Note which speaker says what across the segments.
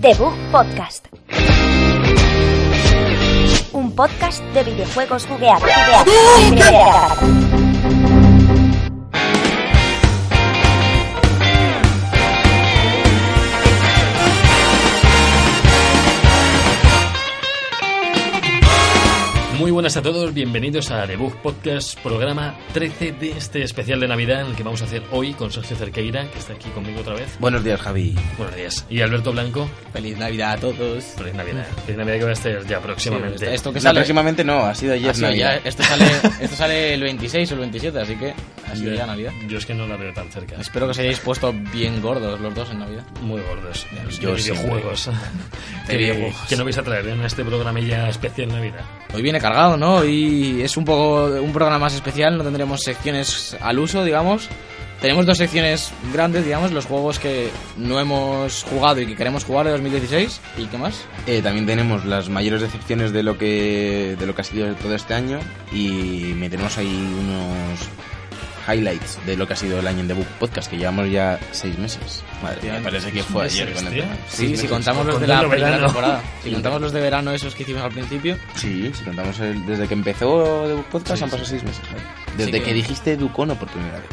Speaker 1: Debug Podcast. Un podcast de videojuegos bugueados. Bugueados. Bugueados.
Speaker 2: Muy buenas a todos, bienvenidos a Debug Podcast, programa 13 de este especial de Navidad en el que vamos a hacer hoy con Sergio Cerqueira, que está aquí conmigo otra vez.
Speaker 3: Buenos días, Javi.
Speaker 2: Buenos días. Y Alberto Blanco,
Speaker 4: Feliz Navidad a todos.
Speaker 2: feliz Navidad. Feliz Navidad que va a estar ya próximamente.
Speaker 4: Mm. Esto, esto que
Speaker 3: No,
Speaker 4: sale.
Speaker 3: próximamente no, ha sido
Speaker 2: Ah,
Speaker 3: ayer.
Speaker 4: ha sido ya-
Speaker 3: Navidad.
Speaker 4: esto, sale, esto sale el 26 o el 27, así que ha sido
Speaker 2: Yo-
Speaker 4: ya Navidad.
Speaker 2: Yo es que no la veo tan cerca.
Speaker 4: Espero que os hayáis puesto bien gordos los dos en Navidad.
Speaker 2: Muy gordos. Los
Speaker 3: yo
Speaker 2: videojuegos.
Speaker 4: De
Speaker 2: que,
Speaker 4: videojuegos.
Speaker 2: que no vais a traer en este programilla especial Navidad.
Speaker 4: Hoy viene cargado, ¿no? Y es un poco un programa más especial, no tendremos secciones al uso, digamos. Tenemos dos secciones grandes, digamos, los juegos que no hemos jugado y que queremos jugar de 2016. ¿Y qué más?
Speaker 3: Eh, también tenemos las mayores decepciones de lo que de lo que ha sido todo este año y metemos ahí unos highlights de lo que ha sido el año en debut podcast que llevamos ya seis meses. Madre mía,
Speaker 4: Efectivamente.
Speaker 3: parece que fue
Speaker 2: Seis
Speaker 3: ayer
Speaker 2: meses,
Speaker 3: con
Speaker 2: tío.
Speaker 3: el tema.
Speaker 4: Sí, si contamos
Speaker 2: con
Speaker 4: los de
Speaker 2: todo
Speaker 4: la
Speaker 2: el
Speaker 4: primera
Speaker 2: verano.
Speaker 4: temporada. Si contamos los de verano esos que hicimos al principio.
Speaker 3: Sí, si contamos el- desde que empezó debut podcast
Speaker 2: Sí,
Speaker 3: han pasado seis meses. Javi. Desde
Speaker 4: que-
Speaker 3: que... dijiste Ducono por primera vez.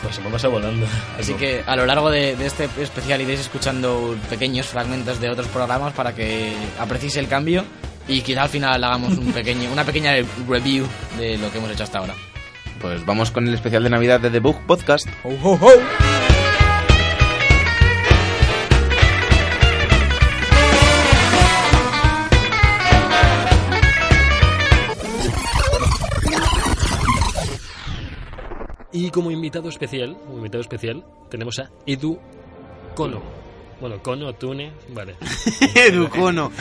Speaker 2: Pues se me pasa volando.
Speaker 4: Así
Speaker 2: Algo.
Speaker 4: que a lo largo de, de este especial iréis escuchando pequeños fragmentos de otros programas para que apreciéis el cambio y quizá al final hagamos un pequeño, una pequeña review de lo que hemos hecho hasta ahora.
Speaker 3: Pues vamos con el especial de Navidad de Debug Podcast.
Speaker 2: Y como invitado especial, como invitado especial, tenemos a Edu Cono. Bueno, Cono, Tune, vale.
Speaker 5: Educono.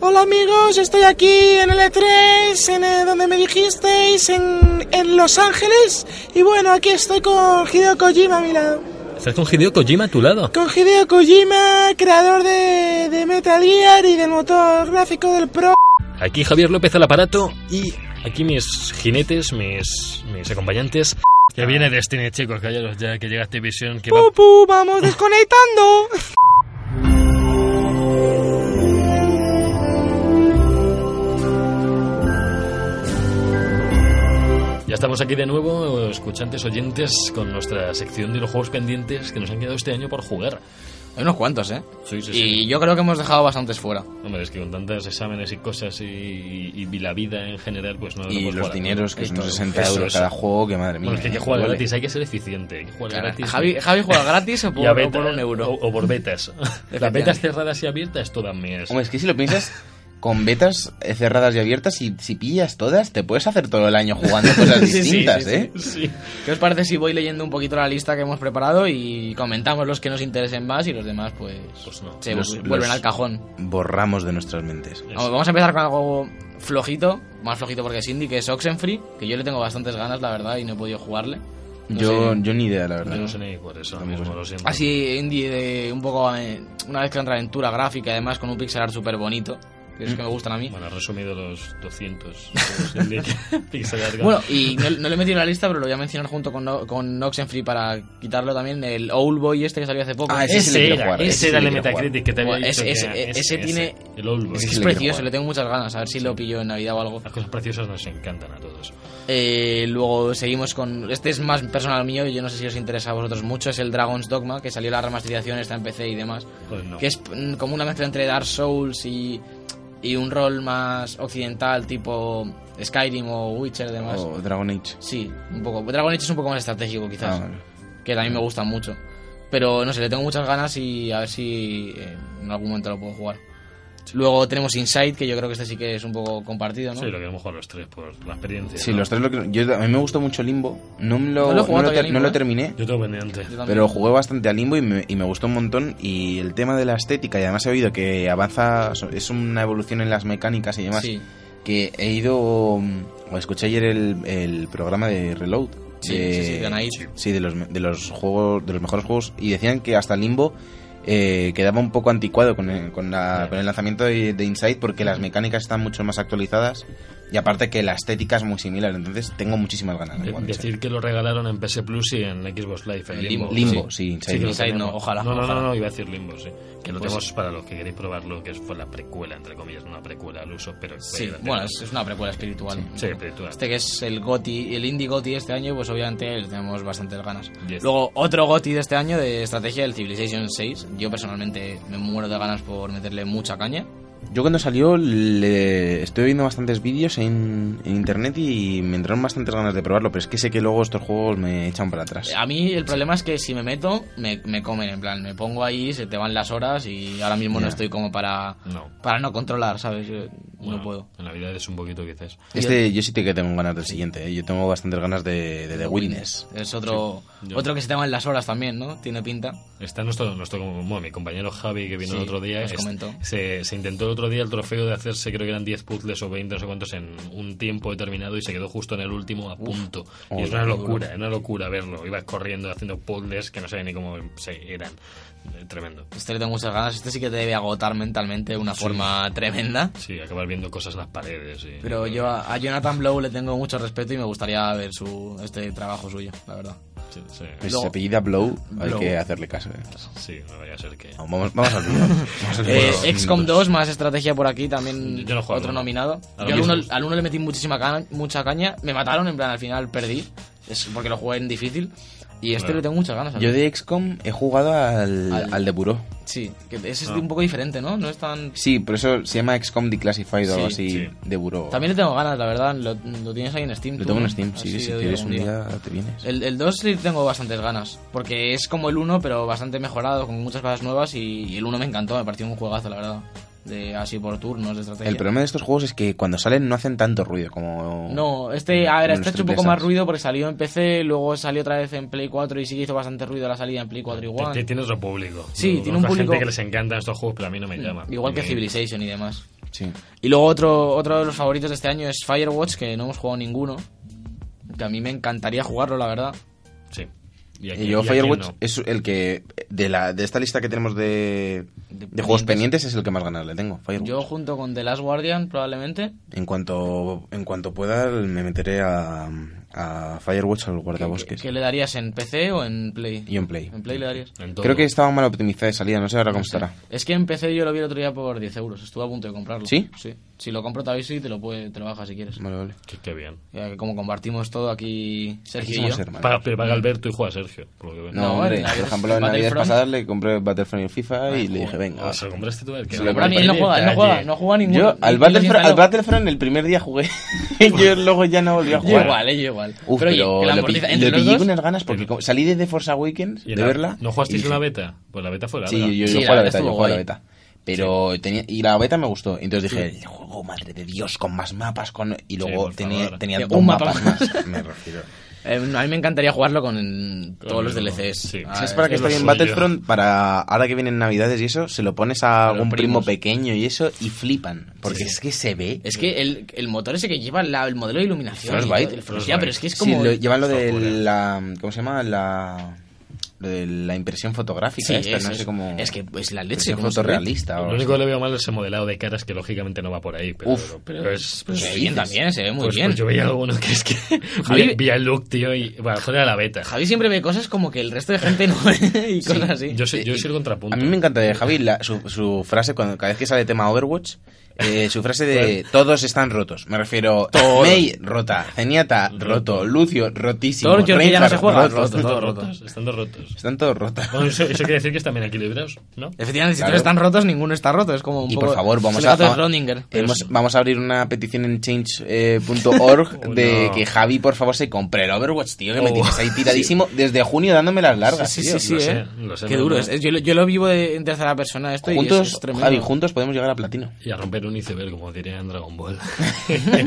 Speaker 6: Hola amigos, estoy aquí en el E3, en eh, donde me dijisteis, en, en Los Ángeles. Y bueno, aquí estoy con Hideo Kojima a mi lado.
Speaker 2: Estás con Hideo Kojima a tu lado.
Speaker 6: Con Hideo Kojima, creador de, de Metal Gear y del motor gráfico del Pro.
Speaker 2: Aquí Javier López al aparato y aquí mis jinetes, mis, mis acompañantes. Que viene Destiny, chicos, callaros ya que llega esta visión que va...
Speaker 6: Pupu, vamos desconectando.
Speaker 2: Ya estamos aquí de nuevo, escuchantes, oyentes, con nuestra sección de los juegos pendientes que nos han quedado este año por jugar.
Speaker 4: Hay unos cuantos, ¿eh?
Speaker 2: Sí, sí, sí.
Speaker 4: Y yo creo que hemos dejado bastantes fuera.
Speaker 2: Hombre, es que con tantos exámenes y cosas y, y- y la vida en general, pues no... no
Speaker 3: y
Speaker 2: puedes
Speaker 3: los
Speaker 2: jugar.
Speaker 3: dineros que
Speaker 2: Esto,
Speaker 3: son 60
Speaker 2: eso,
Speaker 3: euros
Speaker 2: eso.
Speaker 3: cada juego, que madre mía.
Speaker 2: Bueno, es que hay que
Speaker 3: eh,
Speaker 2: jugar
Speaker 3: duele.
Speaker 2: gratis, hay que ser eficiente. Hay que jugar
Speaker 4: Claro,
Speaker 2: gratis.
Speaker 4: Javi, Javi juega gratis o
Speaker 2: Y
Speaker 4: por,
Speaker 2: a
Speaker 4: o
Speaker 2: beta-
Speaker 4: por un euro.
Speaker 2: O, o por betas. Las betas cerradas y abiertas, todas mías.
Speaker 3: Hombre, es que si lo piensas, con betas eh, cerradas y abiertas, si, si pillas todas, te puedes hacer todo el año jugando cosas
Speaker 4: sí,
Speaker 3: distintas,
Speaker 4: sí, sí.
Speaker 3: ¿eh?
Speaker 2: Sí.
Speaker 4: ¿Qué os parece si voy leyendo un poquito la lista que hemos preparado y comentamos los que nos interesen más y los demás pues,
Speaker 2: Pues no.
Speaker 4: se
Speaker 3: Los-
Speaker 4: vuelven
Speaker 3: los-
Speaker 4: al cajón?
Speaker 3: Borramos de nuestras mentes.
Speaker 4: Vamos, vamos a empezar con algo flojito, más flojito porque es indie, que es Oxenfree, que yo le tengo bastantes ganas, la verdad, y no he podido jugarle. No
Speaker 3: Yo,
Speaker 4: sé.
Speaker 3: yo ni idea, la
Speaker 2: Yo
Speaker 3: verdad.
Speaker 2: no sé ni por eso
Speaker 3: Tampoco
Speaker 2: mismo,
Speaker 3: sé.
Speaker 2: lo siento.
Speaker 4: Así indie de un poco eh, una vez que entra aventura gráfica, además con un pixel art súper bonito, que es que me gustan a mí.
Speaker 2: Mm. Bueno, has resumido los 200. juegos indie que Pixel Art Gap.
Speaker 4: Bueno, y no, no lo he metido en la lista, pero lo voy a mencionar junto con, O- con Oxenfree para quitarlo también, el Oldboy este que salió hace poco.
Speaker 3: Ah,
Speaker 4: es,
Speaker 3: ese sí le
Speaker 2: ese
Speaker 3: quiero
Speaker 2: era,
Speaker 3: jugar, ese
Speaker 2: ese
Speaker 3: sí
Speaker 2: era
Speaker 3: le
Speaker 2: el de
Speaker 3: quiero jugar.
Speaker 2: Metacritic que te había
Speaker 4: Bueno,
Speaker 2: dicho
Speaker 4: ese-
Speaker 2: que
Speaker 4: ese- ese tiene-
Speaker 2: el Oldboy.
Speaker 3: es que le
Speaker 4: que es
Speaker 3: Pues quiero
Speaker 4: precioso,
Speaker 3: jugar.
Speaker 4: le tengo muchas ganas, a ver si lo pillo en Navidad o algo.
Speaker 2: Las cosas preciosas nos encantan a todos.
Speaker 4: Eh, luego seguimos con. Este es más personal mío, y yo no sé si os interesa a vosotros mucho. Es el Dragon's Dogma, que salió la remasterización, está en PC y demás.
Speaker 2: Pues no.
Speaker 4: Que es mm, como una mezcla entre Dark Souls y, y un rol más occidental, tipo Skyrim o Witcher y demás.
Speaker 3: O Dragon Age.
Speaker 4: Sí, un poco. Dragon Age es un poco más estratégico,
Speaker 3: Ah,
Speaker 4: quizás.
Speaker 3: vale.
Speaker 4: Que también me gusta mucho. Pero no sé, le tengo muchas ganas y a ver si eh, en algún momento lo puedo jugar. Luego tenemos Inside, que yo creo que este sí que es un poco compartido, ¿no?
Speaker 2: Sí, lo queremos jugar los tres por la experiencia.
Speaker 3: Sí,
Speaker 2: ¿no?
Speaker 3: los tres lo que... yo- a mí me gustó mucho Limbo. No, me
Speaker 4: No
Speaker 3: lo,
Speaker 4: lo
Speaker 3: no
Speaker 4: he jugado
Speaker 3: lo
Speaker 4: todavía,
Speaker 3: ter-
Speaker 4: Limbo,
Speaker 3: no lo
Speaker 4: ¿eh?
Speaker 3: terminé,
Speaker 2: Yo tengo pendiente.
Speaker 4: Yo también.
Speaker 3: pero jugué bastante a Limbo y me, y me gustó un montón. Y el tema de la estética, y además he oído que avanza, es una evolución en las mecánicas y demás.
Speaker 4: Sí.
Speaker 3: que he ido mm, o escuché ayer el, el programa de Reload
Speaker 4: Sí,
Speaker 3: de,
Speaker 4: sí, sí, de Anaid.
Speaker 3: sí, de los me- de los juegos de los mejores juegos y decían que hasta Limbo eh, quedaba un poco anticuado con el, con la-
Speaker 2: Claro.
Speaker 3: con el lanzamiento de, de Inside porque las mecánicas están mucho más actualizadas Y aparte que la estética es muy similar, entonces tengo muchísimas ganas. de
Speaker 2: De-
Speaker 3: jugar al
Speaker 2: decir que lo regalaron en PS Plus y en Xbox Live. el
Speaker 3: Inside.
Speaker 2: Limbo.
Speaker 3: Limbo, sí, Inside.
Speaker 2: que lo
Speaker 4: Inside no,
Speaker 2: tenemos.
Speaker 4: ojalá,
Speaker 2: No, no,
Speaker 4: ojalá.
Speaker 2: no, no, iba a decir Limbo, sí. Que lo
Speaker 4: Pues-
Speaker 2: tenemos para los que queréis probarlo, que fue la precuela, entre comillas, una precuela al uso, pero...
Speaker 4: Sí,
Speaker 2: pero-
Speaker 4: bueno, es, es una precuela espiritual.
Speaker 2: Sí, espiritual.
Speaker 4: Este que es el GOTI, el indie GOTI de este año, pues obviamente le tenemos bastantes ganas.
Speaker 2: Yes.
Speaker 4: Luego, otro GOTI de este año de estrategia, el Civilization 6. Yo personalmente me muero de ganas por meterle mucha caña.
Speaker 3: Yo cuando salió le estuve viendo bastantes vídeos en, en internet y me entraron bastantes ganas de probarlo, pero es que sé que luego estos juegos me echan para atrás.
Speaker 4: A mí el problema es que si me meto, me, me comen, en plan, me pongo ahí, se te van las horas y ahora mismo no
Speaker 3: Ya.
Speaker 4: estoy como para
Speaker 2: No.
Speaker 4: para no controlar, ¿sabes? Yo
Speaker 2: Bueno,
Speaker 4: no puedo.
Speaker 2: En Navidad es un poquito quizás.
Speaker 3: Este yo sí te que tengo ganas del siguiente, ¿eh? yo tengo bastantes ganas de, de The Witness.
Speaker 4: Es otro
Speaker 2: Sí, yo-
Speaker 4: otro que se te van las horas también, ¿no? Tiene pinta.
Speaker 2: Está nuestro, nuestro bueno, mi compañero Javi, que vino
Speaker 4: Sí,
Speaker 2: el otro día.
Speaker 4: nos
Speaker 2: es-
Speaker 4: comentó.
Speaker 2: Se, se intentó el otro día el trofeo de hacerse, creo que eran 10 puzzles o 20, no sé cuántos, en un tiempo determinado y se quedó justo en el último a punto.
Speaker 4: oh,
Speaker 2: y es
Speaker 3: hola,
Speaker 2: una locura, es una locura verlo. Ibas corriendo haciendo puzzles que no sabía ni cómo se eran. Eh, Tremendo.
Speaker 4: Este le tengo muchas ganas. Este sí que te debe agotar mentalmente de una forma tremenda.
Speaker 2: Sí, acabar viendo cosas en las paredes. y-
Speaker 4: Pero yo a, a Jonathan Blow le tengo mucho respeto y me gustaría ver su este trabajo suyo, la verdad.
Speaker 2: Sí, sí,
Speaker 3: Pues
Speaker 4: Luego-
Speaker 3: se apellida Blow, hay
Speaker 4: Blow.
Speaker 3: que hacerle caso. ¿eh?
Speaker 2: sí, no vaya a ser que.
Speaker 3: No, vamos, vamos al uno. Vamos al uno.
Speaker 4: Eh, XCOM 2, más estrategia por aquí, también
Speaker 2: Yo no he jugado
Speaker 4: otro
Speaker 2: al uno.
Speaker 4: nominado.
Speaker 2: A lo
Speaker 4: Yo al uno,
Speaker 2: mismo.
Speaker 4: al uno le metí muchísima cana- mucha caña, me mataron, en plan al final perdí, es porque lo jugué en difícil. Y este
Speaker 2: Claro.
Speaker 4: le tengo muchas ganas. al
Speaker 3: Yo
Speaker 4: uno.
Speaker 3: de XCOM he jugado al,
Speaker 4: Al-
Speaker 3: al... de Buró.
Speaker 4: Sí, que ese
Speaker 3: Ah.
Speaker 4: es un poco diferente, ¿no? No es tan...
Speaker 3: Sí, por eso se llama XCOM Declassified o algo
Speaker 4: Sí,
Speaker 3: así,
Speaker 2: sí.
Speaker 3: de Buró.
Speaker 4: También le tengo ganas, la verdad, lo, lo tienes ahí en Steam.
Speaker 3: Lo
Speaker 4: tú,
Speaker 3: tengo
Speaker 4: ¿no?
Speaker 3: en Steam,
Speaker 4: Así
Speaker 3: sí, si
Speaker 4: de
Speaker 3: quieres un
Speaker 4: algún
Speaker 3: día te vienes.
Speaker 4: El, el 2 le tengo bastantes ganas, porque es como el 1, pero bastante mejorado, con muchas cosas nuevas, y, y el 1 me encantó, me pareció un juegazo, la verdad. De, así por turnos, de estrategia.
Speaker 3: El problema de estos juegos es que cuando salen no hacen tanto ruido como.
Speaker 4: No, este, a ver,
Speaker 3: como
Speaker 4: este ha
Speaker 3: los
Speaker 4: hecho un poco más
Speaker 3: triplesas.
Speaker 4: ruido porque salió en PC, luego salió otra vez en Play 4 y sí que hizo bastante ruido la salida en Play 4
Speaker 2: T- t-
Speaker 4: igual.
Speaker 2: Tiene otro público.
Speaker 4: Sí,
Speaker 2: Conozco
Speaker 4: tiene un
Speaker 2: a gente
Speaker 4: público-
Speaker 2: que les encantan estos juegos, pero a mí no me llama.
Speaker 4: Igual que
Speaker 2: Me-
Speaker 4: Civilization y demás.
Speaker 3: Sí.
Speaker 4: Y luego otro, otro de los favoritos de este año es Firewatch, que no hemos jugado ninguno. Que a mí me encantaría jugarlo, la verdad.
Speaker 2: Sí. Y aquí-
Speaker 3: Y Eh, yo,
Speaker 2: y aquí
Speaker 3: Firewatch
Speaker 2: no.
Speaker 3: es el que. De, la, de esta lista que tenemos de,
Speaker 4: De
Speaker 3: de, juegos
Speaker 4: pendientes.
Speaker 3: pendientes es el que más ganas le tengo. Firewatch.
Speaker 4: Yo junto con The Last Guardian, probablemente.
Speaker 3: En, cuanto, en cuanto pueda, me meteré a, a Firewatch al
Speaker 4: ¿Qué,
Speaker 3: guardabosques.
Speaker 4: qué le darías en PC o en Play?
Speaker 3: Y en Play.
Speaker 4: En Play le darías.
Speaker 2: En todo.
Speaker 3: Creo que estaba mal optimizada de salida, no sé ahora cómo estará.
Speaker 4: Es que en PC yo lo vi el otro día por 10 euros. Estuve a punto de comprarlo.
Speaker 3: ¿Sí?
Speaker 4: Sí. Si lo compro, te aviso y te lo, puede, te lo bajas si quieres.
Speaker 3: Vale, vale.
Speaker 2: Qué- qué bien.
Speaker 4: Ya que como compartimos todo aquí, Sergio
Speaker 3: Aquí
Speaker 4: y yo.
Speaker 3: somos hermanos.
Speaker 2: Paga, pero paga Alberto y juega Sergio. Por lo que veo.
Speaker 3: No,
Speaker 4: No,
Speaker 3: hombre,
Speaker 4: en la-
Speaker 3: por ejemplo, en
Speaker 4: en
Speaker 3: Navidades
Speaker 4: Battlefront-
Speaker 3: pasadas le compré Battlefront y FIFA y le dije, venga,
Speaker 2: Ah,
Speaker 3: vas.
Speaker 2: ¿se lo compraste tú? El que
Speaker 3: Se lo
Speaker 2: compré.
Speaker 4: Para mí, él no juega, él no juega, no juega ninguno.
Speaker 3: Yo al
Speaker 4: Él lo
Speaker 3: Battlefront,
Speaker 4: instaló.
Speaker 3: al Battlefront el primer día jugué. yo luego ya no volví a
Speaker 4: Yo
Speaker 3: jugar.
Speaker 4: igual, eh, yo igual.
Speaker 3: Uf,
Speaker 4: oye,
Speaker 3: pero,
Speaker 4: que la
Speaker 3: lo,
Speaker 4: amortiza-
Speaker 3: pill-
Speaker 4: entre
Speaker 3: lo
Speaker 4: los
Speaker 3: pillé
Speaker 4: dos-
Speaker 3: con unas ganas porque como- salí de The Force Awakens
Speaker 2: ¿Y
Speaker 3: de
Speaker 2: la-
Speaker 3: verla.
Speaker 2: ¿No
Speaker 3: y
Speaker 2: jugasteis
Speaker 3: dije-
Speaker 2: en la beta? Pues la beta fue la
Speaker 3: Sí,
Speaker 2: beta.
Speaker 3: yo, yo
Speaker 4: Sí,
Speaker 3: jugué a
Speaker 4: la
Speaker 3: la
Speaker 4: beta
Speaker 3: beta, yo
Speaker 4: estuvo
Speaker 3: jugué a la
Speaker 4: guay.
Speaker 3: beta. Pero tenía, y la beta me gustó. Entonces dije, el juego, madre de Dios, con más mapas, con y luego
Speaker 2: por favor.
Speaker 3: tenía, tenía
Speaker 4: Sí,
Speaker 3: dos
Speaker 4: un mapa
Speaker 3: mapas
Speaker 4: más.
Speaker 3: más. me refiero.
Speaker 4: Eh, no, a mí me encantaría jugarlo con
Speaker 2: Con
Speaker 4: todos los
Speaker 2: el-
Speaker 4: DLCs.
Speaker 2: sí.
Speaker 4: Ah,
Speaker 3: ¿Sabes para qué
Speaker 2: es lo
Speaker 3: está bien
Speaker 2: suyo.
Speaker 3: Battlefront? Para ahora que vienen navidades y eso, se lo pones a
Speaker 2: los
Speaker 3: algún primo
Speaker 2: primos.
Speaker 3: pequeño y eso, y flipan. Porque
Speaker 2: Sí, sí.
Speaker 3: es que se ve.
Speaker 4: Es que el, el motor ese que lleva la- el modelo de iluminación. y
Speaker 3: Frostbite,
Speaker 4: todo, el-
Speaker 2: Frostbite.
Speaker 4: Ya, pero es que es
Speaker 3: Sí,
Speaker 4: como.
Speaker 3: lo- llevan lo de
Speaker 2: Locura.
Speaker 3: la. ¿Cómo se llama? La. Lo de la impresión fotográfica.
Speaker 4: Sí,
Speaker 3: esta,
Speaker 4: eso
Speaker 3: no
Speaker 4: es.
Speaker 3: sé cómo.
Speaker 4: Es que, pues, la leche,
Speaker 3: Impresión
Speaker 4: ¿cómo se ve?
Speaker 3: fotorrealista. o
Speaker 2: Lo
Speaker 3: algo
Speaker 2: único que
Speaker 3: así.
Speaker 2: le veo mal es ese modelado de caras que lógicamente no va por ahí. Pero,
Speaker 3: Uf,
Speaker 2: pero es. pero
Speaker 4: se
Speaker 2: es-
Speaker 4: ve Pues bien también, se ve muy
Speaker 2: pues-
Speaker 4: bien.
Speaker 2: pues yo veía alguno que es que.
Speaker 4: Javi-
Speaker 2: vi, vi a Luke, tío, y. Bueno, joder, a la beta.
Speaker 4: Javi siempre ve cosas como que el resto de gente no ve y cosas así.
Speaker 2: Yo soy, yo soy el contrapunto. ¿eh?
Speaker 3: A mí me encanta de Javi la- su, su frase cuando cada vez que sale tema Overwatch. eh, su frase de todos están rotos. Me refiero
Speaker 4: Todos.
Speaker 3: Mei rota, Zenyatta roto, Lucio rotísimo.
Speaker 4: Todos los que ya no se
Speaker 3: Reinhardt,
Speaker 4: juega,
Speaker 3: roto.
Speaker 4: rotos, todos
Speaker 2: Están
Speaker 4: rotos.
Speaker 2: rotos. Están todos rotos.
Speaker 3: Están todos rotos.
Speaker 2: Bueno, eso, eso quiere decir que están bien equilibrados, ¿no?
Speaker 4: Efectivamente, si
Speaker 3: Claro.
Speaker 4: todos están rotos, ninguno está roto. Es como un
Speaker 3: Y
Speaker 4: poco.
Speaker 3: por favor,
Speaker 4: es
Speaker 3: vamos
Speaker 4: el
Speaker 3: a,
Speaker 4: gato de
Speaker 3: va-
Speaker 4: Schrödinger.
Speaker 3: hemos- vamos a abrir una petición en change.org
Speaker 2: Oh,
Speaker 3: de
Speaker 2: no.
Speaker 3: que Javi, por favor, se compre el Overwatch, tío, que me
Speaker 2: Oh.
Speaker 3: tienes ahí tiradísimo desde junio dándome las largas,
Speaker 4: Sí,
Speaker 3: tío.
Speaker 4: sí, sí,
Speaker 2: lo
Speaker 4: ¿eh?
Speaker 2: sé, lo sé,
Speaker 4: Qué
Speaker 2: no,
Speaker 4: duro
Speaker 2: no.
Speaker 4: es. Es- Yo, lo- yo lo vivo de- en tercera persona esto y eso
Speaker 3: Juntos,
Speaker 4: es tremendo.
Speaker 3: Javi, juntos podemos llegar a platino.
Speaker 2: Y a romper un iceberg, como diría en Dragon Ball.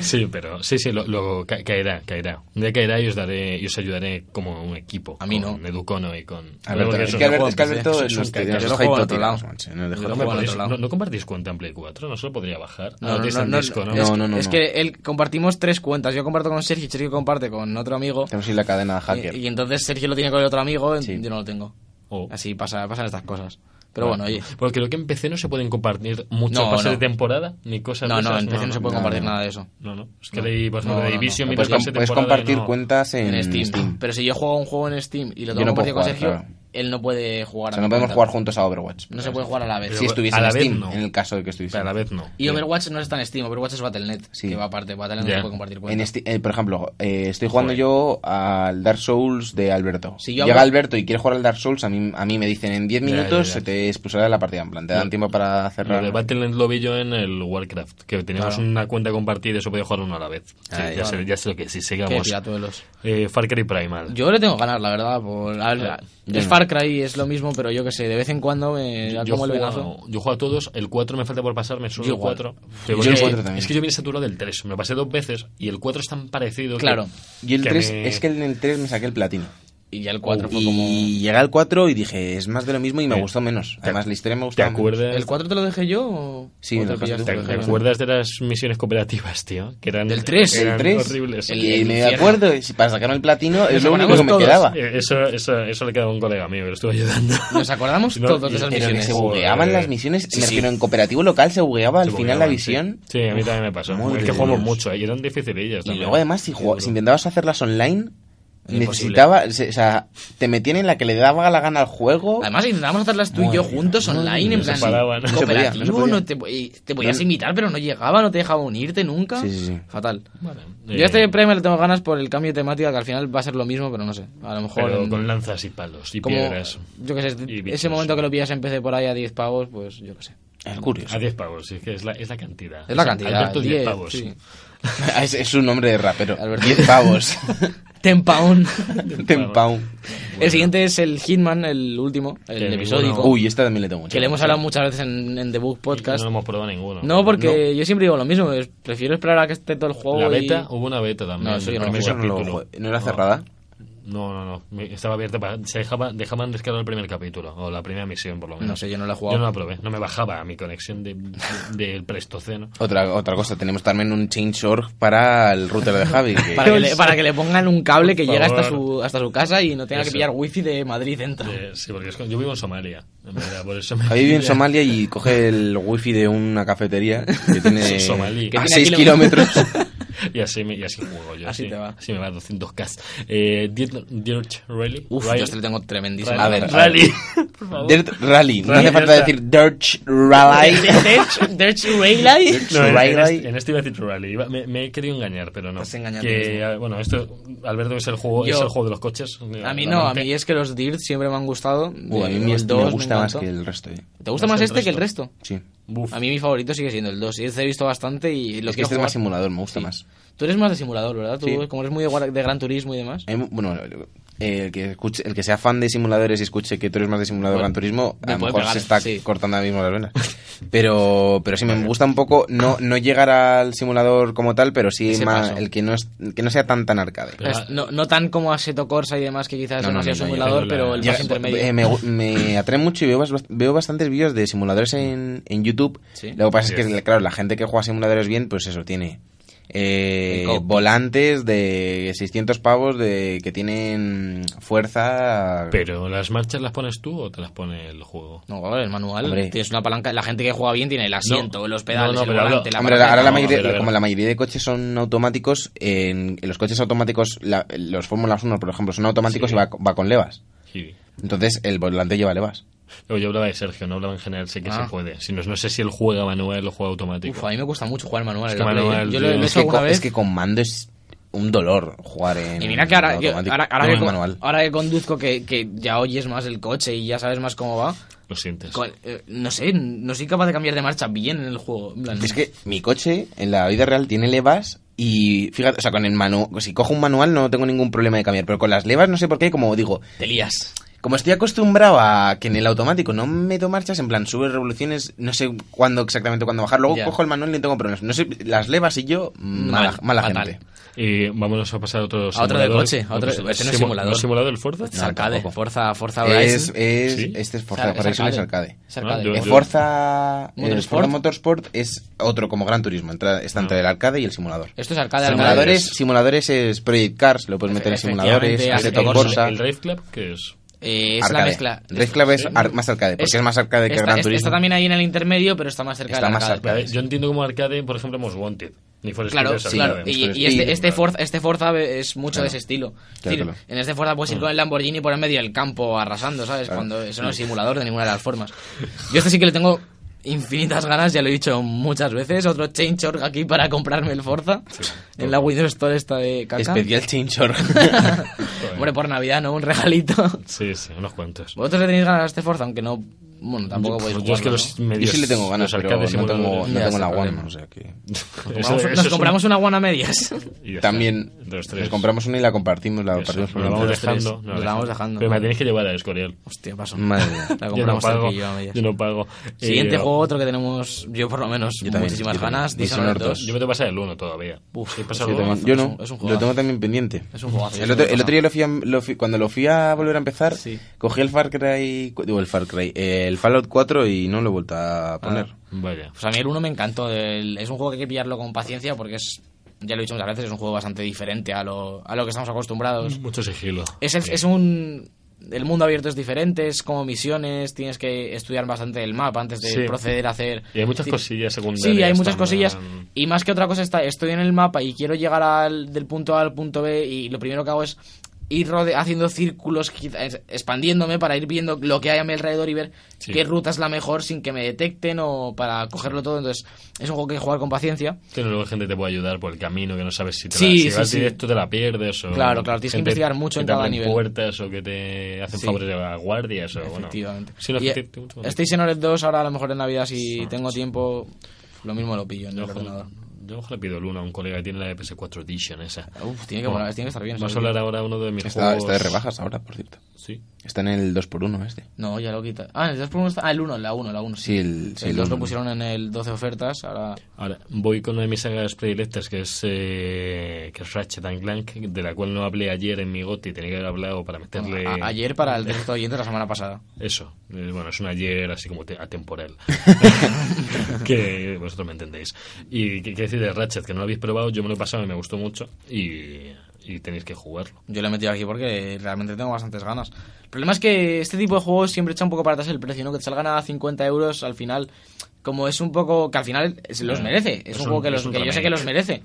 Speaker 2: sí, pero sí, sí, lo, lo ca- caerá, caerá. Un día caerá y os, daré, y os ayudaré como un equipo.
Speaker 4: A mí
Speaker 2: con
Speaker 4: no.
Speaker 2: Educono y con...
Speaker 3: Alberto,
Speaker 2: Porque
Speaker 3: es
Speaker 2: eso-
Speaker 3: que Alberto,
Speaker 4: no
Speaker 3: es que
Speaker 4: juego,
Speaker 3: Alberto
Speaker 4: es un
Speaker 3: nos- nos
Speaker 4: caca, yo lo
Speaker 3: deja
Speaker 4: juego
Speaker 3: ahí
Speaker 4: en otro
Speaker 3: totilas,
Speaker 4: lado.
Speaker 3: macho, nos deja
Speaker 2: No,
Speaker 3: todo
Speaker 2: me
Speaker 4: juego en
Speaker 2: podéis-
Speaker 4: otro lado.
Speaker 2: no- no compartís cuenta en Play 4, no se lo podría bajar.
Speaker 4: No, no,
Speaker 2: tenéis
Speaker 4: no,
Speaker 2: en
Speaker 4: no,
Speaker 2: disco, ¿no?
Speaker 4: Es,
Speaker 3: No, no, no,
Speaker 4: es
Speaker 3: no.
Speaker 4: que él compartimos tres cuentas. Yo comparto con Sergio, Sergio comparte con otro amigo.
Speaker 3: Tenemos ahí la cadena de hacker.
Speaker 4: Y, y entonces Sergio lo tiene con el otro amigo, en-
Speaker 3: Sí.
Speaker 4: yo no lo tengo.
Speaker 2: Oh.
Speaker 4: Así pasa, pasan estas cosas. Pero bueno, oye.
Speaker 2: Porque lo que empecé no se pueden compartir muchos
Speaker 4: No,
Speaker 2: pases
Speaker 4: no.
Speaker 2: de temporada ni cosas
Speaker 4: No,
Speaker 2: de
Speaker 4: no,
Speaker 2: esas,
Speaker 4: en PC no, se puede
Speaker 3: no,
Speaker 4: compartir
Speaker 3: no.
Speaker 4: nada de eso.
Speaker 2: No, no. Es que leí, por ejemplo,
Speaker 4: No,
Speaker 2: de
Speaker 4: no, no.
Speaker 2: Division,
Speaker 3: No,
Speaker 2: mira
Speaker 3: puedes, com-
Speaker 2: pase
Speaker 3: puedes
Speaker 2: temporada y
Speaker 3: compartir
Speaker 2: no-
Speaker 3: cuentas en,
Speaker 4: En Steam.
Speaker 3: Steam.
Speaker 4: Pero si yo juego un juego en Steam y lo
Speaker 3: Yo
Speaker 4: tengo
Speaker 3: no puedo
Speaker 4: compartido con
Speaker 3: jugar,
Speaker 4: Sergio,
Speaker 3: claro.
Speaker 4: él no puede jugar
Speaker 3: O
Speaker 4: a
Speaker 3: sea,
Speaker 4: mi
Speaker 3: no podemos
Speaker 4: cuenta.
Speaker 3: jugar juntos a Overwatch.
Speaker 4: No se puede jugar a la vez.
Speaker 2: Pero
Speaker 3: si estuviese
Speaker 2: a la
Speaker 3: en
Speaker 2: vez,
Speaker 3: Steam,
Speaker 2: no.
Speaker 3: en el caso de que estuviese.
Speaker 2: Pero a la vez no.
Speaker 4: Y Overwatch no está en Steam, Overwatch es Battle.net,
Speaker 3: Sí.
Speaker 4: que va aparte, Battle.net
Speaker 2: Ya.
Speaker 4: no se puede compartir
Speaker 3: En
Speaker 4: cuenta.
Speaker 3: Sti- eh, por ejemplo, eh, estoy jugando
Speaker 2: Joder.
Speaker 3: yo al Dark Souls de Alberto.
Speaker 4: Si yo
Speaker 3: Llega
Speaker 4: hago-
Speaker 3: Alberto y quiere jugar al Dark Souls, a mí, a mí me dicen en 10
Speaker 2: Ya, ya,
Speaker 3: minutos
Speaker 2: ya.
Speaker 3: se te expulsará de la partida. En plan, te
Speaker 2: No.
Speaker 3: dan tiempo para
Speaker 2: Lo de
Speaker 3: cerrar.
Speaker 2: Battle.net lo vi yo en el Warcraft, que teníamos
Speaker 3: Claro.
Speaker 2: una cuenta compartida y eso podía jugar uno a la vez. Sí,
Speaker 4: Ah,
Speaker 2: ya,
Speaker 3: Ahí,
Speaker 2: sé, ya sé lo que es, si
Speaker 4: Qué
Speaker 2: sigamos.
Speaker 4: piratuelos.
Speaker 2: Eh, Far Cry Primal.
Speaker 4: Yo le tengo ganas, la verdad. Por... a ver,
Speaker 3: yo
Speaker 4: es
Speaker 3: no.
Speaker 4: Far Cry, es lo mismo, pero yo que sé, de vez en cuando me da como el
Speaker 2: juego,
Speaker 4: venazo.
Speaker 2: a- yo juego a todos, el 4 me falta por pasarme, solo
Speaker 4: Yo
Speaker 2: el
Speaker 4: igual.
Speaker 2: 4.
Speaker 3: Yo
Speaker 2: es,
Speaker 3: el
Speaker 2: que-
Speaker 3: 4 también.
Speaker 2: es que yo vine saturado del 3, me lo pasé dos veces y el 4 es tan parecido. que-
Speaker 4: Claro.
Speaker 3: Y el
Speaker 2: que
Speaker 3: 3,
Speaker 2: me-
Speaker 3: es que en el 3 me saqué el platino.
Speaker 4: Y ya el 4 fue
Speaker 3: y
Speaker 4: como...
Speaker 3: llegué al 4 y dije, es más de lo mismo y me
Speaker 2: Eh,
Speaker 3: gustó menos. Además, la historia me
Speaker 2: ¿Te
Speaker 3: gustaba menos.
Speaker 2: acuerdas?
Speaker 4: ¿El 4 te lo dejé yo o
Speaker 3: Sí,
Speaker 4: o
Speaker 3: me
Speaker 4: te
Speaker 3: lo dejaste
Speaker 4: pillaste
Speaker 3: tú.
Speaker 2: ¿Te,
Speaker 4: lo
Speaker 2: te
Speaker 4: dejé yo?
Speaker 2: acuerdas de las misiones cooperativas, tío? Que eran,
Speaker 4: Del 3.
Speaker 2: eran
Speaker 3: ¿El 3?
Speaker 2: horribles.
Speaker 4: El-
Speaker 3: Y me
Speaker 4: infierno.
Speaker 3: acuerdo, y si para sacarme el platino es
Speaker 4: Nos
Speaker 3: lo único
Speaker 4: acordamos
Speaker 3: que me
Speaker 4: todos.
Speaker 3: quedaba.
Speaker 2: Eh, Eso, eso, eso le quedaba a un colega mío que lo estuve ayudando.
Speaker 4: Nos acordamos
Speaker 2: Y no-
Speaker 4: todos
Speaker 2: y-
Speaker 4: de esas
Speaker 2: pero que
Speaker 3: Pero que
Speaker 4: misiones.
Speaker 3: se
Speaker 2: Joder.
Speaker 3: bugueaban las misiones,
Speaker 2: Sí,
Speaker 3: me
Speaker 2: sí.
Speaker 3: refiero, en cooperativo local se bugueaba al
Speaker 2: Se
Speaker 3: final la
Speaker 2: bugueaban,
Speaker 3: visión.
Speaker 2: Sí, Sí, a mí también me pasó.
Speaker 3: madre
Speaker 2: es que
Speaker 3: de
Speaker 2: jugamos
Speaker 3: Dios.
Speaker 2: mucho, eh, y eran dificilillas.
Speaker 3: Y
Speaker 2: también.
Speaker 3: luego además, si,
Speaker 2: Qué
Speaker 3: jugaba-
Speaker 2: duro.
Speaker 3: si intentabas hacerlas online,
Speaker 2: Imposible.
Speaker 3: necesitaba, se- o sea, te metían en la que le daba la gana al juego.
Speaker 4: Además intentábamos hacerlas tú y yo
Speaker 3: Madre
Speaker 4: juntos
Speaker 3: mía,
Speaker 4: online, en
Speaker 2: no se
Speaker 4: plan
Speaker 2: paraban. No se
Speaker 3: podía, no se
Speaker 4: cooperativo,
Speaker 3: podía.
Speaker 4: no te, y te podías
Speaker 3: No.
Speaker 4: invitar, pero no llegaba, no te dejaba unirte nunca.
Speaker 3: Sí, sí, sí.
Speaker 4: Fatal.
Speaker 2: Bueno, eh,
Speaker 4: Yo a este premio le tengo ganas por el cambio de temática, que al final va a ser lo mismo, pero no sé. A lo mejor...
Speaker 2: pero
Speaker 4: en-
Speaker 2: con lanzas y palos y
Speaker 4: como-
Speaker 2: piedras.
Speaker 4: yo qué sé, este
Speaker 2: Y bichos.
Speaker 4: ese momento que lo pillas en PC por ahí a 10 pavos, pues yo qué sé.
Speaker 3: Es curioso.
Speaker 2: A 10 pavos, sí, es que es la, es la cantidad.
Speaker 4: Es la cantidad.
Speaker 2: Alberto, 10
Speaker 4: 10,
Speaker 2: pavos.
Speaker 4: sí.
Speaker 3: es, es un nombre de rapero.
Speaker 4: Alberto.
Speaker 3: 10 pavos.
Speaker 4: 10 pound.
Speaker 3: Ten pound.
Speaker 4: El siguiente es el Hitman, el último,
Speaker 2: Que
Speaker 4: el
Speaker 2: ninguno-
Speaker 4: episódico.
Speaker 3: Uy, esta también le tengo mucho.
Speaker 4: que le hemos hablado muchas veces en, en The Book Podcast.
Speaker 2: No
Speaker 4: No,
Speaker 2: hemos probado ninguno.
Speaker 4: porque yo siempre digo lo mismo, es- prefiero esperar a que esté todo el juego.
Speaker 2: La
Speaker 4: y-
Speaker 2: beta, hubo una beta también.
Speaker 4: No, eso yo
Speaker 2: el
Speaker 4: no lo
Speaker 2: primer
Speaker 3: Eso no, lo
Speaker 2: capítulo.
Speaker 3: jugué. ¿No era cerrada.
Speaker 2: No, no, no. Me- Estaba abierta para. Se dejaba, dejaban descargar el primer capítulo, o la primera misión, por lo menos.
Speaker 4: No sé, yo no la he
Speaker 2: Yo
Speaker 4: jugado.
Speaker 2: no la probé, no me bajaba a mi conexión de- de- del Prestoceno.
Speaker 3: Otra, otra cosa, tenemos también un change.org para el router de Javi. que-
Speaker 4: Para, que le, para que le pongan un cable que
Speaker 2: Por
Speaker 4: llegue hasta
Speaker 2: favor.
Speaker 4: su, hasta su casa y no tenga
Speaker 2: Eso.
Speaker 4: que pillar wifi de Madrid dentro.
Speaker 2: Eh, sí, porque es que yo vivo en Somalia. en verdad, por eso me-
Speaker 3: Javi vive en Somalia y coge el wifi de una cafetería que tiene
Speaker 2: Es somalí.
Speaker 3: a
Speaker 4: Que tiene
Speaker 3: 6
Speaker 4: kilómetros.
Speaker 3: kilómetros.
Speaker 2: Y así, me, y así juego yo.
Speaker 4: Así
Speaker 2: sí.
Speaker 4: te va.
Speaker 2: Así me va 200k. Eh, Dirt, Dirt Rally.
Speaker 4: Uf,
Speaker 2: Rally.
Speaker 4: yo este le tengo tremendísimo.
Speaker 2: Rally.
Speaker 3: A ver, a ver.
Speaker 2: Rally. Por favor.
Speaker 3: Dirt Rally. No
Speaker 2: Rally,
Speaker 3: hace falta
Speaker 2: ya está.
Speaker 3: decir Dirt Rally.
Speaker 2: No, en, en
Speaker 3: Rally.
Speaker 2: este, en este iba a decir Rally. Iba- me, me he querido engañar, pero no.
Speaker 4: Te has engañado tú
Speaker 2: que,
Speaker 4: mismo.
Speaker 2: ah, bueno, esto, Alberto, es el juego,
Speaker 4: Yo-
Speaker 2: es el juego de los coches. eh,
Speaker 4: A mí no, a mí es que los Dirt siempre me han gustado.
Speaker 3: Uy, a mí
Speaker 4: El
Speaker 3: me, este me
Speaker 4: 2
Speaker 3: gusta más
Speaker 4: encantó.
Speaker 3: que el resto. eh.
Speaker 4: ¿Te gusta
Speaker 2: Más
Speaker 4: más
Speaker 2: que el
Speaker 4: este que el resto?
Speaker 3: Sí.
Speaker 2: Buf.
Speaker 4: A mí mi favorito sigue siendo el 2. Y este he visto bastante y lo
Speaker 3: Es que este
Speaker 4: quiero
Speaker 3: es
Speaker 4: jugar.
Speaker 3: más simulador, me gusta más.
Speaker 4: Tú eres más de simulador, ¿verdad? Tú,
Speaker 3: Sí.
Speaker 4: como eres muy de, guar- de gran turismo y demás.
Speaker 3: A mí, Em, bueno, eh, el que, escuche, el que sea fan de simuladores y escuche que tú eres más de simulador
Speaker 4: Bueno,
Speaker 3: Gran Turismo,
Speaker 4: me
Speaker 3: a lo
Speaker 4: puede
Speaker 3: mejor
Speaker 4: pegar,
Speaker 3: se está
Speaker 4: sí.
Speaker 3: cortando ahora mismo las venas. Pero, pero sí, me gusta un poco no, no llegar al simulador como tal, pero sí
Speaker 4: Ese
Speaker 3: más,
Speaker 4: paso.
Speaker 3: el que no, es, el que no sea tan tan arcade.
Speaker 2: Pero-
Speaker 4: Es- no, no tan como Assetto Corsa y demás, que quizás es
Speaker 3: No, no,
Speaker 4: demasiado
Speaker 3: no, no,
Speaker 4: simulador,
Speaker 2: yo tengo la-
Speaker 4: pero el
Speaker 2: Llega-
Speaker 4: más intermedio.
Speaker 3: Eh, me, gu- me atrae mucho y veo, bas- veo bastantes vídeos de simuladores en, en YouTube.
Speaker 4: Sí.
Speaker 3: Lo que pasa es
Speaker 2: Sí.
Speaker 3: que, claro, la gente que juega simuladores bien, pues eso, tiene eh,
Speaker 4: El cockpit.
Speaker 3: volantes de 600 pavos de que tienen fuerza...
Speaker 2: Pero las marchas las pones tú o te las pone el juego.
Speaker 4: No, claro, el manual.
Speaker 3: Hombre.
Speaker 4: Tienes una palanca. La gente que juega bien tiene el asiento,
Speaker 2: No.
Speaker 4: los pedales,
Speaker 2: No, no,
Speaker 4: el
Speaker 2: pero hablo-
Speaker 4: volante, la
Speaker 3: Hombre, ahora la
Speaker 2: no,
Speaker 3: mayoría,
Speaker 2: a ver, a ver.
Speaker 3: como la mayoría de coches son automáticos, en, en los coches automáticos, la- los Fórmulas 1, por ejemplo, son automáticos
Speaker 2: Sí.
Speaker 3: y va, va con levas.
Speaker 2: Sí.
Speaker 3: Entonces, el volante lleva levas.
Speaker 2: Yo, yo hablaba de Sergio, no hablaba en general, sé que
Speaker 4: Ah.
Speaker 2: se puede. Si no, no sé si él juega manual o juega automático.
Speaker 4: Uf, a mí me gusta mucho jugar manual.
Speaker 2: Es
Speaker 4: en
Speaker 2: que
Speaker 4: la Play,
Speaker 2: manual,
Speaker 4: ¿eh? Yo lo lo
Speaker 2: tío.
Speaker 4: he
Speaker 3: Es
Speaker 4: hecho
Speaker 3: que,
Speaker 4: alguna
Speaker 3: con-
Speaker 4: vez.
Speaker 3: es que con mando es un dolor jugar en
Speaker 4: Y mira que ahora, que-
Speaker 3: automático.
Speaker 4: ahora, ahora
Speaker 3: No,
Speaker 4: que,
Speaker 3: en
Speaker 4: co-
Speaker 3: manual.
Speaker 4: ahora que conduzco, que, que ya oyes más el coche y ya sabes más cómo va.
Speaker 2: Lo sientes.
Speaker 4: co- eh, no sé, no soy capaz de cambiar de marcha bien en el juego. en plan-
Speaker 3: Es que mi coche en la vida real tiene levas y fíjate, o sea, con el manual, si cojo un manual no tengo ningún problema de cambiar, pero con las levas no sé por qué, como digo,
Speaker 4: te lías.
Speaker 3: como estoy acostumbrado a que en el automático no meto marchas, en plan sube revoluciones, no sé cuándo exactamente cuándo bajar, luego
Speaker 4: Ya.
Speaker 3: cojo el manual y no tengo problemas. No sé, las levas y yo, mala,
Speaker 4: Mal,
Speaker 3: mala
Speaker 4: fatal.
Speaker 3: gente.
Speaker 2: Y vámonos a pasar a otro
Speaker 4: A otro de coche, a otro-
Speaker 2: Otro-
Speaker 4: este no es
Speaker 2: simu-
Speaker 4: simulador.
Speaker 2: ¿no es simulador el Forza?
Speaker 4: Es arcade,
Speaker 3: tampoco.
Speaker 4: Forza, Forza
Speaker 3: Es,
Speaker 4: Horizon.
Speaker 3: es,
Speaker 2: Sí.
Speaker 3: Este es
Speaker 4: Ar-
Speaker 3: Forza
Speaker 4: es
Speaker 3: Horizon es
Speaker 4: arcade.
Speaker 3: arcade.
Speaker 4: Es arcade.
Speaker 2: Ah, yo-
Speaker 3: Eh, Forza, eh,
Speaker 4: Motorsport.
Speaker 3: Forza Motorsport es otro como Gran Turismo, entra- está entre el arcade y el simulador.
Speaker 4: Esto es arcade, arcade.
Speaker 3: Simuladores, simuladores es Project Cars, lo puedes meter en
Speaker 4: Efectivamente,
Speaker 3: simuladores,
Speaker 4: Assetto
Speaker 3: Assetto
Speaker 2: el,
Speaker 4: Corsa.
Speaker 3: Corsa.
Speaker 2: el Drive Club, que es?
Speaker 4: Eh, es la
Speaker 3: Arcade.
Speaker 4: mezcla.
Speaker 3: Mezcla es ar- más arcade, porque es, más arcade que
Speaker 4: está,
Speaker 3: Gran
Speaker 4: es-
Speaker 3: Turismo.
Speaker 4: Está también ahí en el intermedio, pero está más cerca
Speaker 3: Está
Speaker 4: del
Speaker 3: más
Speaker 4: arcade.
Speaker 3: arcade.
Speaker 2: Yo entiendo como arcade, por ejemplo, Most Wanted. Ni for Speed
Speaker 4: Claro,
Speaker 2: es arcade.
Speaker 4: claro.
Speaker 3: claro,
Speaker 4: Y,
Speaker 3: esto
Speaker 4: y
Speaker 3: es-
Speaker 4: este,
Speaker 3: y-
Speaker 4: este, Forza, este Forza es mucho de ese estilo. Es
Speaker 3: Claro,
Speaker 4: decir,
Speaker 3: claro.
Speaker 4: En este Forza puedes ir con el Lamborghini por en medio del campo arrasando, ¿sabes? Cuando eso no es simulador de ninguna de las formas. Yo este sí que le tengo infinitas ganas, ya lo he dicho muchas veces. Otro change.org aquí para comprarme el Forza. en la Windows Store esta de caca.
Speaker 3: Especial Chinchor.
Speaker 4: Hombre, por Navidad, ¿no? Un regalito.
Speaker 2: Sí, sí, unos cuantos.
Speaker 4: ¿Vosotros le tenéis ganas a este Forza? Aunque no... Bueno, tampoco podéis
Speaker 2: Yo,
Speaker 4: jugarlo,
Speaker 2: es que los
Speaker 4: ¿no?
Speaker 3: Yo
Speaker 2: medios-
Speaker 3: sí le tengo ganas,
Speaker 2: los
Speaker 3: pero no
Speaker 2: arcades
Speaker 3: tengo,
Speaker 2: simuladores-
Speaker 3: no
Speaker 4: Ya
Speaker 3: tengo
Speaker 4: está
Speaker 3: la
Speaker 4: el
Speaker 3: One.
Speaker 4: problema.
Speaker 3: O sea que...
Speaker 2: Eso-
Speaker 4: Compramos-
Speaker 2: eso es
Speaker 4: nos
Speaker 2: un-
Speaker 4: compramos una guana a medias.
Speaker 2: y ya está.
Speaker 3: También
Speaker 2: De los tres.
Speaker 3: nos compramos una y la compartimos, la
Speaker 2: Eso,
Speaker 3: partimos por
Speaker 2: nos la
Speaker 3: la
Speaker 2: vamos
Speaker 4: los tres.
Speaker 2: dejando.
Speaker 4: Nos la vamos dejando.
Speaker 2: Pero me la tenéis que llevar a Escorial.
Speaker 4: Hostia, paso.
Speaker 3: Madre mía.
Speaker 2: Yo
Speaker 4: La
Speaker 2: no
Speaker 4: compramos
Speaker 2: pago.
Speaker 4: aquí, yo a medias.
Speaker 2: Yo no pago.
Speaker 4: Siguiente
Speaker 2: Eh,
Speaker 4: juego, otro que tenemos, yo por lo menos,
Speaker 3: Yo también,
Speaker 4: muchísimas
Speaker 3: yo también.
Speaker 4: ganas.
Speaker 3: Dishonored
Speaker 4: Dishonored 2.
Speaker 3: dos.
Speaker 2: Yo me tengo que pasar el 1 todavía.
Speaker 4: Uf,
Speaker 2: ¿He pasado
Speaker 4: sí,
Speaker 2: el uno?
Speaker 4: jugazo,
Speaker 3: Yo
Speaker 4: es
Speaker 3: no,
Speaker 4: un- es un
Speaker 3: lo
Speaker 4: jugazo.
Speaker 3: tengo también pendiente.
Speaker 4: Es un jugazo.
Speaker 3: El otro, el otro día lo fui a- lo fui- cuando lo fui a volver a empezar,
Speaker 4: Sí.
Speaker 3: cogí el Far Cry, cu- digo, el Far Cry, eh, el Fallout 4 y no lo he vuelto a poner.
Speaker 2: Vaya.
Speaker 4: Pues a mí Ah, el 1 me encantó. el- es un juego que hay que pillarlo con paciencia porque es, ya lo he dicho muchas veces, es un juego bastante diferente a lo, a lo que estamos acostumbrados.
Speaker 2: Mucho sigilo.
Speaker 4: Es, el- es un... El mundo abierto es diferente, es como misiones, tienes que estudiar bastante el mapa antes de
Speaker 2: Sí.
Speaker 4: proceder a hacer...
Speaker 2: Y hay muchas
Speaker 4: Sí.
Speaker 2: cosillas secundarias.
Speaker 4: Sí, hay muchas
Speaker 2: también.
Speaker 4: cosillas. Y más que otra cosa está, estoy en el mapa y quiero llegar al, del punto A al punto B y lo primero que hago es ir rode- haciendo círculos, quizá- es- expandiéndome para ir viendo lo que hay a mi alrededor y ver
Speaker 2: Sí.
Speaker 4: qué ruta es la mejor sin que me detecten o para cogerlo todo. Entonces, es un juego que hay que jugar con paciencia.
Speaker 2: Que luego hay gente que te puede ayudar por el camino, que no sabes si te
Speaker 4: Sí,
Speaker 2: la, si
Speaker 4: sí,
Speaker 2: vas
Speaker 4: sí.
Speaker 2: directo te la pierdes. O
Speaker 4: Claro, claro, tienes que
Speaker 2: gente
Speaker 4: investigar
Speaker 2: que
Speaker 4: mucho en
Speaker 2: te
Speaker 4: cada
Speaker 2: abren
Speaker 4: nivel.
Speaker 2: puertas o que te hacen
Speaker 4: Sí.
Speaker 2: favores de la guardia. O, bueno.
Speaker 4: Efectivamente.
Speaker 2: Sí, no,
Speaker 4: Y, e eh,
Speaker 2: te- te- mucho-
Speaker 4: estoy en Ored 2, ahora a lo mejor en Navidad si tengo tiempo, lo mismo lo pillo en el
Speaker 2: Yo,
Speaker 4: ordenador.
Speaker 2: ojalá- yo ojalá pido el uno a un colega que tiene la E PS4 Edition esa.
Speaker 4: Uf, tiene que,
Speaker 2: Bueno,
Speaker 4: molar, tiene que estar bien.
Speaker 2: Vamos a
Speaker 4: ¿sabes?
Speaker 2: hablar ahora de uno de mis
Speaker 3: Está,
Speaker 2: juegos.
Speaker 3: está de rebajas ahora, por cierto.
Speaker 2: Sí.
Speaker 3: Está en el 2x1 este.
Speaker 4: No, ya lo quita. Ah, el 2x1 está... Ah, el 1, la 1, la 1.
Speaker 3: Sí, el, sí,
Speaker 4: el
Speaker 3: el
Speaker 4: 2 lo
Speaker 3: uno.
Speaker 4: pusieron en el 12 ofertas, ahora...
Speaker 2: Ahora, voy con una de mis sagas predilectas, que es, eh, que es Ratchet and Clank, de la cual no hablé ayer en mi goti, tenía que haber hablado para meterle...
Speaker 4: Ah, A- ayer para el resto de oyentes la semana pasada.
Speaker 2: Eso, eh, bueno, es un ayer así como te- atemporal, que vosotros me entendéis. Y qué qué decir de Ratchet, que no lo habéis probado, yo me lo he pasado y me gustó mucho, y, y tenéis que jugarlo.
Speaker 4: Yo lo he metido aquí porque realmente tengo bastantes ganas. El problema es que este tipo de juegos siempre echa un poco para atrás el precio, ¿no? Que te salgan a 50 euros al final, como es un poco... que al final es- los
Speaker 2: Ya,
Speaker 4: merece. Es,
Speaker 2: es
Speaker 4: un
Speaker 2: un-
Speaker 4: juego que,
Speaker 2: es
Speaker 4: los,
Speaker 2: un
Speaker 4: que yo sé
Speaker 2: remake.
Speaker 4: que los merece.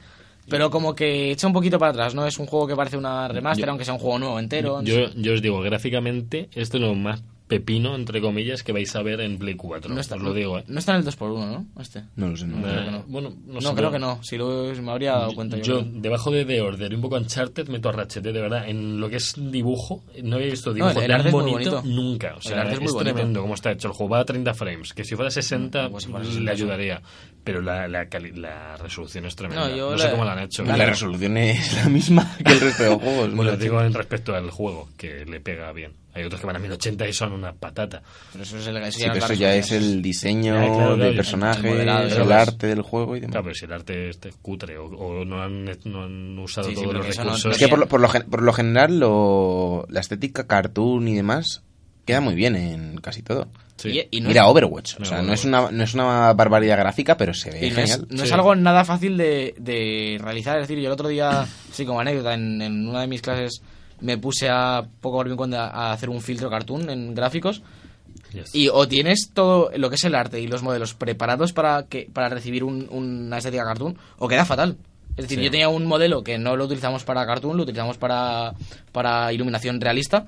Speaker 4: Pero como que echa un poquito para atrás, ¿no? Es un juego que parece una remaster, aunque sea un juego nuevo entero. no sé.
Speaker 2: Yo, yo os digo, gráficamente, esto es lo más pepino, entre comillas, que vais a ver en Play 4,
Speaker 4: no, está,
Speaker 2: os lo digo, ¿eh?
Speaker 4: no está en el 2x1, ¿no? Este.
Speaker 3: No lo sé, no.
Speaker 2: Eh,
Speaker 4: creo que no.
Speaker 2: Bueno, no,
Speaker 4: No,
Speaker 2: sé,
Speaker 4: creo
Speaker 2: pero-
Speaker 4: que no. Si lo si me habría dado cuenta yo.
Speaker 2: Yo,
Speaker 4: creo.
Speaker 2: debajo de The Order y un poco Uncharted, meto a Ratchet, eh, de verdad. En lo que es dibujo, no había visto dibujo
Speaker 4: el arte
Speaker 2: tan
Speaker 4: es muy
Speaker 2: bonito,
Speaker 4: bonito.
Speaker 2: nunca. O
Speaker 4: El
Speaker 2: sea,
Speaker 4: arte es
Speaker 2: es,
Speaker 4: muy bonito.
Speaker 2: tremendo como está hecho. El juego va a 30 frames, que si fuera 60,
Speaker 4: pues si fuera
Speaker 2: le
Speaker 4: 60, sí.
Speaker 2: ayudaría. Pero la, la, cali- la resolución es tremenda.
Speaker 4: No,
Speaker 2: No,
Speaker 4: yo la-
Speaker 2: sé cómo la han hecho.
Speaker 3: La resolución es la misma que el resto de los juegos.
Speaker 2: Bueno,
Speaker 3: macho.
Speaker 2: digo en respecto al juego, que le pega bien. Hay otros que van a 1080 y son una patata.
Speaker 4: Pero eso es el, eso
Speaker 3: Sí,
Speaker 4: ya no
Speaker 3: pero
Speaker 4: es la
Speaker 3: eso ya es
Speaker 4: resolución.
Speaker 3: el diseño
Speaker 2: Ya, claro, claro,
Speaker 3: del
Speaker 2: ya.
Speaker 3: personaje,
Speaker 4: El modelado,
Speaker 3: el,
Speaker 4: eso es.
Speaker 3: arte del juego y demás.
Speaker 2: Claro, pero si el arte este es cutre o, o no, han, no han usado
Speaker 4: Sí, sí,
Speaker 2: todos
Speaker 4: pero
Speaker 2: los
Speaker 4: que eso no-
Speaker 2: recursos.
Speaker 4: no
Speaker 3: Es que por
Speaker 4: Bien.
Speaker 3: lo, por lo, gen- por lo general lo, la estética cartoon y demás queda muy bien en casi todo.
Speaker 2: Sí.
Speaker 4: Y- y no
Speaker 3: Mira
Speaker 4: es-
Speaker 3: Overwatch, o
Speaker 2: Mira,
Speaker 3: sea, no
Speaker 2: Overwatch.
Speaker 3: es, una, no es una barbaridad gráfica, pero se ve
Speaker 4: Y no es,
Speaker 3: genial.
Speaker 4: no es
Speaker 2: Sí.
Speaker 4: algo nada fácil de, de realizar. Es decir, yo el otro día, sí, como anécdota, en, en una de mis clases me puse a poco por mi cuenta a hacer un filtro cartoon en gráficos.
Speaker 2: Yes.
Speaker 4: Y o tienes todo lo que es el arte y los modelos preparados para, que, para recibir un- una estética cartoon, o queda fatal. Es decir,
Speaker 2: Sí.
Speaker 4: yo tenía un modelo que no lo utilizamos para cartoon, lo utilizamos para, para iluminación realista.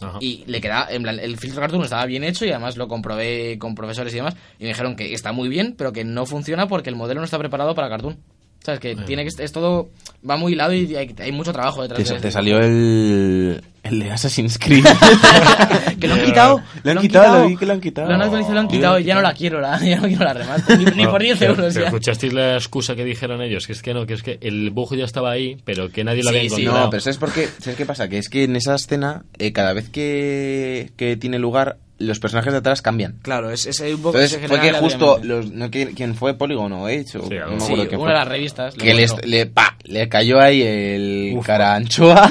Speaker 2: Ajá.
Speaker 4: Y le queda, en plan, el filtro cartoon estaba bien hecho y además lo comprobé con profesores y demás. Y me dijeron que está muy bien, pero que no funciona porque el modelo no está preparado para cartoon. ¿Sabes? Que tiene que. Es todo. Va muy hilado y hay, hay mucho trabajo detrás
Speaker 3: Te,
Speaker 4: de
Speaker 3: sa- te salió el, el de Assassin's Creed.
Speaker 4: Que lo han quitado.
Speaker 3: Lo han
Speaker 4: lo
Speaker 3: quitado, lo vi que lo han quitado.
Speaker 4: Lo han actualizado, lo han
Speaker 3: Yo lo
Speaker 4: quitado.
Speaker 3: han
Speaker 4: Ya no la quiero, la, ya no quiero la remaster. Ni, ni
Speaker 2: Bueno,
Speaker 4: por 10
Speaker 2: pero-
Speaker 4: euros
Speaker 2: pero
Speaker 4: ya.
Speaker 2: ¿Escuchasteis la excusa que dijeron ellos? Que es que no, que es que el bug ya estaba ahí, pero que nadie lo
Speaker 4: Sí,
Speaker 2: había
Speaker 4: sí,
Speaker 2: encontrado.
Speaker 3: No, pero ¿sabes por qué? ¿Sabes qué pasa? Que es que en esa escena, eh, cada vez que, que tiene lugar, los personajes de atrás cambian.
Speaker 4: Claro, es, es un poco.
Speaker 3: Entonces,
Speaker 4: se
Speaker 3: fue
Speaker 4: genera
Speaker 3: que justo,
Speaker 4: aleatoriamente.
Speaker 3: los, no, ¿quién, quién fue? Polygon o Edge, o
Speaker 2: Sí,
Speaker 3: no
Speaker 2: algo
Speaker 3: me
Speaker 2: así.
Speaker 4: Sí,
Speaker 3: acuerdo quién
Speaker 4: una
Speaker 3: fue.
Speaker 4: de las revistas. lo
Speaker 3: que le,
Speaker 4: contó.
Speaker 3: le, pa, le cayó ahí el
Speaker 2: Uf.
Speaker 3: caranchoa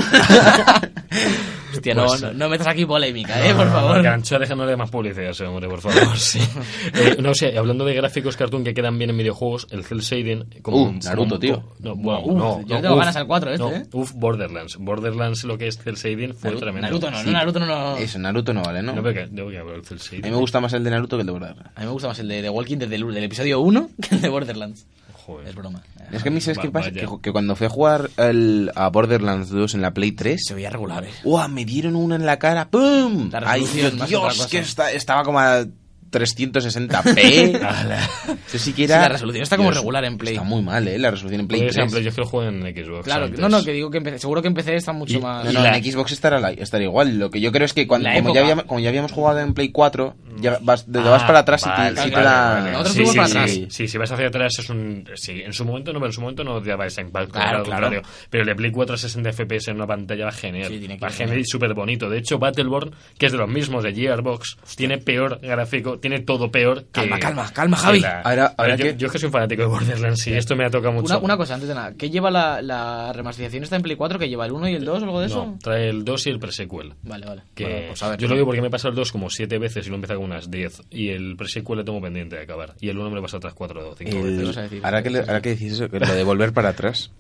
Speaker 4: Hostia, no,
Speaker 2: Pues-
Speaker 4: no, no metas aquí polémica, ¿eh?
Speaker 2: Ah,
Speaker 4: Por favor.
Speaker 2: Gancho, déjanosle más publicidad, ese hombre, por favor. sí. Eh, no sé, hablando de gráficos cartoon que quedan bien en videojuegos, el Cell Shading. Como,
Speaker 3: Uh, Naruto,
Speaker 2: como-
Speaker 3: tío.
Speaker 2: No, bueno,
Speaker 4: Uf,
Speaker 2: no,
Speaker 4: yo
Speaker 2: no,
Speaker 4: tengo
Speaker 2: uf,
Speaker 4: ganas al 4 este,
Speaker 2: no,
Speaker 4: ¿eh?
Speaker 2: Uf, Borderlands. Borderlands, lo que es Cell Shading, fue
Speaker 3: Naru-
Speaker 2: tremendo.
Speaker 4: Naruto no,
Speaker 3: Sí.
Speaker 4: no, Naruto no, no.
Speaker 3: Eso, Naruto no vale, ¿no?
Speaker 2: No,
Speaker 3: A
Speaker 2: pero que, debo que hablar del Cell Shading.
Speaker 3: mí me gusta más el de Naruto que el de Borderlands.
Speaker 4: A mí me gusta más el de The Walking Dead del, del episodio 1 que el de Borderlands.
Speaker 2: Joder.
Speaker 4: Es broma.
Speaker 3: Es que a mí, ¿sabes
Speaker 2: Va-
Speaker 3: qué pasa?
Speaker 2: Ah, vaya.
Speaker 3: Que, ju- que cuando fui a jugar al- a Borderlands 2 en la Play 3,
Speaker 4: Se veía regular, ¿eh?
Speaker 3: ¡Uah! Me dieron una en la cara. ¡Pum!
Speaker 4: La
Speaker 3: ¡Ay,
Speaker 4: resolución, más otra
Speaker 3: Dios!
Speaker 4: cosa.
Speaker 3: Que esta- estaba como a 360p.
Speaker 2: Ala.
Speaker 3: Eso sí que era-
Speaker 4: Sí, la resolución está como
Speaker 3: Dios,
Speaker 4: regular en Play.
Speaker 3: Está muy mal, ¿eh? La resolución en Play
Speaker 2: Por
Speaker 3: 3.
Speaker 2: ejemplo, yo que lo juego en Xbox.
Speaker 4: Claro,
Speaker 2: antes.
Speaker 4: no, no, que digo que empecé, seguro que empecé está mucho
Speaker 2: Y-
Speaker 4: más...
Speaker 3: No, no,
Speaker 2: la-
Speaker 3: en Xbox estará, la- estará igual. Lo que yo creo es que cuando,
Speaker 4: Ah, La
Speaker 3: como,
Speaker 4: época.
Speaker 3: ya habíamos, como ya habíamos jugado en Play 4, ya vas, te
Speaker 2: Ah,
Speaker 3: vas para atrás y te-
Speaker 2: vale,
Speaker 3: y te,
Speaker 4: vale,
Speaker 3: da...
Speaker 4: vale. Nosotros
Speaker 2: sí,
Speaker 4: fuimos
Speaker 2: sí,
Speaker 4: para
Speaker 2: sí,
Speaker 4: atrás.
Speaker 2: sí, sí, si vas hacia atrás es un... Sí, en su momento no, pero en su momento no odiabais en Valve,
Speaker 4: Claro,
Speaker 2: al
Speaker 4: claro.
Speaker 2: contrario. Pero el de Play 4 a 60 FPS en una pantalla va genial.
Speaker 4: Sí, tiene que
Speaker 2: va
Speaker 4: ser
Speaker 2: genial y
Speaker 4: genial.
Speaker 2: súper bonito. De hecho, Battleborn, que es de los mismos de Gearbox, tiene peor gráfico, tiene todo peor que...
Speaker 4: Calma, calma, calma, Javi.
Speaker 2: que la-
Speaker 3: Ahora- ahora
Speaker 2: A ver, yo,
Speaker 3: que-
Speaker 2: yo es que soy un fanático de Borderlands y esto me ha tocado mucho.
Speaker 4: Una, una cosa, antes de nada, ¿qué lleva la, la remasterización esta en Play 4? ¿Que lleva el 1 y el 2 o algo de eso?
Speaker 2: No, trae el 2 y el presequel.
Speaker 4: Vale, vale.
Speaker 2: Que
Speaker 4: Bueno, pues a ver.
Speaker 2: yo lo digo porque me he pasado el 2 como 7 veces y lo he empezado con unas 10. Y el presequel lo tengo pendiente de acabar. Y el 1 me lo he pasado otras 4 o 5
Speaker 3: El-
Speaker 2: veces.
Speaker 4: vas a decir.
Speaker 3: ahora, que le- ahora que decís eso, que lo de volver para atrás.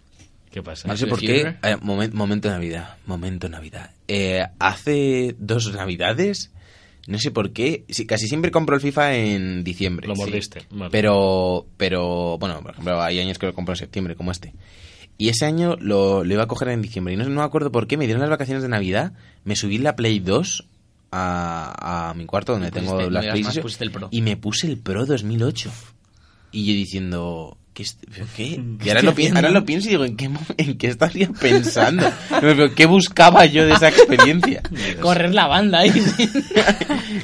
Speaker 2: ¿Qué pasa?
Speaker 3: No sé
Speaker 4: to the
Speaker 3: por qué.
Speaker 4: future.
Speaker 3: eh, momen- momento Navidad. Momento Navidad. Eh, hace dos Navidades, no sé por qué. sí, casi siempre compro el FIFA en diciembre.
Speaker 2: Lo
Speaker 3: sí.
Speaker 2: mordiste, vale.
Speaker 3: Pero, pero, bueno, por ejemplo, hay años que lo compro en septiembre, como este. Y ese año lo, lo iba a coger en diciembre. Y no, no me acuerdo por qué. Me dieron las vacaciones de Navidad. Me subí la Play 2 a, a mi cuarto donde
Speaker 4: Y pusiste-
Speaker 3: tengo
Speaker 4: no
Speaker 3: las
Speaker 4: digas
Speaker 3: Play
Speaker 4: más, pusiste el Pro.
Speaker 3: Y me puse el Pro 2008. Y yo diciendo, ¿qué? est- pero qué? Y ahora lo, pi- Mm. ahora lo pienso y digo, ¿en qué, mo- en qué estaría pensando? No, pero ¿Qué buscaba yo de esa experiencia?
Speaker 4: Correr la banda ahí.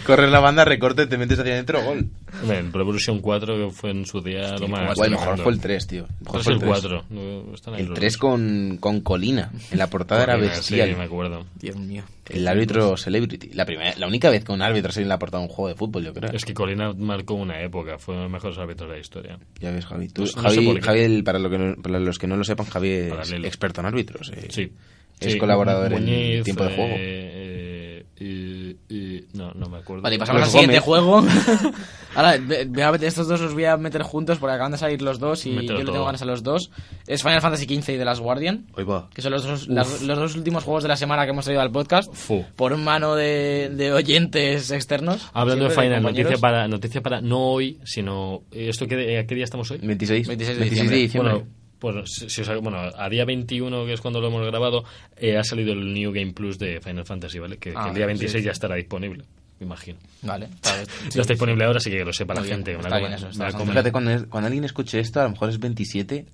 Speaker 3: Correr la banda, recorte, te metes hacia adentro, gol.
Speaker 2: Hombre, el Revolution 4 que fue en su día lo más.
Speaker 3: Bueno, mejor
Speaker 2: tremendo.
Speaker 3: fue el 3, tío. Mejor
Speaker 2: Pues
Speaker 3: fue
Speaker 2: el
Speaker 3: tres.
Speaker 2: 4. no, están ahí
Speaker 3: El
Speaker 2: los
Speaker 3: 3
Speaker 2: dos.
Speaker 3: con, con Colina. En la portada era
Speaker 2: Mira, sí,
Speaker 3: bestial.
Speaker 2: me acuerdo.
Speaker 4: Dios mío.
Speaker 3: El árbitro celebrity. La, primera, la única vez que un árbitro sale en la portada de un juego de fútbol, yo creo.
Speaker 2: Es que Colina marcó una época, fue uno de los mejores árbitros de la historia.
Speaker 3: Ya ves, Javi. Tú-
Speaker 2: No sé- no sé
Speaker 3: Javi,
Speaker 2: por qué.
Speaker 3: Javi, el- para, lo que no- para los que no lo sepan, Javi es
Speaker 2: Paralelo.
Speaker 3: experto en árbitros. eh.
Speaker 2: Sí.
Speaker 3: Es
Speaker 2: Sí,
Speaker 3: colaborador en
Speaker 2: Muñiz,
Speaker 3: tiempo de juego.
Speaker 2: eh, eh, eh, no, no me acuerdo.
Speaker 4: Vale, y pasamos
Speaker 3: Los
Speaker 4: al siguiente
Speaker 3: Gómez.
Speaker 4: juego. Ahora, ve- ve a meter- estos dos los voy a meter juntos porque acaban de salir los dos y
Speaker 2: Mételo
Speaker 4: yo le
Speaker 2: todo.
Speaker 4: tengo ganas a los dos. Es Final Fantasy XV y The Last Guardian,
Speaker 3: Hoy va.
Speaker 4: que son los dos, las- los dos últimos juegos de la semana que hemos traído al podcast
Speaker 2: Fu. Ah.
Speaker 4: por mano de, de oyentes externos.
Speaker 2: Hablando
Speaker 4: siempre,
Speaker 2: de Final,
Speaker 4: compañeros.
Speaker 2: noticia para, noticia para no hoy, sino. eh, ¿esto qué, ¿A qué día estamos hoy?
Speaker 3: 26.
Speaker 4: 26 de
Speaker 3: de
Speaker 4: diciembre.
Speaker 3: diciembre.
Speaker 2: Bueno, pues, si- si os ha- bueno, a día 21, que es cuando lo hemos grabado, eh, ha salido el New Game Plus de Final Fantasy, ¿vale? Que, que
Speaker 4: Ah,
Speaker 2: el día
Speaker 4: sí,
Speaker 2: 26 ya estará disponible, me imagino.
Speaker 4: Vale, está bien.
Speaker 2: ya está disponible ahora, así que que lo sepa la
Speaker 4: Está bien,
Speaker 2: gente.
Speaker 4: está
Speaker 2: una
Speaker 4: bien
Speaker 2: coma-
Speaker 4: eso, está
Speaker 2: una
Speaker 4: bastante
Speaker 2: coma-
Speaker 3: Fíjate, Pues cuando, es- cuando alguien escuche esto, a lo mejor es 27.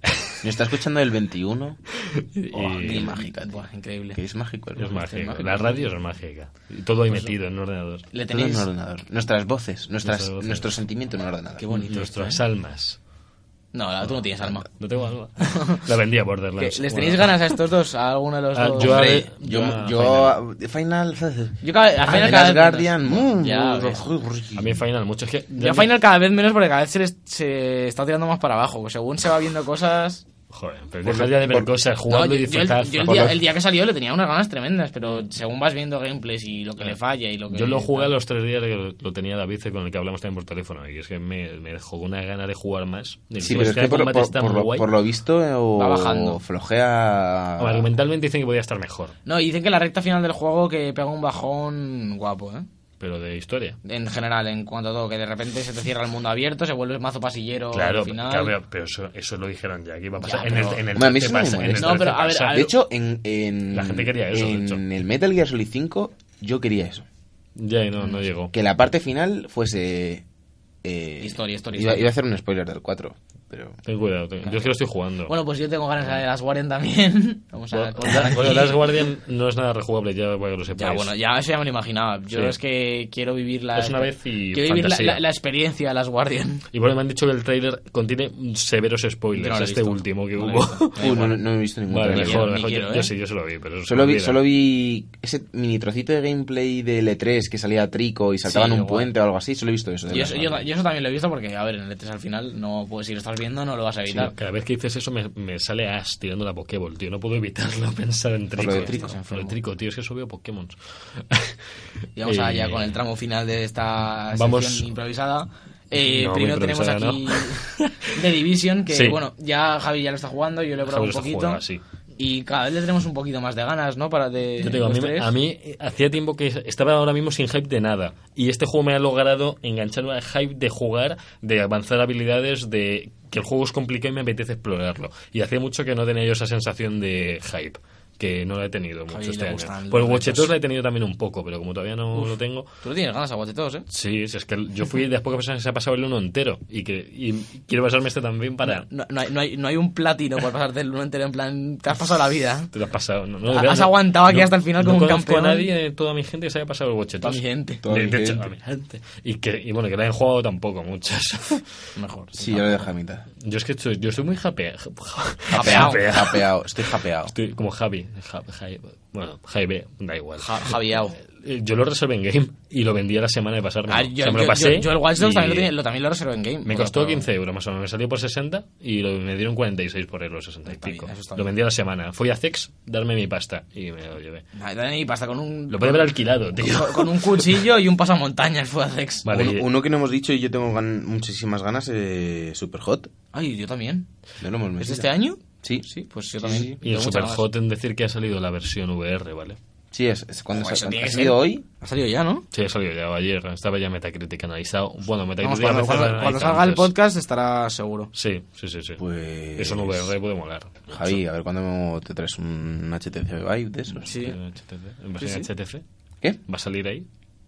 Speaker 3: No está escuchando el 21. Oh,
Speaker 2: y-
Speaker 3: qué mágica, tío.
Speaker 4: Buah, increíble.
Speaker 3: Que es mágico. el
Speaker 2: es
Speaker 3: mundo.
Speaker 2: mágico. La radio es mágica. Y todo ahí
Speaker 4: Pues
Speaker 2: metido en un ordenador.
Speaker 4: Le
Speaker 3: Todo en
Speaker 4: tenéis...
Speaker 3: un ordenador. Nuestras voces, nuestras,
Speaker 2: Nuestras voces.
Speaker 3: nuestros sentimientos en un ordenador.
Speaker 4: Qué bonito.
Speaker 2: Nuestras
Speaker 4: esto, ¿eh?
Speaker 2: almas.
Speaker 4: No, la- tú no tienes alma.
Speaker 2: No tengo alma. La vendía
Speaker 4: Que-
Speaker 2: Borderlands.
Speaker 4: ¿Les
Speaker 2: Bueno.
Speaker 4: tenéis ganas a estos dos? A alguno de los
Speaker 2: Ah,
Speaker 4: dos.
Speaker 2: yo a-
Speaker 3: Hombre,
Speaker 2: yo
Speaker 3: yo,
Speaker 2: a
Speaker 3: yo, Final.
Speaker 4: Yo cada, al
Speaker 3: Ah,
Speaker 4: final
Speaker 3: The
Speaker 4: cada
Speaker 3: Last
Speaker 4: vez
Speaker 3: Guardian.
Speaker 4: menos.
Speaker 3: mm,
Speaker 4: Ya,
Speaker 3: mm,
Speaker 4: ves.
Speaker 2: A mí Final mucho. Es que
Speaker 4: Yo a Final cada vez menos porque cada vez se, les- se está tirando más para abajo. pues Según se va viendo cosas...
Speaker 2: Joder, pero dejar ya de ver
Speaker 3: por-
Speaker 2: cosas, jugando
Speaker 4: No,
Speaker 2: y
Speaker 4: yo- yo el-
Speaker 2: disfrutar.
Speaker 4: yo el,
Speaker 2: Por
Speaker 4: día,
Speaker 2: favor.
Speaker 4: el día que salió le tenía unas ganas tremendas, pero según vas viendo gameplays y lo que le falla y lo que...
Speaker 2: Yo lo jugué a los tres días que lo- lo tenía David, con el que hablamos también por teléfono, y es que me, me dejó una gana de jugar más. El
Speaker 3: Sí, pero es que por,
Speaker 2: Kombat
Speaker 3: por-
Speaker 2: está
Speaker 3: por
Speaker 2: muy
Speaker 3: lo,
Speaker 2: guay.
Speaker 3: por lo visto eh, o
Speaker 4: Va bajando.
Speaker 3: flojea.
Speaker 2: Bueno, argumentalmente dicen que podía estar mejor,
Speaker 4: No, y dicen que la recta final del juego que pega un bajón guapo, ¿eh?
Speaker 2: pero de historia.
Speaker 4: En general, en cuanto a todo, que de repente se te cierra el mundo abierto, se vuelve mazo pasillero
Speaker 2: Claro,
Speaker 4: al final.
Speaker 2: claro, pero- pero eso, eso lo dijeron ya, que iba a pasar.
Speaker 4: Ya,
Speaker 2: en el,
Speaker 4: pero-
Speaker 2: en el
Speaker 3: Hombre, a mí
Speaker 2: 13
Speaker 3: eso no me
Speaker 2: pasa, en el
Speaker 3: molesta.
Speaker 4: No, pero
Speaker 2: 13
Speaker 4: a ver,
Speaker 2: pasa.
Speaker 4: a
Speaker 3: De
Speaker 4: ver-
Speaker 3: hecho, en, en-
Speaker 2: La gente quería eso, de
Speaker 3: en
Speaker 2: hecho.
Speaker 3: el Metal Gear Solid 5 yo quería eso.
Speaker 2: Ya, y no,
Speaker 3: Mm.
Speaker 2: no llegó.
Speaker 3: Que la parte final fuese... eh,
Speaker 4: Historia, historia,
Speaker 3: Iba,
Speaker 4: historia.
Speaker 3: iba a hacer un spoiler del 4, pero...
Speaker 2: Ten cuidado, ten- yo es que lo estoy jugando.
Speaker 4: Bueno, pues yo tengo ganas de las Warren también. Vamos a
Speaker 2: Bueno,
Speaker 4: cortar aquí.
Speaker 2: bueno, Last Guardian no es nada rejugable, ya para que lo sepáis.
Speaker 4: Ya, bueno, ya eso ya me lo imaginaba. Yo
Speaker 2: Sí.
Speaker 4: es que quiero vivir la...
Speaker 2: Es una vez y
Speaker 4: Quiero vivir la,
Speaker 2: fantasía.
Speaker 4: la- la experiencia de las Guardian.
Speaker 2: Y bueno, me han dicho que el trailer contiene severos spoilers,
Speaker 4: Yo no lo he
Speaker 2: este
Speaker 4: visto.
Speaker 2: último que
Speaker 4: No lo he visto.
Speaker 2: hubo.
Speaker 4: Da
Speaker 3: Uh, no,
Speaker 4: igual.
Speaker 3: no- no he visto ningún
Speaker 2: Vale,
Speaker 3: trailer.
Speaker 4: quiero,
Speaker 2: mejor,
Speaker 4: ni
Speaker 2: mejor.
Speaker 4: quiero,
Speaker 2: yo,
Speaker 4: ¿eh?
Speaker 2: yo sí, yo se lo vi, pero eso se
Speaker 3: Solo
Speaker 2: me
Speaker 3: vi,
Speaker 2: olvida.
Speaker 3: solo vi ese mini trocito de gameplay del E3 que salía Trico y saltaban
Speaker 4: Sí,
Speaker 3: un
Speaker 4: igual.
Speaker 3: puente o algo así. Solo he visto eso. de la-
Speaker 4: Yo, E eso- yo- yo eso también lo he visto porque, a ver, en el E3 al final no puedes ir, estás riendo no lo vas a
Speaker 2: Sí,
Speaker 4: evitar.
Speaker 2: cada vez que dices eso me, me sale Ash tirando la Pokéball, tío. No puedo evitarlo pensar en Trico.
Speaker 3: lo de Trico, se
Speaker 2: Lo de Trico, tío. Es que eso veo Pokémon.
Speaker 4: Y vamos
Speaker 2: Eh,
Speaker 4: allá con el tramo final de esta
Speaker 2: vamos-
Speaker 4: sección improvisada. Eh,
Speaker 2: No,
Speaker 4: primero
Speaker 2: muy
Speaker 4: tenemos
Speaker 2: improvisada,
Speaker 4: aquí The Division, que
Speaker 2: Sí.
Speaker 4: bueno, ya Javi ya lo está jugando, yo lo he probado
Speaker 2: Javi
Speaker 4: un
Speaker 2: lo está
Speaker 4: poquito.
Speaker 2: jugando, sí.
Speaker 4: Y cada vez le tenemos un poquito más de ganas, ¿no? Para de
Speaker 2: Yo te digo, a
Speaker 4: los
Speaker 2: mí, me-
Speaker 4: tres.
Speaker 2: a mí, eh, hacía tiempo que estaba ahora mismo sin hype de nada. Y este juego me ha logrado engancharme al hype de jugar, de avanzar habilidades, de que el juego es complicado y me apetece explorarlo. Y hacía mucho que no tenía yo esa sensación de hype. Que no la he tenido mucho
Speaker 4: Javi le
Speaker 2: este
Speaker 4: gustan
Speaker 2: año.
Speaker 4: los
Speaker 2: Pues Watch
Speaker 4: retos.
Speaker 2: Dogs la he tenido también un poco, pero como todavía no lo tengo,
Speaker 4: Tú le tienes ganas a Watch Dogs, ¿eh?
Speaker 2: Sí, si es que yo fui de las pocas personas que se ha pasado el uno entero y que y quiero pasarme este también para...
Speaker 4: No, no hay, no hay- no hay un platino por pasarte el uno entero en plan, te has pasado la vida.
Speaker 2: Te lo has pasado. No, no,
Speaker 4: Has
Speaker 2: de verdad, no-
Speaker 4: aguantado aquí
Speaker 2: no-
Speaker 4: hasta el final
Speaker 2: no
Speaker 4: como un
Speaker 2: conozco
Speaker 4: campeón.
Speaker 2: a nadie de toda mi gente que se haya pasado el
Speaker 4: Toda
Speaker 2: bochetazo.
Speaker 4: mi gente.
Speaker 3: Toda
Speaker 2: De,
Speaker 3: mi
Speaker 2: de hecho,
Speaker 3: gente.
Speaker 2: a mi gente. Y, que, y bueno, que la hayan jugado tampoco muchas.
Speaker 4: Mejor.
Speaker 3: Sí, yo lo dejo a mitad.
Speaker 2: yo es que estoy, yo estoy muy japea,
Speaker 4: Japeao.
Speaker 3: Japeado, estoy japeado.
Speaker 2: Estoy como Javi. Ja- Jai- bueno, Jaime, da igual.
Speaker 4: Ja- Javiao.
Speaker 2: Eh, yo lo reservé en game y lo vendí a la semana de pasarme.
Speaker 4: Ah,
Speaker 2: O sea,
Speaker 4: yo,
Speaker 2: me
Speaker 4: yo-
Speaker 2: lo pasé.
Speaker 4: yo- yo el Watch Dogs
Speaker 2: y-
Speaker 4: también, lo, tenía- lo- también lo reservo en game.
Speaker 2: Me
Speaker 4: Bueno,
Speaker 2: costó
Speaker 4: pero-
Speaker 2: 15 euros más o menos, me salió por 60 y lo- me dieron 46 por euros, 60 y
Speaker 4: Está bien,
Speaker 2: pico.
Speaker 4: eso
Speaker 2: Lo
Speaker 4: está bien.
Speaker 2: vendí a la semana. Fui a Cex, darme mi pasta y me lo llevé.
Speaker 4: Nah, dale ahí, pasta con un,
Speaker 2: Lo puede haber alquilado, tío.
Speaker 4: con- con un cuchillo y un pasamontañas fue a Zex.
Speaker 2: Vale,
Speaker 3: uno,
Speaker 2: y-
Speaker 3: uno que no hemos dicho y yo tengo gan- muchísimas ganas, eh, Super Hot.
Speaker 4: Ay, yo también.
Speaker 3: No lo hemos
Speaker 4: ¿Es
Speaker 3: metido.
Speaker 4: de este año?
Speaker 3: Sí,
Speaker 4: Sí,
Speaker 3: sí.
Speaker 4: pues yo
Speaker 3: Sí,
Speaker 4: también.
Speaker 3: sí, sí.
Speaker 2: y el
Speaker 4: Tengo muchas
Speaker 2: Super
Speaker 4: ganas.
Speaker 2: Hot en decir que ha salido la versión VR, ¿vale?
Speaker 3: Sí, es, es cuando
Speaker 4: Joder,
Speaker 3: se-
Speaker 4: eso tiene
Speaker 3: ha
Speaker 4: que
Speaker 3: salido
Speaker 4: ser.
Speaker 3: hoy.
Speaker 4: Ha salido ya, ¿no?
Speaker 2: Sí, ha salido ya ayer, estaba ya Metacritic analizado. Bueno,
Speaker 4: Vamos,
Speaker 2: Metacritic a
Speaker 4: cuando,
Speaker 2: veces
Speaker 4: cuando-
Speaker 2: analiza
Speaker 4: cuando salga el
Speaker 2: antes.
Speaker 4: podcast estará seguro.
Speaker 2: Sí, sí, sí. sí.
Speaker 3: Pues.
Speaker 2: Eso en VR puede molar.
Speaker 3: Javi, a ver cuándo te traes un HTC Vive de esos.
Speaker 4: Sí.
Speaker 2: ¿Va a
Speaker 4: Sí,
Speaker 2: salir
Speaker 4: sí.
Speaker 2: HTC?
Speaker 3: ¿Qué?
Speaker 2: ¿Va a salir ahí?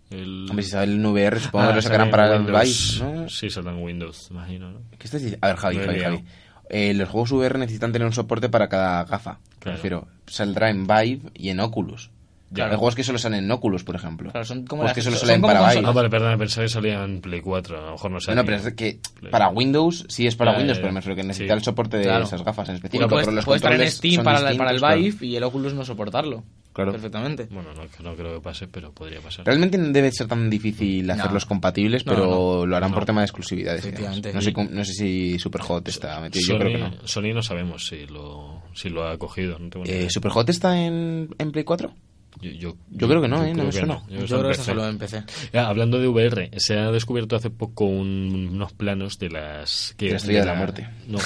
Speaker 2: El...
Speaker 3: Hombre, si sale el VR, supongo
Speaker 2: Ah,
Speaker 3: que lo
Speaker 2: sale
Speaker 3: sacarán para el
Speaker 2: Windows.
Speaker 3: Vive, ¿no?
Speaker 2: Sí, saldrán Windows, imagino, ¿no?
Speaker 3: ¿Qué estás diciendo? A ver, Javi,
Speaker 2: Me he
Speaker 3: Javi,
Speaker 2: liado.
Speaker 3: Javi. Eh, los juegos VR necesitan tener un soporte para cada gafa.
Speaker 2: Claro.
Speaker 3: Prefiero, saldrá en Vive y en Oculus.
Speaker 2: Ya.
Speaker 3: Hay juegos que solo salen en Oculus, por ejemplo.
Speaker 4: Claro, son como
Speaker 3: Juegos
Speaker 4: las-
Speaker 3: que solo
Speaker 4: son
Speaker 3: salen
Speaker 4: como
Speaker 3: para
Speaker 4: consolas.
Speaker 2: Ah,
Speaker 3: Vive.
Speaker 2: vale, perdón, pensaba que salía en Play 4, a lo mejor no
Speaker 3: No,
Speaker 2: sale.
Speaker 3: no, pero es que para Windows sí es para
Speaker 2: Ya, ya,
Speaker 3: Windows,
Speaker 2: ya.
Speaker 3: pero me refiero que necesita
Speaker 2: Sí.
Speaker 3: el soporte de
Speaker 4: Claro.
Speaker 3: esas gafas en específico.
Speaker 4: Bueno, puedes,
Speaker 3: pero los
Speaker 4: puedes traer en
Speaker 3: controles
Speaker 4: Steam
Speaker 3: son
Speaker 4: para, la- para el
Speaker 3: distintos, claro.
Speaker 4: Vive y el Oculus no soportarlo.
Speaker 3: Claro.
Speaker 4: Perfectamente.
Speaker 2: Bueno, no, no creo que pase, pero podría pasar.
Speaker 3: Realmente no debe ser tan difícil hacerlos compatibles,
Speaker 4: No,
Speaker 3: pero
Speaker 4: no.
Speaker 3: lo harán
Speaker 2: No.
Speaker 3: por tema de exclusividades. y demás.
Speaker 4: Efectivamente.
Speaker 3: No sé, cómo- no sé si Superhot está metido,
Speaker 2: Sony,
Speaker 3: yo creo que no.
Speaker 2: Sony no sabemos si lo, si lo ha cogido. No tengo ni idea.
Speaker 3: Eh, ¿Superhot está en, en Play 4?
Speaker 2: yo, yo-
Speaker 3: yo creo que no, eh, no me
Speaker 2: que
Speaker 3: suena.
Speaker 2: Yo creo
Speaker 4: Yo
Speaker 2: que
Speaker 4: creo que
Speaker 2: está
Speaker 4: está
Speaker 2: en
Speaker 4: solo
Speaker 2: PC.
Speaker 4: en PC.
Speaker 2: Ya, hablando de VR, se ha descubierto hace poco un- unos planos de las... que
Speaker 3: De la Estrella de la Muerte.
Speaker 2: No,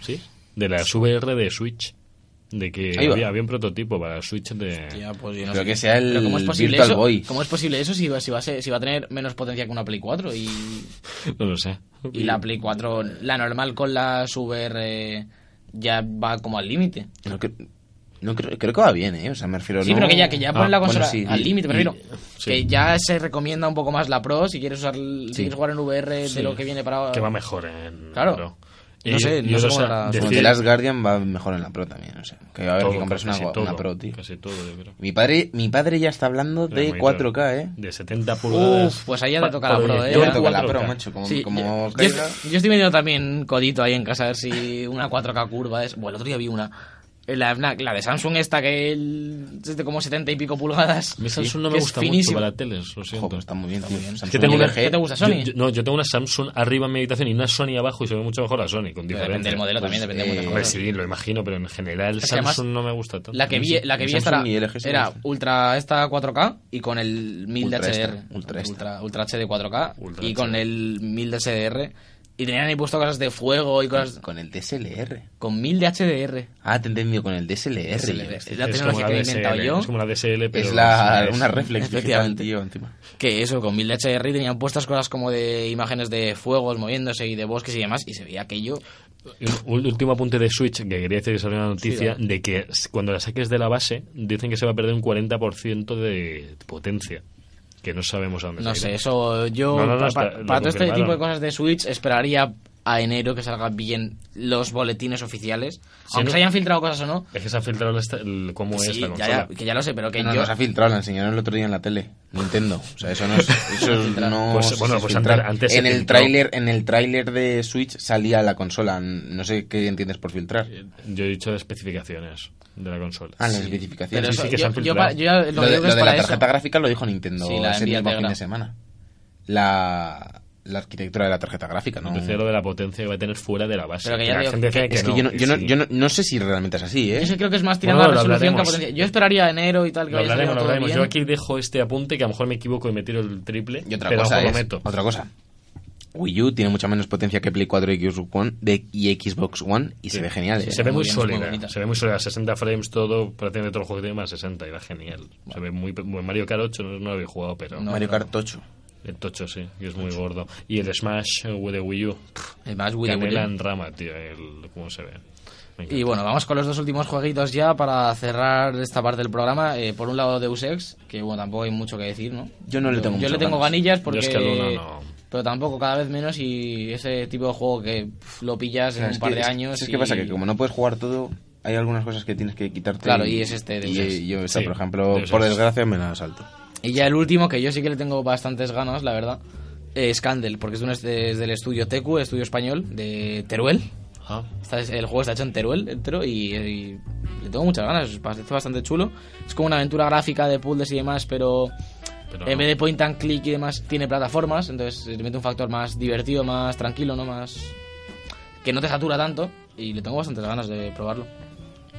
Speaker 2: ¿sí? De las VR de Switch. De que
Speaker 3: Ahí va.
Speaker 2: había, había un prototipo para Switch de...
Speaker 4: Ya, pues, yo no
Speaker 3: Pero
Speaker 4: sé.
Speaker 3: que sea el
Speaker 4: Pero ¿cómo es posible
Speaker 3: Virtual
Speaker 4: eso?
Speaker 3: Boy.
Speaker 4: ¿Cómo es posible eso si va, si, va a ser- si va a tener menos potencia que una Play 4? Y,
Speaker 2: No lo sé.
Speaker 4: y la Play 4, la normal con las VR, ya va como al límite.
Speaker 3: No, que- no creo, creo que va bien, ¿eh? O sea, me refiero...
Speaker 4: Sí,
Speaker 3: no-
Speaker 4: pero que ya, que ya ponen
Speaker 2: Ah,
Speaker 4: la
Speaker 3: bueno,
Speaker 4: consola
Speaker 3: sí.
Speaker 4: al límite, me
Speaker 2: Y-
Speaker 4: refiero.
Speaker 2: sí.
Speaker 4: Que ya se recomienda un poco más la Pro si quieres usar el- si
Speaker 3: Sí.
Speaker 4: quieres jugar en VR
Speaker 2: Sí,
Speaker 4: de lo que viene para
Speaker 2: Que va mejor en...
Speaker 4: Claro.
Speaker 2: Pro.
Speaker 4: No sé, no sé
Speaker 2: otra-
Speaker 4: cómo la-
Speaker 3: Como
Speaker 2: decir-
Speaker 3: The Last Guardian va mejor en la Pro también, o sea, que va a haber que
Speaker 2: todo,
Speaker 3: comprarse una,
Speaker 2: casi
Speaker 3: gua-
Speaker 2: todo,
Speaker 3: una Pro, tío.
Speaker 2: Casi todo, yo creo.
Speaker 3: Mi padre, mi padre ya está hablando
Speaker 2: Del
Speaker 3: de
Speaker 2: monitor.
Speaker 3: 4K, ¿eh?
Speaker 2: De 70 pulgadas.
Speaker 4: pues ahí ya
Speaker 2: Pa-
Speaker 4: te toca la
Speaker 2: pa-
Speaker 4: Pro,
Speaker 2: oye,
Speaker 4: ¿eh?
Speaker 3: Yo
Speaker 4: Ya
Speaker 3: me toca la
Speaker 2: 4K.
Speaker 3: Pro, macho, como,
Speaker 4: Sí,
Speaker 3: como
Speaker 4: yo,
Speaker 3: caiga.
Speaker 4: yo- yo estoy metiendo también codito ahí en casa a ver si una 4K curva es. Bueno, el otro día vi una. La, la- la de Samsung esta que el- es de como 70 y pico pulgadas.
Speaker 2: A mí Samsung no
Speaker 4: que
Speaker 2: me
Speaker 4: es
Speaker 2: gusta
Speaker 4: finísima.
Speaker 2: mucho para teles, lo siento.
Speaker 3: Joder, pues está muy bien, tío. Samsung
Speaker 2: Que tengo una-
Speaker 3: LG.
Speaker 4: ¿Qué te gusta, Sony?
Speaker 2: Yo- yo- no, yo tengo una Samsung arriba en mi habitación y una Sony abajo y se ve mucho mejor la Sony, con
Speaker 4: Pero
Speaker 2: diferencia.
Speaker 4: depende del modelo
Speaker 3: Pues,
Speaker 4: también, depende de muchas
Speaker 3: eh,
Speaker 2: Hombre,
Speaker 4: cosas.
Speaker 2: sí, lo imagino, pero en general
Speaker 4: Es que
Speaker 2: Samsung
Speaker 4: además,
Speaker 2: no me gusta tanto.
Speaker 4: La que vi, la que vi esta
Speaker 3: Samsung
Speaker 4: era,
Speaker 3: y LG sí
Speaker 4: era
Speaker 3: me gustan.
Speaker 4: Ultra esta 4K y con el 1000
Speaker 3: Ultra
Speaker 4: de HDR.
Speaker 3: esta, ultra esta.
Speaker 4: ultra, ultra HD 4K
Speaker 2: Ultra
Speaker 4: y con
Speaker 2: HD.
Speaker 4: el 1000 de HDR. Y tenían ahí puesto cosas de fuego y cosas.
Speaker 3: Con el DSLR.
Speaker 4: Con 1000 de HDR.
Speaker 3: Ah, te he entendido, con el DSLR.
Speaker 4: DSLR.
Speaker 3: Es,
Speaker 4: es la
Speaker 2: Es como
Speaker 4: tecnología que he
Speaker 2: DSL,
Speaker 4: inventado yo.
Speaker 2: Es como la DSL, pero...
Speaker 3: es la,
Speaker 2: es- es-
Speaker 3: una reflex
Speaker 4: Efectivamente.
Speaker 3: tío, encima.
Speaker 4: Que eso, con 1000 de HDR y tenían puestas cosas como de imágenes de fuegos moviéndose y de bosques y demás. Y se veía aquello.
Speaker 2: Un un último apunte de Switch, que quería decir que salió una noticia, de que s- cuando la saques de la base, dicen que se va a perder un 40% de potencia. Que no sabemos a dónde
Speaker 4: No
Speaker 2: se
Speaker 4: sé,
Speaker 2: irá.
Speaker 4: eso yo.
Speaker 2: No, no, no,
Speaker 4: pa-
Speaker 2: está-
Speaker 4: pa-
Speaker 2: lo
Speaker 4: para todo este
Speaker 2: confirmaron.
Speaker 4: tipo de cosas de Switch, esperaría a enero que salgan bien los boletines oficiales. aunque
Speaker 2: ¿no?
Speaker 4: se hayan filtrado cosas o no.
Speaker 2: Es que se ha filtrado la esta- el- cómo
Speaker 4: que
Speaker 2: es la
Speaker 4: sí, ya,
Speaker 2: consola.
Speaker 4: ya- que ya lo sé, pero que
Speaker 3: no
Speaker 4: yo.
Speaker 3: nos ha filtrado, la enseñaron el otro día en la tele. Nintendo. O sea, eso no es. Eso es- no
Speaker 2: Pues,
Speaker 3: sé si
Speaker 2: bueno,
Speaker 3: es
Speaker 2: pues
Speaker 3: filtrar.
Speaker 2: antes- antes se
Speaker 3: en el
Speaker 2: filtró.
Speaker 3: tráiler En el tráiler de Switch salía la consola. No sé qué entiendes por filtrar.
Speaker 2: Yo he dicho especificaciones de la consola.
Speaker 3: Ah, las
Speaker 4: pero
Speaker 3: especificaciones.
Speaker 2: sí,
Speaker 4: eso-
Speaker 2: sí que se
Speaker 4: yo,
Speaker 2: han
Speaker 4: yo
Speaker 2: filtrado.
Speaker 4: pa- yo ya lo,
Speaker 3: Lo, de,
Speaker 4: que digo que
Speaker 3: lo
Speaker 4: es
Speaker 3: de
Speaker 4: para
Speaker 3: la
Speaker 4: eso.
Speaker 3: tarjeta gráfica lo dijo Nintendo
Speaker 4: Sí, la
Speaker 3: ese
Speaker 4: envía
Speaker 3: mismo
Speaker 4: negra.
Speaker 3: fin de semana. La. la arquitectura de la tarjeta gráfica, ¿no?
Speaker 2: Decía lo de la potencia que va a tener fuera de la base.
Speaker 4: Pero que ya
Speaker 2: la
Speaker 4: digo
Speaker 2: gente decía que
Speaker 3: Es que
Speaker 2: no,
Speaker 3: yo, no,
Speaker 2: que
Speaker 3: yo, no,
Speaker 2: sí.
Speaker 3: yo no, no sé si realmente es así, ¿eh?
Speaker 4: Yo sí creo que es más tirando
Speaker 2: Bueno, lo
Speaker 4: a resolución que a
Speaker 2: hablaremos.
Speaker 4: potencia. Yo esperaría enero y tal, que
Speaker 2: Lo
Speaker 4: vaya
Speaker 2: hablaremos,
Speaker 4: saliendo
Speaker 2: lo
Speaker 4: todo
Speaker 2: hablaremos.
Speaker 4: bien.
Speaker 2: Yo aquí dejo este apunte que a lo mejor me equivoco y me tiro el triple.
Speaker 3: Y otra
Speaker 2: pero
Speaker 3: cosa
Speaker 2: ojo, lo
Speaker 3: es,
Speaker 2: meto.
Speaker 3: otra cosa. Wii U tiene mucha menos potencia que Play 4 y Xbox One, de- y Xbox One y se ve genial. ¿eh?
Speaker 2: se ve muy,
Speaker 4: muy bien, es muy
Speaker 2: sólida.
Speaker 4: bonita.
Speaker 2: se ve muy sólida. 60 frames todo, prácticamente todo el juego que tiene más 60 y va genial. Se ve muy, muy- Mario Kart 8 no, no lo había jugado, pero
Speaker 3: Mario Kart 8.
Speaker 2: el Tocho sí, que es muy gordo. Y el Smash eh, de Wii U,
Speaker 4: El más Wii U, Wii U.
Speaker 2: canela en rama, tío, el- cómo se ve. Me encanta.
Speaker 4: Y bueno, vamos con los dos últimos jueguitos ya para cerrar esta parte del programa. Eh, por un lado Deus Ex, que bueno, tampoco hay mucho que decir, ¿no?
Speaker 3: Yo no le tengo
Speaker 4: Yo
Speaker 3: muchas
Speaker 4: le tengo
Speaker 3: ganas.
Speaker 4: ganillas
Speaker 2: Yo
Speaker 4: porque...
Speaker 2: es que al uno no.
Speaker 4: Pero tampoco cada vez menos y ese tipo de juego que pff, lo pillas en
Speaker 3: Ah, Es
Speaker 4: un par
Speaker 3: que-
Speaker 4: de
Speaker 3: es-
Speaker 4: años.
Speaker 3: Es
Speaker 4: y-
Speaker 3: que pasa que como no puedes jugar todo, hay algunas cosas que tienes que quitarte.
Speaker 4: Claro, y es este Deus
Speaker 3: y,
Speaker 4: Ex.
Speaker 3: yo, esta,
Speaker 2: Sí,
Speaker 3: por ejemplo,
Speaker 2: Deus
Speaker 3: por
Speaker 2: Ex.
Speaker 3: desgracia me la salto.
Speaker 4: Y ya el último, que yo sí que le tengo bastantes ganas, la verdad, es Candle, porque es, de un, es del estudio Tecu, estudio español, de Teruel.
Speaker 2: Ah,
Speaker 4: Está- es- el juego está hecho en Teruel, entero, y, y le tengo muchas ganas, es bastante, bastante chulo. Es como una aventura gráfica de puzzles y demás, pero,
Speaker 2: pero
Speaker 4: en
Speaker 2: no.
Speaker 4: vez de point and click y demás, tiene plataformas, entonces le mete un factor más divertido, más tranquilo, ¿no? Más... que no te satura tanto, y le tengo bastantes ganas de probarlo.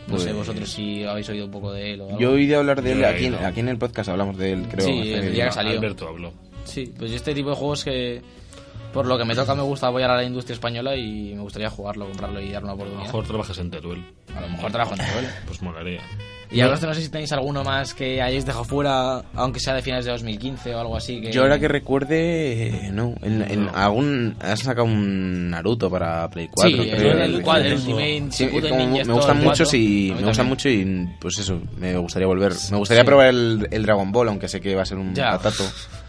Speaker 4: No sé
Speaker 3: Pues-
Speaker 4: vosotros si habéis oído un poco de él o algo.
Speaker 3: Yo he oído hablar de él,
Speaker 2: Yo he
Speaker 3: aquí, en-
Speaker 2: oído.
Speaker 3: aquí en el podcast hablamos de él, creo.
Speaker 4: Sí,
Speaker 3: hace-
Speaker 4: el día que salió.
Speaker 2: Alberto habló.
Speaker 4: Sí, pues yo este tipo de juegos que por lo que me toca me gusta apoyar a la industria española y me gustaría jugarlo, comprarlo y dar una
Speaker 2: A lo
Speaker 4: oportunidad.
Speaker 2: mejor trabajas en Teruel.
Speaker 4: A lo mejor trabajo en Teruel.
Speaker 2: Pues molaría.
Speaker 4: Y ahora no sé si tenéis alguno más que hayáis dejado fuera, aunque sea de finales de 2015 o algo así. Que...
Speaker 3: Yo ahora que recuerde, eh, no, en, en
Speaker 2: No.
Speaker 3: algún has sacado un Naruto para Play 4.
Speaker 4: Sí,
Speaker 3: creo,
Speaker 4: el- el
Speaker 3: y-
Speaker 4: cuadro, el
Speaker 3: Sí,
Speaker 4: Ultimate,
Speaker 3: sí,
Speaker 4: Shippuden
Speaker 3: como
Speaker 4: Ninja
Speaker 3: me
Speaker 4: Storm
Speaker 3: gustan
Speaker 4: 4.
Speaker 3: mucho
Speaker 4: A
Speaker 3: y
Speaker 4: mí
Speaker 3: me gustan
Speaker 4: también.
Speaker 3: mucho y pues eso, me gustaría volver, me gustaría probar el, el Dragon Ball aunque sé que va a ser un
Speaker 4: Ya.
Speaker 3: patato.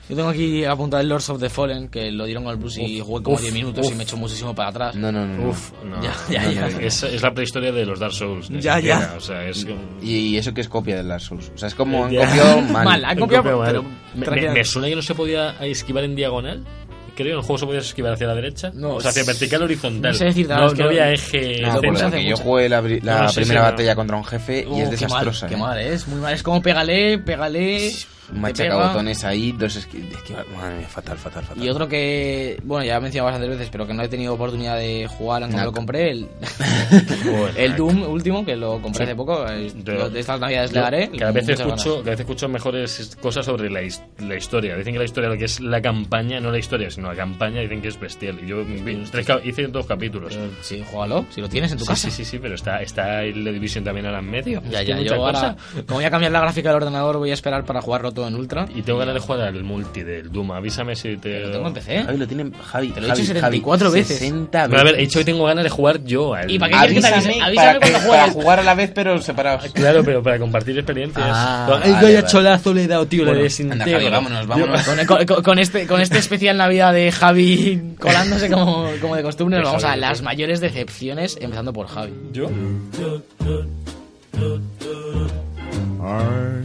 Speaker 4: Yo tengo aquí apuntado el Lords of the Fallen, que lo dieron con el Plus y jugué como 10 minutos y me echó muchísimo para atrás.
Speaker 3: No, no, no. no.
Speaker 2: Uf, no.
Speaker 4: Mm. Ya, ya, ya.
Speaker 2: Es, es la prehistoria de los Dark Souls. de
Speaker 4: Ya,
Speaker 2: Santera,
Speaker 4: ya.
Speaker 2: O sea, es como-
Speaker 3: Y, y eso que es copia de las Souls, o sea, es como han
Speaker 2: Ya.
Speaker 3: copiado mal.
Speaker 4: Mal, han
Speaker 2: Me
Speaker 4: copiado,
Speaker 2: copia mal.
Speaker 4: pero
Speaker 2: me, me-
Speaker 4: tranquila.
Speaker 2: me suena que no se podía esquivar en diagonal. Creo que en el juego se podía esquivar hacia la derecha.
Speaker 4: No,
Speaker 2: o sea, hacia
Speaker 4: sí.
Speaker 2: vertical horizontal.
Speaker 4: No sé decirte,
Speaker 2: no,
Speaker 4: ahora es que
Speaker 2: no había
Speaker 4: lo-
Speaker 2: eje.
Speaker 3: No,
Speaker 4: Lo
Speaker 3: porque
Speaker 4: puse
Speaker 2: central.
Speaker 4: hace
Speaker 3: yo
Speaker 4: mucho.
Speaker 3: jugué la, bri- la
Speaker 2: No, sí, sí,
Speaker 3: primera
Speaker 2: no.
Speaker 3: batalla contra un jefe y
Speaker 4: Oh,
Speaker 3: es
Speaker 4: qué
Speaker 3: desastrosa.
Speaker 4: mal, qué
Speaker 3: eh.
Speaker 4: mal, es muy mal. Es como pégale, pégale. te
Speaker 3: Machaca
Speaker 4: pega.
Speaker 3: botones ahí, dos esqui- esquivar- madre mía, fatal, fatal, fatal.
Speaker 4: Y otro que, bueno, ya he mencionado bastantes veces, pero que no he tenido oportunidad de jugar, aunque me lo
Speaker 3: Knack.
Speaker 4: compré, el,
Speaker 2: Joder,
Speaker 4: el Doom último, que lo compré hace poco, eh,
Speaker 2: Yo-
Speaker 4: lo- de estas navidades le
Speaker 2: Yo
Speaker 4: daré.
Speaker 2: Cada vez,
Speaker 4: ¿eh? muchas
Speaker 2: escucho,
Speaker 4: ganas.
Speaker 2: cada vez escucho mejores cosas sobre la, his- la historia. Dicen que la historia, lo que es la campaña, no la historia, sino la campaña, dicen que es bestial. Y yo vi- tres cap- hice dos capítulos.
Speaker 4: Pero Sí, júgalo, si lo tienes en Eh, tu
Speaker 2: eh, Sí,
Speaker 4: casa.
Speaker 2: sí, sí, sí, pero está, está la división también ahora en medio.
Speaker 4: Ya,
Speaker 2: Es que
Speaker 4: ya,
Speaker 2: mucha
Speaker 4: yo ahora,
Speaker 2: cosa.
Speaker 4: como voy a cambiar la gráfica del ordenador, voy a esperar para jugarlo todo en Ultra.
Speaker 2: Y tengo ganas de jugar al multi del Doom. Avísame si te.
Speaker 4: Lo tengo en PC.
Speaker 3: Javi lo tiene Javi,
Speaker 4: Te lo he
Speaker 3: Javi,
Speaker 4: dicho 74
Speaker 3: Javi,
Speaker 4: veces.
Speaker 3: 60
Speaker 2: Pero a
Speaker 3: veces.
Speaker 2: ver, he dicho que tengo ganas de jugar yo al.
Speaker 4: ¿Y para qué quieres que te avise?
Speaker 3: Avísame
Speaker 4: Avísame
Speaker 3: para,
Speaker 4: cuando
Speaker 3: para
Speaker 4: juegues.
Speaker 3: jugar a la vez, pero separados.
Speaker 2: Claro, pero para compartir experiencias.
Speaker 3: Ah,
Speaker 2: Ay,
Speaker 3: vale,
Speaker 2: vaya
Speaker 3: vale.
Speaker 2: cholazo le he dado, tío, le
Speaker 3: Bueno, anda,
Speaker 2: desintegro.
Speaker 3: Javi, vámonos, vámonos.
Speaker 4: Con, con- con este, con este especial Navidad de Javi colándose como, como de costumbre,
Speaker 2: De
Speaker 4: nos vamos a
Speaker 2: Javi,
Speaker 4: las
Speaker 2: sí.
Speaker 4: mayores decepciones, empezando por Javi.
Speaker 2: ¿Yo?
Speaker 5: I'm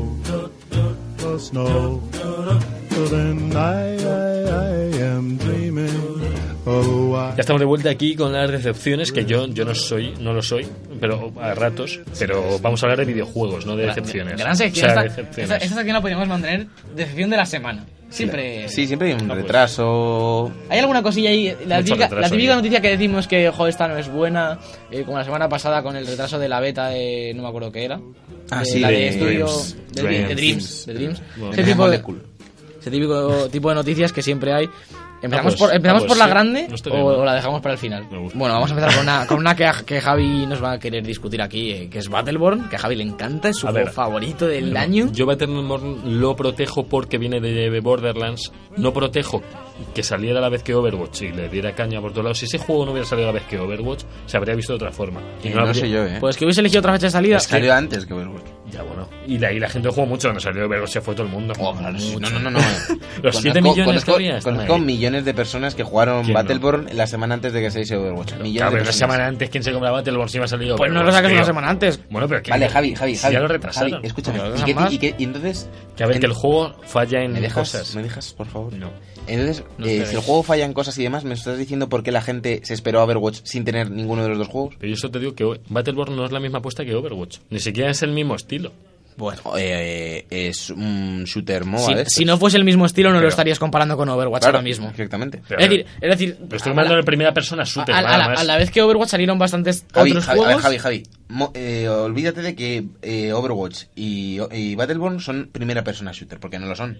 Speaker 5: the snow. So then I, I, I am dreaming Oh, of a white.
Speaker 2: Ya estamos de vuelta aquí con las decepciones, que yo, yo no soy, no lo soy, pero a ratos, pero vamos a hablar de videojuegos, no de decepciones.
Speaker 4: Gran sección.
Speaker 2: O sea,
Speaker 4: esta,
Speaker 2: decepciones.
Speaker 4: esta- esta sección la podríamos mantener decepción de la semana. Siempre.
Speaker 3: Sí, siempre hay un
Speaker 2: Ah, pues.
Speaker 3: retraso.
Speaker 4: ¿Hay alguna cosilla ahí? La
Speaker 2: Mucho
Speaker 4: típica,
Speaker 2: retraso
Speaker 4: la típica
Speaker 2: ya.
Speaker 4: noticia que decimos que, joder, esta no es buena, eh, como la semana pasada con el retraso de la beta de... no me acuerdo qué era.
Speaker 3: Ah,
Speaker 4: De
Speaker 3: sí,
Speaker 4: la de
Speaker 3: de
Speaker 4: estudio...
Speaker 2: Dreams.
Speaker 4: De, Dreams. de Dreams.
Speaker 2: Dreams.
Speaker 4: de Dreams.
Speaker 2: Bueno.
Speaker 4: Ese
Speaker 3: De
Speaker 4: tipo de,
Speaker 3: Molecule.
Speaker 4: ese típico tipo de noticias que siempre hay. ¿Empezamos
Speaker 2: Ah, pues,
Speaker 4: por, empezamos
Speaker 2: ah, pues
Speaker 4: por la
Speaker 2: sí.
Speaker 4: grande
Speaker 2: No estoy
Speaker 4: o,
Speaker 2: bien, ¿no?
Speaker 4: o la dejamos para el final?
Speaker 2: Me gusta.
Speaker 4: Bueno, vamos a empezar con una, con una que, que Javi nos va a querer discutir aquí, eh, que es Battleborn, que a Javi le encanta, es su
Speaker 2: A
Speaker 4: juego
Speaker 2: ver.
Speaker 4: favorito del año.
Speaker 2: Yo Battleborn lo protejo porque viene de Borderlands. No protejo que saliera a la vez que Overwatch y le diera caña por todos lados, si ese juego no hubiera salido a la vez que Overwatch, se habría visto de otra forma. Y
Speaker 3: no
Speaker 2: habría-
Speaker 3: sé yo, ¿eh?
Speaker 4: Pues que hubiese elegido otra fecha de salida.
Speaker 3: Salió antes que Overwatch.
Speaker 2: Ya, bueno. Y la, y la gente lo jugó mucho, cuando salió Overwatch se fue todo el mundo.
Speaker 3: Oh, claro, sí.
Speaker 2: Mucho.
Speaker 3: No, no, no. no.
Speaker 2: eh. Los siete millones que
Speaker 3: conozco,
Speaker 2: había, están
Speaker 3: conozco
Speaker 2: ahí.
Speaker 3: millones de personas que jugaron
Speaker 2: ¿Quién no?
Speaker 3: Battleborn la semana antes de que saliese Overwatch. Millones
Speaker 2: Claro,
Speaker 3: de
Speaker 2: pero una
Speaker 3: personas.
Speaker 2: semana antes, ¿quién se compraba Battleborn si iba a salir
Speaker 4: Pues no lo
Speaker 2: Overwatch,
Speaker 4: sacas una
Speaker 2: tío?
Speaker 4: semana antes.
Speaker 2: Bueno, pero que-
Speaker 3: Vale, Javi, Javi,
Speaker 2: si
Speaker 3: Javi.
Speaker 2: ya lo retrasaron.
Speaker 3: Javi, escúchame.
Speaker 4: Lo
Speaker 3: ¿Y, qué-
Speaker 4: retrasan
Speaker 3: y qué- y entonces?
Speaker 2: Que a ver,
Speaker 3: en-
Speaker 2: que el juego falla en
Speaker 3: ¿Me dejas?
Speaker 2: cosas.
Speaker 3: ¿Me dejas, por favor?
Speaker 2: No.
Speaker 3: Entonces,
Speaker 4: No
Speaker 3: eh,
Speaker 4: esperéis.
Speaker 3: si el juego falla en cosas y demás, ¿me estás diciendo por qué la gente se esperó a Overwatch sin tener ninguno de los dos juegos?
Speaker 2: Pero yo solo te digo que Battleborn no es la misma apuesta que Overwatch. Ni siquiera es el mismo estilo.
Speaker 3: Bueno, eh, eh, es un shooter MOBA
Speaker 4: Si,
Speaker 3: de
Speaker 4: si
Speaker 3: estos.
Speaker 4: no fuese el mismo estilo, no lo
Speaker 2: Pero-
Speaker 4: estarías comparando con Overwatch
Speaker 3: Claro,
Speaker 4: ahora mismo.
Speaker 3: Exactamente.
Speaker 2: Pero-
Speaker 4: es decir, es decir
Speaker 2: Pero
Speaker 3: Ah,
Speaker 2: estoy
Speaker 4: a-
Speaker 2: hablando
Speaker 4: a
Speaker 2: de primera persona
Speaker 4: la-
Speaker 2: shooter,
Speaker 4: a,
Speaker 2: nada
Speaker 4: a la-
Speaker 2: más.
Speaker 4: a la vez que Overwatch salieron bastantes
Speaker 3: Javi,
Speaker 4: otros
Speaker 3: Javi, a ver,
Speaker 4: juegos.
Speaker 3: Javi, Javi. Mo- eh, olvídate de que eh, Overwatch y, y Battleborn son primera persona shooter, porque no lo son.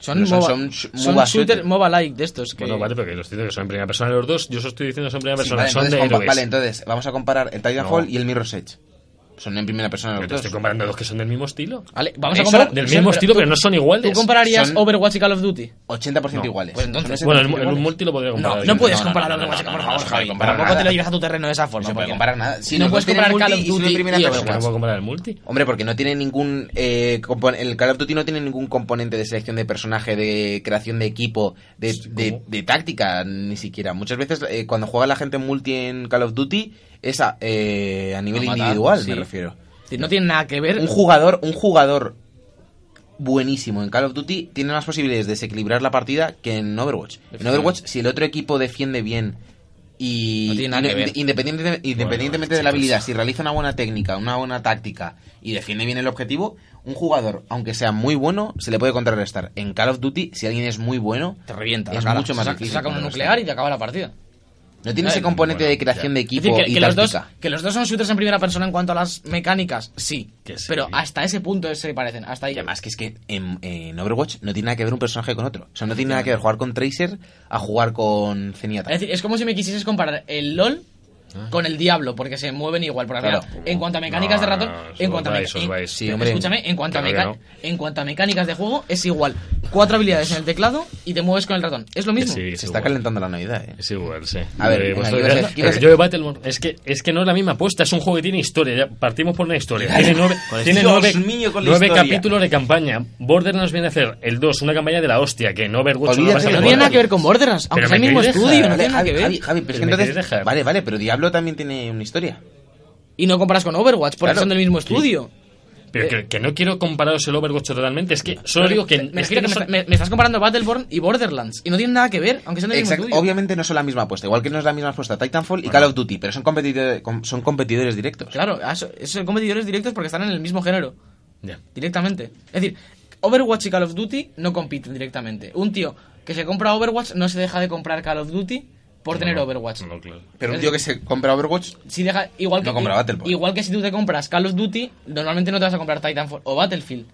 Speaker 4: Son,
Speaker 3: No son-
Speaker 4: MOBA,
Speaker 3: son sh-
Speaker 4: son
Speaker 3: MOBA
Speaker 4: shooter,
Speaker 3: shooter.
Speaker 4: MOBA-like de estos. Que...
Speaker 2: eh. Bueno, vale, pero que los títulos que son en primera persona los dos, yo os estoy diciendo son en primera
Speaker 3: Sí,
Speaker 2: persona,
Speaker 3: vale,
Speaker 2: son
Speaker 3: entonces,
Speaker 2: de
Speaker 3: compa-
Speaker 2: héroes.
Speaker 3: vale, entonces vamos a comparar el Titanfall
Speaker 2: No.
Speaker 3: y el Mirror's Edge. Son en primera persona
Speaker 2: Pero
Speaker 3: los
Speaker 2: te
Speaker 3: dos.
Speaker 2: estoy comparando dos que son del mismo estilo.
Speaker 4: Vale, vamos a
Speaker 2: Eso,
Speaker 4: comparar.
Speaker 2: Del
Speaker 4: o sea,
Speaker 2: mismo
Speaker 4: pero
Speaker 2: estilo,
Speaker 4: tú-
Speaker 2: pero no son
Speaker 4: ¿Tú
Speaker 2: iguales.
Speaker 4: compararías
Speaker 3: Son-
Speaker 4: Overwatch y Call of Duty?
Speaker 3: 80%
Speaker 2: No,
Speaker 3: iguales.
Speaker 4: pues entonces-
Speaker 3: Son
Speaker 2: Bueno, en,
Speaker 3: 80%
Speaker 2: en un
Speaker 3: iguales.
Speaker 2: multi lo podría comparar.
Speaker 4: No,
Speaker 2: yo
Speaker 4: no puedes
Speaker 3: no,
Speaker 4: comparar
Speaker 3: no, no,
Speaker 4: Overwatch,
Speaker 3: no,
Speaker 4: por
Speaker 3: no, no
Speaker 4: favor,
Speaker 3: se
Speaker 4: Javi.
Speaker 3: puede comparar
Speaker 4: Tampoco te
Speaker 3: nada.
Speaker 4: lo llevas a tu terreno de esa forma.
Speaker 3: No se puede
Speaker 4: porque-
Speaker 3: comparar nada. Si
Speaker 4: no
Speaker 3: los dos
Speaker 4: puedes
Speaker 3: tienen
Speaker 4: comparar Call of
Speaker 3: multi y son de
Speaker 4: Duty
Speaker 3: primera
Speaker 4: y
Speaker 2: Es que
Speaker 3: persona.
Speaker 2: no puedo comparar el multi.
Speaker 3: Hombre, porque no tiene ningún. eh, compon- el Call of Duty no tiene ningún componente de selección de personaje, de creación de equipo, de, de-
Speaker 2: ¿cómo?
Speaker 3: de táctica, ni siquiera. Muchas veces eh, cuando juega la gente en multi en Call of Duty es a, eh, a nivel
Speaker 4: A matar,
Speaker 3: individual,
Speaker 4: sí.
Speaker 3: me refiero.
Speaker 4: Es decir, No tiene nada que ver.
Speaker 3: Un jugador, un jugador buenísimo en Call of Duty tiene más posibilidades de desequilibrar la partida que en Overwatch. En Overwatch, si el otro equipo defiende bien y
Speaker 4: No tiene nada que ver.
Speaker 3: inde- independiente- independientemente de la
Speaker 2: chicos.
Speaker 3: habilidad, si realiza una buena técnica, una buena táctica y defiende bien el objetivo, un jugador, aunque sea muy bueno, se le puede contrarrestar. En Call of Duty, si alguien es muy bueno,
Speaker 4: Te revienta. la
Speaker 3: es
Speaker 4: cara.
Speaker 3: mucho más
Speaker 4: Sa-
Speaker 3: difícil
Speaker 4: Saca una
Speaker 3: contrarrestar.
Speaker 4: nuclear y te acaba la partida.
Speaker 3: No tiene ese
Speaker 4: Bueno,
Speaker 3: componente de
Speaker 2: ya.
Speaker 3: creación de
Speaker 2: Es
Speaker 4: Es
Speaker 3: equipo
Speaker 4: decir, que,
Speaker 3: y
Speaker 4: que los dos,
Speaker 3: táctica.
Speaker 4: que los dos son shooters en primera persona en cuanto a las mecánicas, sí.
Speaker 2: Que sí.
Speaker 4: Pero hasta ese punto se parecen. Hasta ahí.
Speaker 3: Y además que es que en, en Overwatch no tiene nada que ver un personaje con otro. O sea, no tiene nada que ver jugar con Tracer a jugar con Zenyatta.
Speaker 4: Es decir, es como si me quisieses comparar el LOL con el Diablo, porque se mueven igual. Porque al
Speaker 3: Claro.
Speaker 4: final, en cuanto a mecánicas
Speaker 2: Ah. No,
Speaker 4: de ratón,
Speaker 2: no, os
Speaker 4: en cuanto a
Speaker 2: vais,
Speaker 4: meca-
Speaker 2: os
Speaker 4: en-
Speaker 2: vais.
Speaker 3: Sí, hombre.
Speaker 4: escúchame, en cuanto, a
Speaker 2: Claro que
Speaker 4: meca-
Speaker 2: no.
Speaker 4: en cuanto a mecánicas de juego, es igual. Cuatro habilidades en el teclado y te mueves con el ratón. Es lo
Speaker 2: Que
Speaker 4: mismo.
Speaker 2: sí, es
Speaker 3: Se está
Speaker 2: igual.
Speaker 3: calentando la Navidad, ¿eh?
Speaker 2: Es igual, sí.
Speaker 3: A ver,
Speaker 2: Eh,
Speaker 3: venga,
Speaker 2: vosotros-
Speaker 3: ibas a-
Speaker 2: no,
Speaker 3: ibas a-
Speaker 2: pero yo de Battleborn, es que, es que no es la misma apuesta, es un juego que tiene historia, ya partimos por una historia. Tiene nueve,
Speaker 3: Con
Speaker 2: tiene
Speaker 3: Dios
Speaker 2: nueve,
Speaker 3: mío, con la
Speaker 2: nueve
Speaker 3: historia.
Speaker 2: capítulos de campaña. Border nos viene a hacer el 2, una campaña de la hostia, que no Overwatch no
Speaker 3: Olvídate
Speaker 2: va a
Speaker 3: de
Speaker 2: ser
Speaker 4: No
Speaker 3: Pero
Speaker 4: tiene
Speaker 3: bueno,
Speaker 4: nada que ver con Borderlands, aunque
Speaker 2: pero
Speaker 4: sea el
Speaker 2: me
Speaker 4: mismo
Speaker 2: queréis
Speaker 4: estudio,
Speaker 2: dejar,
Speaker 4: no
Speaker 3: Vale,
Speaker 4: tiene nada que
Speaker 3: Javi,
Speaker 4: ver.
Speaker 3: Javi, Javi, pero es
Speaker 2: Pero
Speaker 3: que
Speaker 2: me
Speaker 3: entonces...
Speaker 2: queréis dejar.
Speaker 3: Vale, vale, pero Diablo también tiene una historia.
Speaker 4: Y no comparas con Overwatch, porque
Speaker 3: Claro.
Speaker 4: son del mismo estudio.
Speaker 2: Pero que, que no quiero compararos el Overwatch totalmente, es que solo digo que...
Speaker 4: me,
Speaker 2: es
Speaker 4: refiero
Speaker 2: que
Speaker 4: que
Speaker 2: no
Speaker 4: me-
Speaker 2: son-
Speaker 4: me- me estás comparando Battleborn y Borderlands. Y no tienen nada que ver, aunque sean del
Speaker 3: Exacto.
Speaker 4: mismo estudio.
Speaker 3: Obviamente no son la misma apuesta. Igual que no es la misma apuesta Titanfall y Call of Duty, pero son, competidores son competidores directos.
Speaker 4: Claro, a eso- esos son competidores directos porque están en el mismo género.
Speaker 2: Ya.
Speaker 4: Directamente. Es decir, Overwatch y Call of Duty no compiten directamente. Un tío que se compra Overwatch no se deja de comprar Call of Duty por tener
Speaker 2: No,
Speaker 4: Overwatch.
Speaker 2: no, claro.
Speaker 3: Pero un tío que se compra Overwatch...
Speaker 4: Si deja, igual, que,
Speaker 3: No compra Battleborn.
Speaker 4: igual que si tú te compras Call of Duty, normalmente no te vas a comprar Titanfall o Battlefield.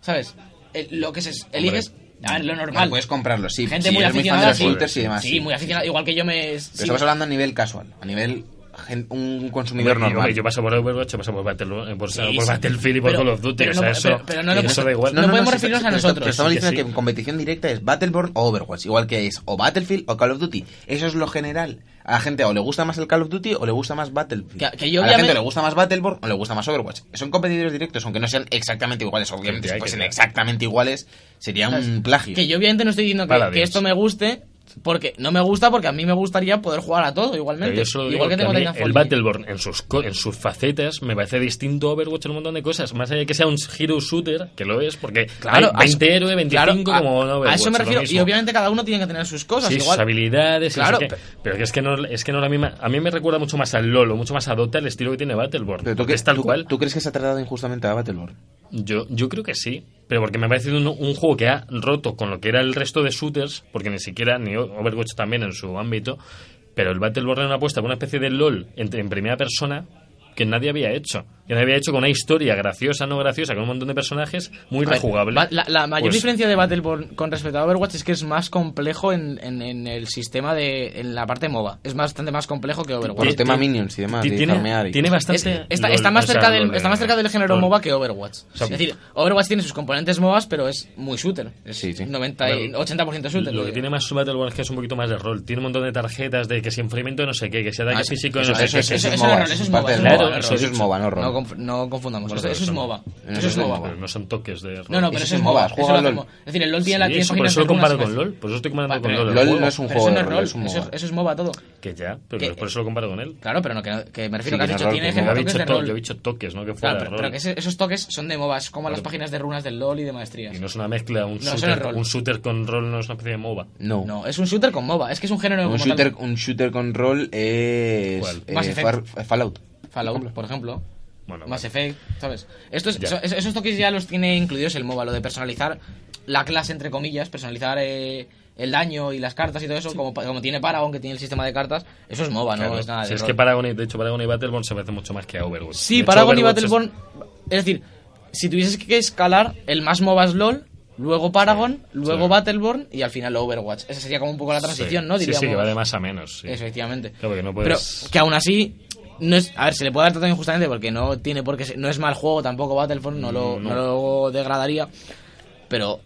Speaker 4: ¿Sabes? El- lo que se eliges, a ver, lo normal.
Speaker 3: no Puedes comprarlo, sí.
Speaker 4: Gente
Speaker 3: sí,
Speaker 4: muy
Speaker 3: eres fan
Speaker 4: aficionada.
Speaker 3: de los
Speaker 4: sí.
Speaker 3: shooters y demás.
Speaker 4: Sí, muy aficionada. Igual que yo me.
Speaker 3: Pero
Speaker 4: sí.
Speaker 3: estamos hablando a nivel casual, a nivel gen- un consumidor
Speaker 2: Hombre,
Speaker 3: normal.
Speaker 2: Yo paso por Overwatch, yo paso por, Battle- eh, por-
Speaker 4: Sí,
Speaker 2: por
Speaker 4: sí.
Speaker 2: Battlefield y por
Speaker 4: Pero-
Speaker 2: Call of Duty,
Speaker 4: pero
Speaker 2: o
Speaker 4: no-
Speaker 2: sea, eso,
Speaker 4: pero- pero no lo-
Speaker 2: eso da igual.
Speaker 4: Pues No podemos
Speaker 3: sí,
Speaker 4: referirnos
Speaker 3: sí,
Speaker 4: a
Speaker 3: pero
Speaker 4: nosotros.
Speaker 3: pero Estamos
Speaker 2: Sí, que
Speaker 3: diciendo que,
Speaker 2: sí.
Speaker 3: en competición directa es Battleborn o Overwatch, igual que es o Battlefield o Call of Duty. Eso es lo general. A la gente o le gusta más el Call of Duty o le gusta más Battlefield.
Speaker 4: Que- que
Speaker 3: a
Speaker 4: yo
Speaker 3: la
Speaker 4: obviamente-
Speaker 3: gente le gusta más Battleborn o le gusta más Overwatch. Son competidores directos, aunque no sean exactamente iguales. Obviamente,
Speaker 2: Que hay
Speaker 3: si
Speaker 2: que
Speaker 3: fuesen
Speaker 2: ser.
Speaker 3: exactamente iguales, sería un plagio.
Speaker 4: Que yo obviamente no estoy diciendo que,
Speaker 2: Paladins.
Speaker 4: que esto me guste, porque no me gusta porque a mí me gustaría poder jugar a todo igualmente.
Speaker 2: Pero yo solo digo
Speaker 4: igual que
Speaker 2: que a
Speaker 4: tengo
Speaker 2: mí
Speaker 4: Titanfall.
Speaker 2: el Battleborn en sus, co- en sus facetas me parece distinto a Overwatch en un montón de cosas. Más allá de que sea un hero shooter, que lo es, porque
Speaker 4: Claro, a
Speaker 2: hay
Speaker 4: eso-
Speaker 2: 20 héroes, 25
Speaker 4: claro, a-
Speaker 2: como en Overwatch.
Speaker 4: A eso
Speaker 2: lo
Speaker 4: me refiero. Y
Speaker 2: mismo.
Speaker 4: obviamente cada uno tiene que tener sus cosas.
Speaker 2: Sí, sus
Speaker 4: igual.
Speaker 2: habilidades, y no sé
Speaker 4: Claro,
Speaker 2: qué.
Speaker 4: pe-
Speaker 2: pero que es que no es que no la misma. A mí me recuerda mucho más al Lolo, mucho más a Dota el estilo que tiene Battleborn.
Speaker 3: Pero tú,
Speaker 2: porque
Speaker 3: que-
Speaker 2: es tal
Speaker 3: tú-
Speaker 2: cual.
Speaker 3: ¿Tú crees que se ha tratado injustamente a Battleborn?
Speaker 2: Yo, yo creo que sí, pero porque me ha parecido un, un juego que ha roto con lo que era el resto de shooters, porque ni siquiera, ni Overwatch también en su ámbito, pero el Battleborn era una apuesta por una especie de LOL entre- en primera persona que nadie había hecho. que me había hecho con una historia graciosa, no graciosa, con un montón de personajes, muy
Speaker 4: A ver,
Speaker 2: rejugable.
Speaker 4: va- La, la mayor
Speaker 2: Pues-
Speaker 4: diferencia de Battleborn con respecto a Overwatch es que es más complejo en, en- en el sistema de. en la parte MOBA. Es bastante más complejo que
Speaker 3: Por
Speaker 4: Overwatch.
Speaker 3: los
Speaker 2: Tiene-
Speaker 3: temas
Speaker 2: tiene-
Speaker 3: minions y demás,
Speaker 2: ti-
Speaker 3: de farmear
Speaker 2: tiene,
Speaker 3: y
Speaker 2: tiene
Speaker 3: cosas.
Speaker 4: Es-
Speaker 2: bastante.
Speaker 4: está,
Speaker 2: LOL,
Speaker 4: está, más
Speaker 2: o sea,
Speaker 4: cerca del,
Speaker 2: LOL,
Speaker 4: está más cerca del género
Speaker 2: LOL.
Speaker 4: MOBA que Overwatch.
Speaker 2: sea,
Speaker 4: es decir, Overwatch tiene sus componentes MOBAs, pero es muy shooter. Es
Speaker 3: Sí, sí.
Speaker 4: 90 y- 80% shooter.
Speaker 2: Lo que
Speaker 4: diría.
Speaker 2: tiene más Battleborn es que es un poquito más de rol. Tiene un montón de tarjetas de que si enfrentamiento no sé qué, que si ataque
Speaker 4: Ah, sí.
Speaker 2: físico
Speaker 4: Eso-
Speaker 2: no sé
Speaker 4: eso
Speaker 2: qué.
Speaker 4: es-
Speaker 2: que
Speaker 4: eso
Speaker 2: si-
Speaker 4: es
Speaker 3: es MOBA,
Speaker 4: eso
Speaker 3: eso
Speaker 4: es
Speaker 3: es parte del
Speaker 4: MOBA,
Speaker 3: MOBA,
Speaker 2: eso
Speaker 3: eso
Speaker 2: es
Speaker 3: es MOBA, no
Speaker 4: No,
Speaker 3: rol.
Speaker 4: conf- no confundamos.
Speaker 2: Bueno,
Speaker 4: eso, eso es
Speaker 2: son-
Speaker 4: MOBA.
Speaker 3: eso
Speaker 4: Eso es
Speaker 3: es
Speaker 4: MOBA.
Speaker 3: MOBA.
Speaker 2: No son toques de rol.
Speaker 4: No, no,
Speaker 2: Sí,
Speaker 4: pero
Speaker 3: Eso
Speaker 4: eso
Speaker 3: es
Speaker 4: es
Speaker 3: MOBA,
Speaker 4: MOBA.
Speaker 3: juega
Speaker 4: eso lo
Speaker 3: al
Speaker 4: hacemos-
Speaker 3: LOL.
Speaker 4: Es decir, el LOL tiene, la- tiene
Speaker 2: eso,
Speaker 4: sus
Speaker 2: por eso lo
Speaker 4: miniaturas
Speaker 2: comparo con
Speaker 4: algunas veces. Ah,
Speaker 2: LOL. Por eso estoy comparando con
Speaker 4: Pero
Speaker 2: LOL. el
Speaker 3: LOL
Speaker 2: juego.
Speaker 3: no es un
Speaker 4: Pero
Speaker 3: juego
Speaker 4: eso no
Speaker 3: de
Speaker 4: es
Speaker 3: rol,
Speaker 4: rol,
Speaker 3: es un
Speaker 4: eso
Speaker 3: MOBA.
Speaker 4: eso es MOBA todo.
Speaker 2: Que ya, pero
Speaker 4: Que-
Speaker 2: por eso lo comparo con él.
Speaker 4: Claro, pero no, que, que me refiero
Speaker 3: Sí,
Speaker 4: que has
Speaker 3: que
Speaker 4: dicho
Speaker 3: rol,
Speaker 4: tiene
Speaker 3: que
Speaker 2: Yo
Speaker 4: género
Speaker 2: he
Speaker 3: Claro,
Speaker 4: toques
Speaker 2: dicho
Speaker 4: de
Speaker 2: to-
Speaker 4: rol.
Speaker 2: yo he dicho toques, ¿no? Que fuera de
Speaker 4: Claro, Ah, pero,
Speaker 2: rol.
Speaker 4: pero que ese- esos toques son de MOBAs, como las páginas de runas del LOL y demás trías.
Speaker 2: Y no es una mezcla, un,
Speaker 4: eso no es
Speaker 2: shooter,
Speaker 4: rol.
Speaker 2: un shooter con rol no es una especie de MOBA.
Speaker 3: No.
Speaker 4: No, es un shooter con MOBA, es que es un género
Speaker 3: Un
Speaker 4: como
Speaker 3: shooter,
Speaker 4: tal.
Speaker 3: un shooter con rol es
Speaker 2: ¿Cuál?
Speaker 3: eh,
Speaker 4: Mass Effect.
Speaker 3: Far- Fallout.
Speaker 4: Fallout, por ejemplo.
Speaker 2: Bueno,
Speaker 4: Mass
Speaker 2: vale.
Speaker 4: Effect, ¿sabes? Esto es-
Speaker 2: Ya.
Speaker 4: eso- esos toques ya los tiene incluidos el MOBA, lo de personalizar la clase, entre comillas, personalizar eh, el daño y las cartas y todo eso, como, pa- como tiene Paragon, que tiene el sistema de cartas, eso es MOBA,
Speaker 2: Claro.
Speaker 4: no es nada de
Speaker 2: Si es
Speaker 4: rol.
Speaker 2: que Paragon y, de hecho, Paragon y Battleborn se parece mucho más que a Overwatch. De
Speaker 4: Sí,
Speaker 2: hecho,
Speaker 4: Paragon y
Speaker 2: Overwatch es-
Speaker 4: Battleborn. Es... decir, si tuvieses que escalar, el más MOBA es LOL, luego Paragon, luego
Speaker 2: sí.
Speaker 4: Battleborn y al final Overwatch. Esa sería como un poco la transición, ¿no?
Speaker 2: Sí,
Speaker 4: Diríamos.
Speaker 2: Sí, sí, que va de más a menos. sí.
Speaker 4: Efectivamente.
Speaker 2: Claro, porque no puedes-
Speaker 4: Pero que aún así. No es, a ver, se le puede dar tratamiento injustamente porque no tiene por qué ser- no es mal juego tampoco Battleborn, no lo, no.
Speaker 2: Mm, No.
Speaker 4: lo degradaría. Pero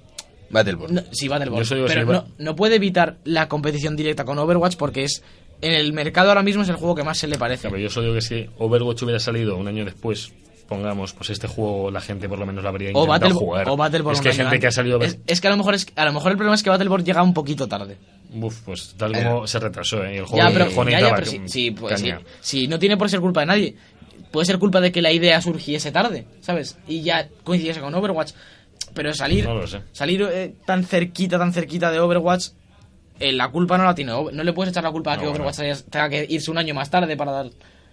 Speaker 3: Battleborn.
Speaker 4: no, sí, Battleborn.
Speaker 2: Yo solo digo,
Speaker 4: pero
Speaker 2: sí,
Speaker 4: no,
Speaker 2: va-
Speaker 4: no puede evitar la competición directa con Overwatch porque es en el mercado ahora mismo es el juego que más se le parece.
Speaker 2: Ya, pero yo solo digo que si Overwatch hubiera salido un año después, pongamos, pues este juego la gente por lo menos lo habría
Speaker 4: o
Speaker 2: intentado
Speaker 4: Battle,
Speaker 2: jugar.
Speaker 4: o Battleborn
Speaker 2: es que hay
Speaker 4: un
Speaker 2: gente
Speaker 4: año
Speaker 2: que ha salido...
Speaker 4: antes. Es, es que a lo mejor es a lo mejor el problema es que Battleborn llega un poquito tarde.
Speaker 2: Uf, pues tal como se retrasó, ¿eh? El juego,
Speaker 4: ya,
Speaker 2: el
Speaker 4: pero,
Speaker 2: juego
Speaker 4: ya,
Speaker 2: necesitaba
Speaker 4: ya, pero sí,
Speaker 2: ca-
Speaker 4: sí, pues, sí,
Speaker 2: caña.
Speaker 4: sí, no tiene por ser culpa de nadie. Puede ser culpa de que la idea surgiese tarde, ¿sabes? Y ya coincidiese con Overwatch. Pero salir,
Speaker 2: No lo sé.
Speaker 4: salir eh, tan cerquita, tan cerquita de Overwatch, eh, la culpa no la tiene. Over- No le puedes echar la culpa a
Speaker 2: No,
Speaker 4: que
Speaker 2: bueno.
Speaker 4: Overwatch haya- tenga que irse un año más tarde para dar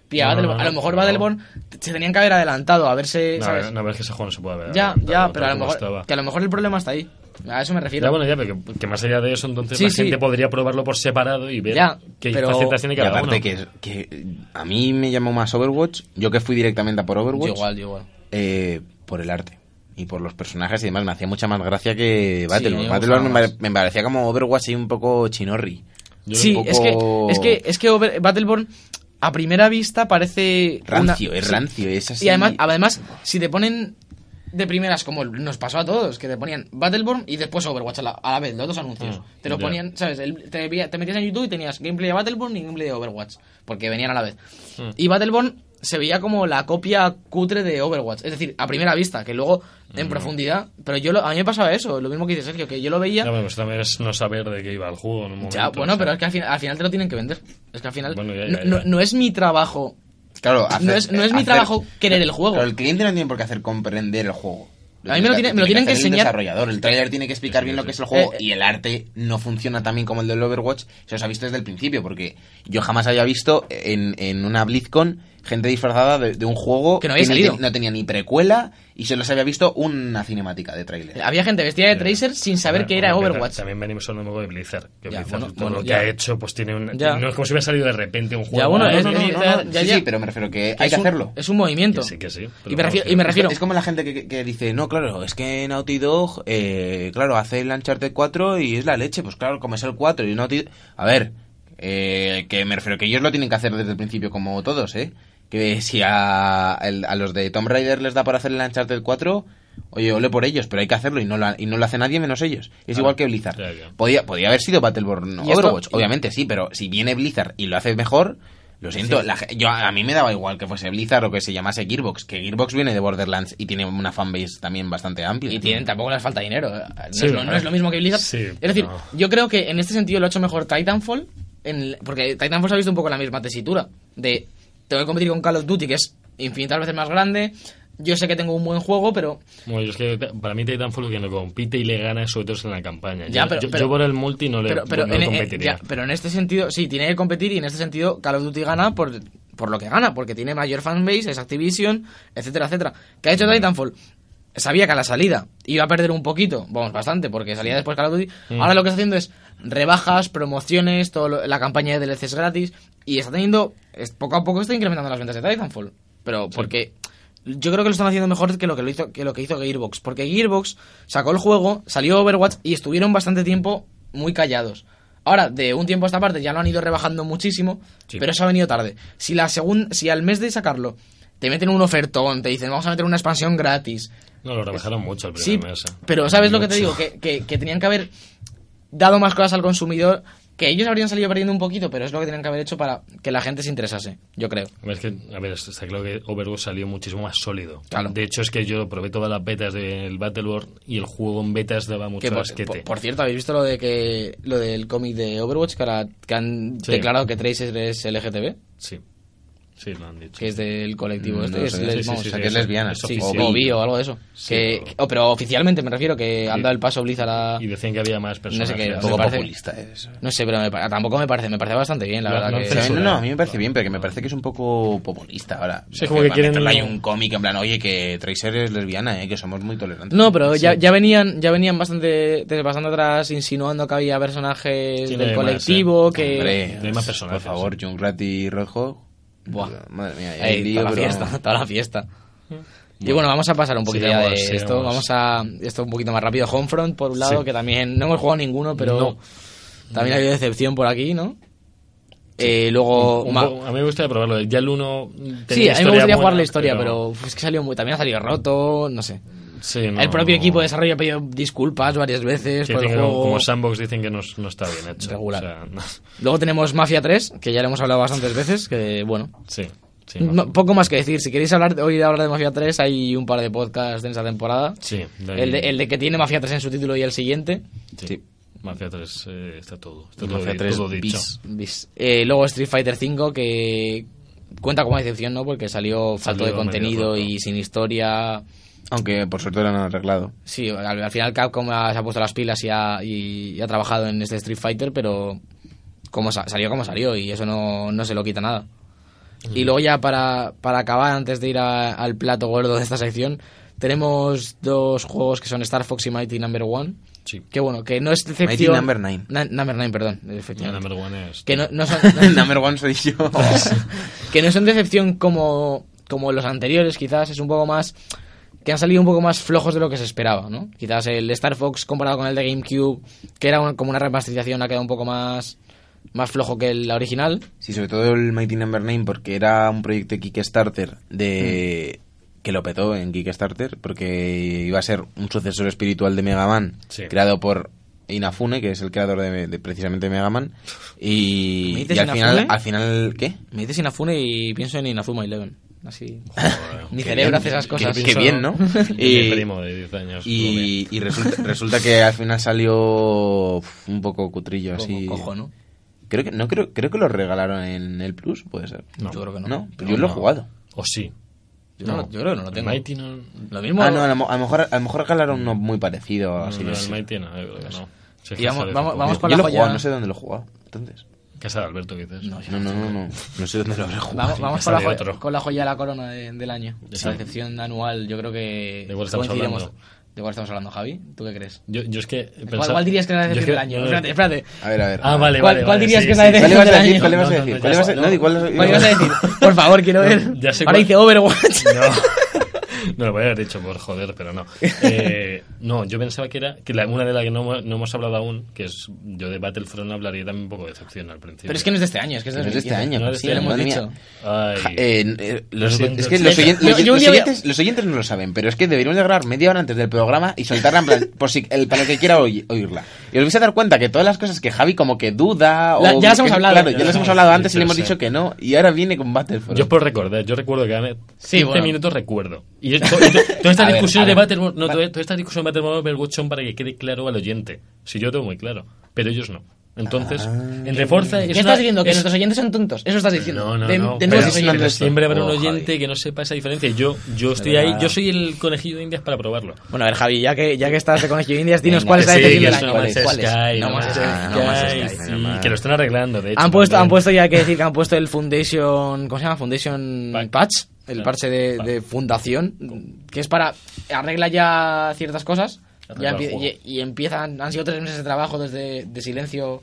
Speaker 4: pie a
Speaker 2: No, no,
Speaker 4: Battleborn.
Speaker 2: no,
Speaker 4: a lo
Speaker 2: no,
Speaker 4: mejor
Speaker 2: no.
Speaker 4: Battleborn se tenían que haber adelantado, a verse,
Speaker 2: No, a
Speaker 4: ¿sabes?
Speaker 2: ver, no, a ver, es que ese juego no se puede ver.
Speaker 4: Ya,
Speaker 2: tal-
Speaker 4: ya,
Speaker 2: tal
Speaker 4: pero a lo,
Speaker 2: como
Speaker 4: mejor,
Speaker 2: estaba.
Speaker 4: que a lo mejor el problema está ahí. A eso me refiero.
Speaker 2: Ya, bueno, ya, pero que, que más allá de eso, entonces
Speaker 4: Sí,
Speaker 2: la
Speaker 4: sí.
Speaker 2: gente podría probarlo por separado y ver
Speaker 4: Ya,
Speaker 2: qué
Speaker 4: pero-
Speaker 2: facetas tiene
Speaker 3: Y
Speaker 2: cada
Speaker 3: aparte
Speaker 2: uno.
Speaker 3: que, que a mí me llamó más Overwatch, yo que fui directamente a por
Speaker 4: Yo
Speaker 3: Overwatch,
Speaker 4: igual, yo igual.
Speaker 3: eh, por el arte y por los personajes y demás, me hacía mucha más gracia que
Speaker 4: a mí
Speaker 3: Battleborn.
Speaker 4: me
Speaker 3: Battleborn me,
Speaker 4: gustaba más.
Speaker 3: pare- me parecía como Overwatch y un poco chinorri.
Speaker 2: Yo
Speaker 4: Sí,
Speaker 3: un
Speaker 4: es que,
Speaker 3: poco-
Speaker 4: es que, es que Over- Battleborn a primera vista parece... una-
Speaker 3: Rancio, es
Speaker 4: sí.
Speaker 3: rancio, es así.
Speaker 4: Y además, además, si te ponen de primeras, como nos pasó a todos, que te ponían Battleborn y después Overwatch a la, a la vez, los dos anuncios.
Speaker 2: Ah,
Speaker 4: te lo
Speaker 2: ya.
Speaker 4: ponían, ¿sabes? El- te, vi- te metías en YouTube y tenías gameplay de Battleborn y gameplay de Overwatch, porque venían a la vez.
Speaker 2: Hmm.
Speaker 4: Y Battleborn se veía como la copia cutre de Overwatch, es decir, a primera vista, que luego en
Speaker 2: Mm.
Speaker 4: profundidad... Pero yo lo- a mí me pasaba eso, lo mismo que dice Sergio, que yo lo veía...
Speaker 2: Ya, bueno, pues también es no saber de qué iba el juego en un momento.
Speaker 4: Ya, bueno,
Speaker 2: o sea.
Speaker 4: pero es que al final, al final te lo tienen que vender. Es que al final
Speaker 2: Bueno, ya,
Speaker 4: no-
Speaker 2: ya,
Speaker 4: no,
Speaker 2: ya.
Speaker 4: no es mi trabajo.
Speaker 3: Claro, hacer-
Speaker 4: no es- no es mi trabajo querer el juego.
Speaker 3: Pero el cliente no tiene por qué hacer comprender el juego.
Speaker 4: A mí me lo tiene- me lo tienen que
Speaker 3: hacer
Speaker 4: enseñar.
Speaker 3: El desarrollador, el trailer tiene que
Speaker 2: Sí,
Speaker 3: explicar
Speaker 2: sí,
Speaker 3: bien lo
Speaker 2: sí.
Speaker 3: que es el juego
Speaker 4: Eh, eh.
Speaker 3: y el arte no funciona tan bien como el del Overwatch. Se os ha visto desde el principio, porque yo jamás había visto en, en una BlizzCon gente disfrazada de, de un juego
Speaker 4: Que no había
Speaker 3: ni
Speaker 4: salido.
Speaker 3: te- no tenía ni precuela y se los había visto una cinemática de trailer.
Speaker 4: Había gente vestida de
Speaker 2: Ya.
Speaker 4: Tracer sin saber
Speaker 2: Bueno,
Speaker 4: que era
Speaker 2: hombre, pero
Speaker 4: Overwatch.
Speaker 2: También venimos a un nuevo de Blizzard. Que
Speaker 4: Ya,
Speaker 2: Blizzard,
Speaker 4: bueno,
Speaker 2: todo
Speaker 4: bueno,
Speaker 2: lo que
Speaker 4: ya.
Speaker 2: ha hecho, pues tiene un.
Speaker 4: Ya.
Speaker 2: No es como si hubiera salido de repente un juego.
Speaker 4: bueno,
Speaker 2: No,
Speaker 4: es-
Speaker 2: no, no,
Speaker 4: es-
Speaker 2: no,
Speaker 4: ya,
Speaker 3: Sí,
Speaker 4: ya,
Speaker 3: sí,
Speaker 4: ya.
Speaker 3: pero me refiero que
Speaker 4: Que
Speaker 3: hay
Speaker 4: es
Speaker 3: que
Speaker 4: un-
Speaker 3: hacerlo.
Speaker 4: Es un movimiento.
Speaker 2: Que sí, que sí, pero
Speaker 4: Y me refiero,
Speaker 2: vamos,
Speaker 4: y me
Speaker 2: que-
Speaker 4: refiero-
Speaker 3: Es como la gente que, que- que dice, no, claro, es que Naughty Dog, eh, claro, hace el Uncharted 4 y es la leche. Pues claro, como es el 4 y Naughty A ver, eh, que me refiero que ellos lo tienen que hacer desde el principio como todos, ¿eh? Que si a, el- a los de Tomb Raider les da para hacer el Uncharted 4, oye, ole por ellos, pero hay que hacerlo y no lo, ha- y no lo hace nadie menos ellos. Es igual que Blizzard.
Speaker 2: ya, ya.
Speaker 3: Podía, podía haber sido Battleborn
Speaker 4: ¿Y esto?
Speaker 3: Overwatch, obviamente sí, pero si viene Blizzard y lo hace mejor, lo siento, la ge- yo, a mí me daba igual que fuese Blizzard o que se llamase Gearbox, que Gearbox viene de Borderlands y tiene una fanbase también bastante amplia.
Speaker 4: Y tienen, tampoco les falta dinero. No,
Speaker 2: Sí,
Speaker 4: es, lo, no
Speaker 2: vale.
Speaker 4: es lo mismo que Blizzard.
Speaker 2: Sí,
Speaker 4: es decir,
Speaker 2: pero-
Speaker 4: yo creo que en este sentido lo ha hecho mejor Titanfall. en- porque Titanfall se ha visto un poco en la misma tesitura. De tengo que competir con Call of Duty, que es infinitas veces más grande. Yo sé que tengo un buen juego, pero
Speaker 2: Bueno, yo es que ta- para mí Titanfall quien lo compite y le gana es otros en la campaña.
Speaker 4: Ya,
Speaker 2: yo,
Speaker 4: pero-
Speaker 2: yo-
Speaker 4: pero-
Speaker 2: yo por el multi no le,
Speaker 4: pero, pero
Speaker 2: no
Speaker 4: en,
Speaker 2: le
Speaker 4: en-
Speaker 2: competiría.
Speaker 4: ya, pero en este sentido, sí, tiene que competir y en este sentido Call of Duty gana por, por lo que gana, porque tiene mayor fanbase, es Activision, etcétera, etcétera. ¿Qué ha hecho Titanfall? Sabía que a la salida iba a perder un poquito, vamos, bastante, porque salía después Call of Duty.
Speaker 2: Mm.
Speaker 4: Ahora lo que está haciendo es rebajas, promociones, todo lo- la campaña de DLCs gratis y está teniendo, es- poco a poco está incrementando las ventas de Titanfall, pero porque yo creo que lo están haciendo mejor que lo que, lo hizo, que lo que hizo Gearbox. Porque Gearbox sacó el juego, salió Overwatch y estuvieron bastante tiempo muy callados. Ahora, de un tiempo a esta parte ya lo han ido rebajando muchísimo,
Speaker 2: Sí.
Speaker 4: pero eso ha venido tarde. Si, la segun- si al mes de sacarlo te meten un ofertón, te dicen vamos a meter una expansión gratis.
Speaker 2: No, lo rebajaron mucho al
Speaker 4: Sí,
Speaker 2: primer mes. ¿eh?
Speaker 4: pero ¿sabes lo que te
Speaker 2: Mucho.
Speaker 4: digo? Que, que- que tenían que haber dado más cosas al consumidor, que ellos habrían salido perdiendo un poquito, pero es lo que tenían que haber hecho para que la gente se interesase, yo creo.
Speaker 2: A ver, es que, a ver, está claro que Overwatch salió muchísimo más sólido.
Speaker 4: Claro.
Speaker 2: De hecho, es que yo probé todas las betas del Battleborn y el juego en betas daba mucho
Speaker 4: Que por,
Speaker 2: asquete.
Speaker 4: por- por cierto, habéis visto lo de que lo del cómic de Overwatch que, ahora- que han
Speaker 2: Sí.
Speaker 4: declarado que Tracer es LGTB,
Speaker 2: Sí, sí, lo han dicho.
Speaker 4: que es del colectivo
Speaker 3: Mm, No
Speaker 4: este,
Speaker 3: lo
Speaker 4: es
Speaker 3: sé,
Speaker 4: les-
Speaker 2: Mm, sí, sí,
Speaker 4: vamos,
Speaker 3: o
Speaker 2: sí,
Speaker 3: sea,
Speaker 2: sí,
Speaker 3: que es
Speaker 2: sí.
Speaker 3: lesbiana.
Speaker 2: Es
Speaker 4: sí,
Speaker 2: sí,
Speaker 4: o
Speaker 2: sí.
Speaker 4: bi o algo de eso.
Speaker 2: Sí,
Speaker 4: que,
Speaker 2: o-
Speaker 4: oh, pero oficialmente me refiero que han
Speaker 2: Sí.
Speaker 4: dado el paso Blizzard a
Speaker 2: Y decían que había más
Speaker 4: No
Speaker 2: personas.
Speaker 4: sé qué,
Speaker 2: que-
Speaker 4: me
Speaker 3: poco
Speaker 4: parece-
Speaker 3: populista es.
Speaker 4: no sé, pero me pa- tampoco me parece, me parece bastante bien, la
Speaker 2: Lo-
Speaker 4: verdad
Speaker 2: lo han
Speaker 4: que
Speaker 3: O sea,
Speaker 2: censurado.
Speaker 3: no, no, a mí me parece bien, pero que me parece que es un poco populista ahora.
Speaker 2: Sí, como que
Speaker 3: para
Speaker 2: quieren-
Speaker 3: meterle ahí un cómic en plan, oye, que Tracer es lesbiana, eh, que somos muy tolerantes.
Speaker 4: No, pero ya, ya venían, ya venían bastante, desde bastante atrás insinuando que había personajes
Speaker 2: Sí, no
Speaker 4: del
Speaker 2: hay más,
Speaker 4: colectivo,
Speaker 2: ¿eh?
Speaker 4: que
Speaker 3: Hombre,
Speaker 2: no hay más personajes,
Speaker 3: Por favor, John Rat y Rojo.
Speaker 4: Buah.
Speaker 3: Madre mía, ya hay
Speaker 4: Ey,
Speaker 3: lío,
Speaker 4: toda la
Speaker 3: pero-
Speaker 4: fiesta, toda la fiesta. Y bueno, vamos a pasar un poquito ya
Speaker 2: Sigamos,
Speaker 4: de
Speaker 2: sigamos.
Speaker 4: esto, vamos a esto un poquito más rápido. Homefront, por un lado,
Speaker 2: Sí.
Speaker 4: que también no hemos jugado ninguno, pero
Speaker 2: No.
Speaker 4: también ha habido decepción por aquí, ¿no? Eh, luego...
Speaker 2: Un
Speaker 4: ma-
Speaker 2: poco- a mí me gustaría probarlo. Ya el 1
Speaker 4: sí, a mí me gustaría jugar la historia, pero, uf, es que salió muy, también ha salido roto, no sé. el propio equipo de desarrollo ha pedido disculpas varias veces
Speaker 2: que
Speaker 4: por el
Speaker 2: tiene como-
Speaker 4: juego.
Speaker 2: Como Sandbox dicen que no, no está bien hecho.
Speaker 4: Regular.
Speaker 2: O sea, no-
Speaker 4: Luego tenemos Mafia 3, que ya le hemos hablado bastantes veces, que bueno,
Speaker 2: sí, sí. no.
Speaker 4: no- poco más que decir. Si queréis hablar hoy hablar de Mafia 3, hay un par de podcasts en esta temporada.
Speaker 2: Sí, de ahí-
Speaker 4: El de, el de que tiene Mafia 3 en su título y el siguiente.
Speaker 2: sí.
Speaker 3: Sí.
Speaker 2: Mafia 3 eh, está todo. Está
Speaker 3: Mafia
Speaker 2: todo, di-
Speaker 3: 3
Speaker 2: todo dicho.
Speaker 3: bis.
Speaker 4: Bis. Eh, luego Street Fighter 5, que cuenta como decepción, ¿no? Porque salió
Speaker 2: Salió
Speaker 4: falto de
Speaker 2: medio
Speaker 4: contenido
Speaker 2: roto.
Speaker 4: y sin historia.
Speaker 3: Aunque por suerte lo han arreglado.
Speaker 4: Sí, al, al final Capcom ha- se ha puesto las pilas y ha, y- y ha trabajado en este Street Fighter, pero como sa- salió como salió y eso no, no se lo quita nada. Y luego ya para, para acabar, antes de ir a- al plato gordo de esta sección, tenemos dos juegos que son Star Fox y Mighty Number One.
Speaker 2: Sí.
Speaker 4: Que bueno, que no es decepción...
Speaker 3: Number Nine.
Speaker 4: Na- number Nine, perdón,
Speaker 2: Ya,
Speaker 4: efectivamente.
Speaker 2: number one es-
Speaker 4: Que no, no son,
Speaker 3: Number one soy yo.
Speaker 4: que no son decepción como, como los anteriores, quizás es un poco más que han salido un poco más flojos de lo que se esperaba, ¿no? Quizás el Star Fox comparado con el de GameCube, que era un- como una remasterización, ha quedado un poco más más flojo que el original.
Speaker 3: sí, sobre todo el Mighty Number Nine, porque era un proyecto de Kickstarter de...
Speaker 4: Mm.
Speaker 3: que lo petó en Kickstarter, porque iba a ser un sucesor espiritual de Mega Man,
Speaker 2: Sí.
Speaker 3: creado por Inafune, que es el creador de, de precisamente Mega Man. Y,
Speaker 4: ¿Me dices
Speaker 3: y al
Speaker 4: Inafune?
Speaker 3: final, al final, ¿qué?
Speaker 4: Me dices Inafune y pienso en Inafuma Eleven, así.
Speaker 3: Ah,
Speaker 2: Joder.
Speaker 4: Mi
Speaker 3: Qué
Speaker 4: cerebro
Speaker 3: bien,
Speaker 4: hace esas
Speaker 3: qué-
Speaker 4: cosas.
Speaker 3: qué bien, ¿no?
Speaker 2: Y, mi
Speaker 3: Y-
Speaker 2: primo de 10 años.
Speaker 3: Y, y resulta, resulta que al final salió uf, un poco cutrillo
Speaker 4: Como
Speaker 3: así.
Speaker 4: cojo, ¿no?
Speaker 3: Creo que no creo creo que lo regalaron en el Plus, puede ser.
Speaker 2: No.
Speaker 4: Yo creo que no.
Speaker 3: No,
Speaker 2: No,
Speaker 3: yo lo
Speaker 2: no.
Speaker 3: he jugado.
Speaker 2: O sí.
Speaker 4: Yo, no lo- yo creo que no lo
Speaker 2: El
Speaker 4: tengo.
Speaker 2: Mighty no.
Speaker 4: Lo mismo.
Speaker 3: Ah, no, a lo, mo- a lo mejor a lo mejor regalaron uno muy parecido
Speaker 2: no,
Speaker 3: así
Speaker 2: no,
Speaker 3: de
Speaker 2: el
Speaker 3: ese.
Speaker 2: Mighty no, yo creo que no. Si es
Speaker 4: Pues Y
Speaker 2: que
Speaker 4: vamos-
Speaker 2: sale
Speaker 4: vamos-
Speaker 2: hace
Speaker 4: vamos
Speaker 2: poco.
Speaker 4: con
Speaker 3: yo
Speaker 4: la
Speaker 3: lo he jugado,
Speaker 4: joya.
Speaker 3: no sé dónde lo he jugado. Entonces,
Speaker 2: Casa de Alberto, ¿qué dices?
Speaker 4: No, yo
Speaker 3: no, no, no, no, no sé dónde lo habré jugado.
Speaker 4: Vamos, vamos
Speaker 2: Pasa
Speaker 4: con, la
Speaker 2: de
Speaker 4: joya,
Speaker 2: otro.
Speaker 4: con la joya de la corona de- del año.
Speaker 2: Sí.
Speaker 4: La excepción anual, yo creo que.
Speaker 2: ¿De cuál estamos
Speaker 4: coincidiremos.
Speaker 2: hablando?
Speaker 4: ¿De cuál estamos hablando, Javi? ¿tú qué crees?
Speaker 2: Yo, yo es que.
Speaker 4: ¿Cuál,
Speaker 2: pensaba-
Speaker 4: cuál dirías que es la
Speaker 2: yo es
Speaker 4: decepción
Speaker 2: que-
Speaker 4: del año?
Speaker 2: no, no.
Speaker 4: Espérate, espérate.
Speaker 3: A ver, a ver.
Speaker 2: Ah, vale,
Speaker 4: ¿Cuál-
Speaker 2: vale.
Speaker 4: cuál
Speaker 2: vale,
Speaker 4: dirías
Speaker 2: sí,
Speaker 4: que es
Speaker 2: sí,
Speaker 4: la
Speaker 2: sí.
Speaker 4: decepción
Speaker 3: ¿Cuál ibas a
Speaker 4: del
Speaker 3: decir?
Speaker 4: año?
Speaker 3: ¿Cuál ibas a
Speaker 2: No, no, no,
Speaker 3: decir? ¿Cuál
Speaker 2: ya
Speaker 3: ibas
Speaker 2: está,
Speaker 3: a
Speaker 2: no.
Speaker 3: decir? No, di, ¿cuál ibas a-
Speaker 4: ¿Cuál ibas a decir? Por favor, quiero ver.
Speaker 2: Ya sé
Speaker 4: Ahora
Speaker 2: cuál.
Speaker 4: dice Overwatch.
Speaker 2: No, no lo voy a haber dicho por joder, pero no. Eh, no, yo pensaba que era que la- una de las que no, hemo- no hemos hablado aún, que es yo de Battlefront hablaría también un poco de decepción al principio.
Speaker 4: Pero es que no es de este año, es que es de
Speaker 3: No es de este
Speaker 4: 2015.
Speaker 3: año,
Speaker 2: No es de
Speaker 3: sí,
Speaker 2: este año.
Speaker 4: lo
Speaker 3: madre
Speaker 4: hemos
Speaker 3: mía.
Speaker 4: dicho.
Speaker 2: Ay,
Speaker 3: Ja- eh, eh, los-
Speaker 2: siento.
Speaker 3: es que los,
Speaker 2: Yo-
Speaker 3: oyen- los-
Speaker 4: yo un
Speaker 3: los
Speaker 4: día voy a-
Speaker 3: oyentes, los oyentes no lo saben, pero es que deberíamos de grabar media hora antes del programa y soltarla en plan, por si, el, para el que quiera oy- oírla. Y os vais a dar cuenta que todas las cosas que Javi como que duda o...
Speaker 4: La- ya las hemos
Speaker 3: que-
Speaker 4: hablado.
Speaker 3: Claro, ya
Speaker 4: Ya las
Speaker 3: las hemos
Speaker 2: hemos
Speaker 3: hablado
Speaker 2: dicho,
Speaker 3: antes y le hemos
Speaker 2: sí.
Speaker 3: dicho que no. Y ahora viene con Battlefront.
Speaker 2: yo por recordar, yo recuerdo que hace 15
Speaker 4: Sí, bueno.
Speaker 2: minutos recuerdo. Y esto- esto- toda esta
Speaker 3: A ver,
Speaker 2: discusión
Speaker 3: a
Speaker 2: de
Speaker 3: ver.
Speaker 2: Battlefront, no, toda, toda esta discusión de Battlefront Overwatch son para que quede claro al oyente. Si yo tengo muy claro, pero ellos no. Entonces, entre fuerza
Speaker 4: Ah. ¿Qué
Speaker 2: es
Speaker 4: estás
Speaker 2: una-
Speaker 4: diciendo? ¿Que
Speaker 2: es-
Speaker 4: nuestros oyentes son tontos? Eso estás diciendo.
Speaker 2: No, no,
Speaker 4: de,
Speaker 2: no.
Speaker 4: de
Speaker 2: pero,
Speaker 4: nuevos oyentes.
Speaker 2: pero siempre habrá un
Speaker 3: Oh, joder.
Speaker 2: oyente que no sepa esa diferencia. Yo, yo estoy ahí, yo soy el conejillo de indias para probarlo.
Speaker 4: Bueno, a ver, Javi, ya que, ya que estás de Conejillo Indias, dinos
Speaker 3: Venga,
Speaker 4: cuál es la
Speaker 3: que sí,
Speaker 4: decepción del
Speaker 3: que
Speaker 4: año.
Speaker 3: no más
Speaker 4: ¿Cuál es?
Speaker 2: Sky,
Speaker 4: No
Speaker 2: no
Speaker 4: más
Speaker 2: más
Speaker 4: Sky,
Speaker 3: no más
Speaker 2: Sky,
Speaker 3: Sky,
Speaker 2: sí,
Speaker 3: no más.
Speaker 2: que lo están arreglando, de hecho.
Speaker 4: Han puesto,
Speaker 2: también.
Speaker 4: han puesto ya hay que decir que han puesto el Foundation, ¿cómo se llama? Foundation
Speaker 2: Patch.
Speaker 4: Patch, el
Speaker 2: Claro.
Speaker 4: parche de,
Speaker 2: Patch.
Speaker 4: de fundación, que es para arregla ya ciertas cosas.
Speaker 2: Arregla
Speaker 4: Ya
Speaker 2: el
Speaker 4: empie-
Speaker 2: juego.
Speaker 4: y, y empiezan, han sido tres meses de trabajo desde de silencio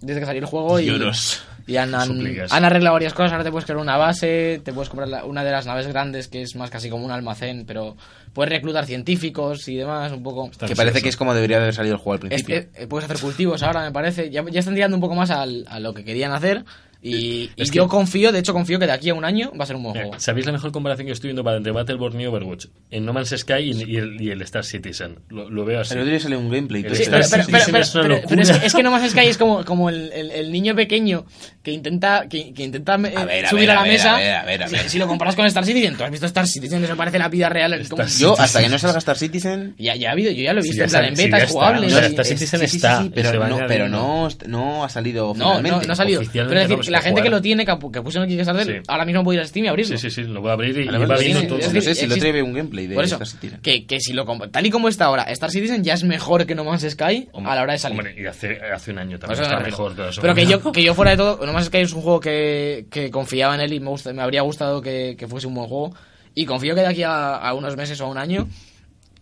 Speaker 4: desde que salió el juego y,
Speaker 3: Lloros.
Speaker 4: Y han, han-
Speaker 2: Suplicas.
Speaker 4: han arreglado varias cosas. Ahora te puedes crear una base, te puedes comprar la- una de las naves grandes, que es más casi como un almacén, pero puedes reclutar científicos y demás, un poco.
Speaker 2: Está
Speaker 3: Que
Speaker 2: ansioso.
Speaker 3: parece que es como debería de haber salido el juego al principio.
Speaker 4: Este- eh, puedes hacer cultivos ahora, me parece. Ya, ya están tirando un poco más al- a lo que querían hacer. Y, y
Speaker 2: Es
Speaker 4: yo
Speaker 2: que-
Speaker 4: confío, de hecho, confío que de aquí a un año va a ser un buen
Speaker 2: Mira,
Speaker 4: juego.
Speaker 2: ¿Sabéis la mejor comparación que estoy viendo para entre Battleborn y Overwatch? En No Man's Sky y, y el, y el Star Citizen. Lo, lo veo así.
Speaker 3: El otro día salió un gameplay.
Speaker 2: El
Speaker 3: tú
Speaker 4: Sí,
Speaker 2: Star
Speaker 4: pero,
Speaker 3: estás-
Speaker 4: pero-
Speaker 2: sí,
Speaker 4: pero-
Speaker 2: sí,
Speaker 4: pero-
Speaker 2: es una
Speaker 4: pero-
Speaker 2: locura.
Speaker 4: pero es, que, es que No Man's Sky es como, como el, el- el niño pequeño que intenta, que, que intenta eh,
Speaker 3: A ver, a
Speaker 4: subir
Speaker 3: ver,
Speaker 4: a la
Speaker 3: a ver,
Speaker 4: mesa.
Speaker 3: a ver, a ver, a ver.
Speaker 4: Si, si lo comparas con Star Citizen, tú has visto Star Citizen, eso parece la vida real. es como-
Speaker 2: Star
Speaker 3: Yo, hasta que no salga Star Citizen.
Speaker 4: ya, ya ha habido, yo ya lo he
Speaker 2: Sí,
Speaker 4: visto,
Speaker 2: ya
Speaker 4: en, plan,
Speaker 2: sale-
Speaker 4: en
Speaker 2: sí,
Speaker 4: betas
Speaker 2: ya está.
Speaker 4: jugables.
Speaker 2: No,
Speaker 4: y-
Speaker 2: Star
Speaker 4: es-
Speaker 2: Citizen
Speaker 3: sí, sí, sí,
Speaker 2: está, se
Speaker 3: sí,
Speaker 2: va
Speaker 3: pero, no, pero
Speaker 2: añadiendo.
Speaker 3: no, no ha salido.
Speaker 4: No, no,
Speaker 3: finalmente.
Speaker 4: no ha salido. Pero
Speaker 2: Oficialmente
Speaker 4: es
Speaker 2: no,
Speaker 4: decir,
Speaker 2: pues,
Speaker 4: la
Speaker 2: que
Speaker 4: gente que
Speaker 2: jugar.
Speaker 4: lo tiene, que, apu- que puso en el Kickstarter,
Speaker 2: Sí.
Speaker 4: ahora mismo puede ir a Steam y abrirlo.
Speaker 2: Sí, sí, sí, lo voy a abrir y,
Speaker 3: A
Speaker 2: y
Speaker 3: la verdad,
Speaker 2: va
Speaker 3: sí,
Speaker 2: viendo
Speaker 3: sí,
Speaker 2: todo.
Speaker 3: es
Speaker 4: Es
Speaker 3: No
Speaker 4: decir,
Speaker 3: sé si el otro
Speaker 4: existe-
Speaker 3: día vi un gameplay de
Speaker 4: Por eso,
Speaker 3: Star Citizen.
Speaker 4: que, que si lo comp- tal y como está ahora, Star Citizen ya es mejor que No Man's Sky
Speaker 2: Hombre,
Speaker 4: a la hora de salir.
Speaker 2: hombre, y hace, hace un año
Speaker 4: Por
Speaker 2: también
Speaker 4: eso
Speaker 2: está
Speaker 4: me refiero.
Speaker 2: mejor. eso
Speaker 4: Pues pero que
Speaker 2: no.
Speaker 4: yo, que yo fuera de todo, No Man's Sky es un juego que, que confiaba en él y me, gusta- me habría gustado que, que fuese un buen juego. Y confío que de aquí a, a unos meses o a un año,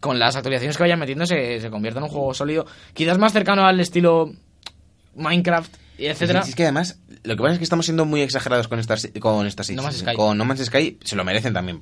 Speaker 4: con las actualizaciones que vayan metiendo, se, se convierta en un juego sólido. Quizás más cercano al estilo Minecraft, y etcétera.
Speaker 3: Sí, Es que además, lo que pasa es que estamos siendo muy exagerados con Star, con Star Citizen.
Speaker 4: Man's Sky.
Speaker 3: Con No Man's Sky se lo merecen también.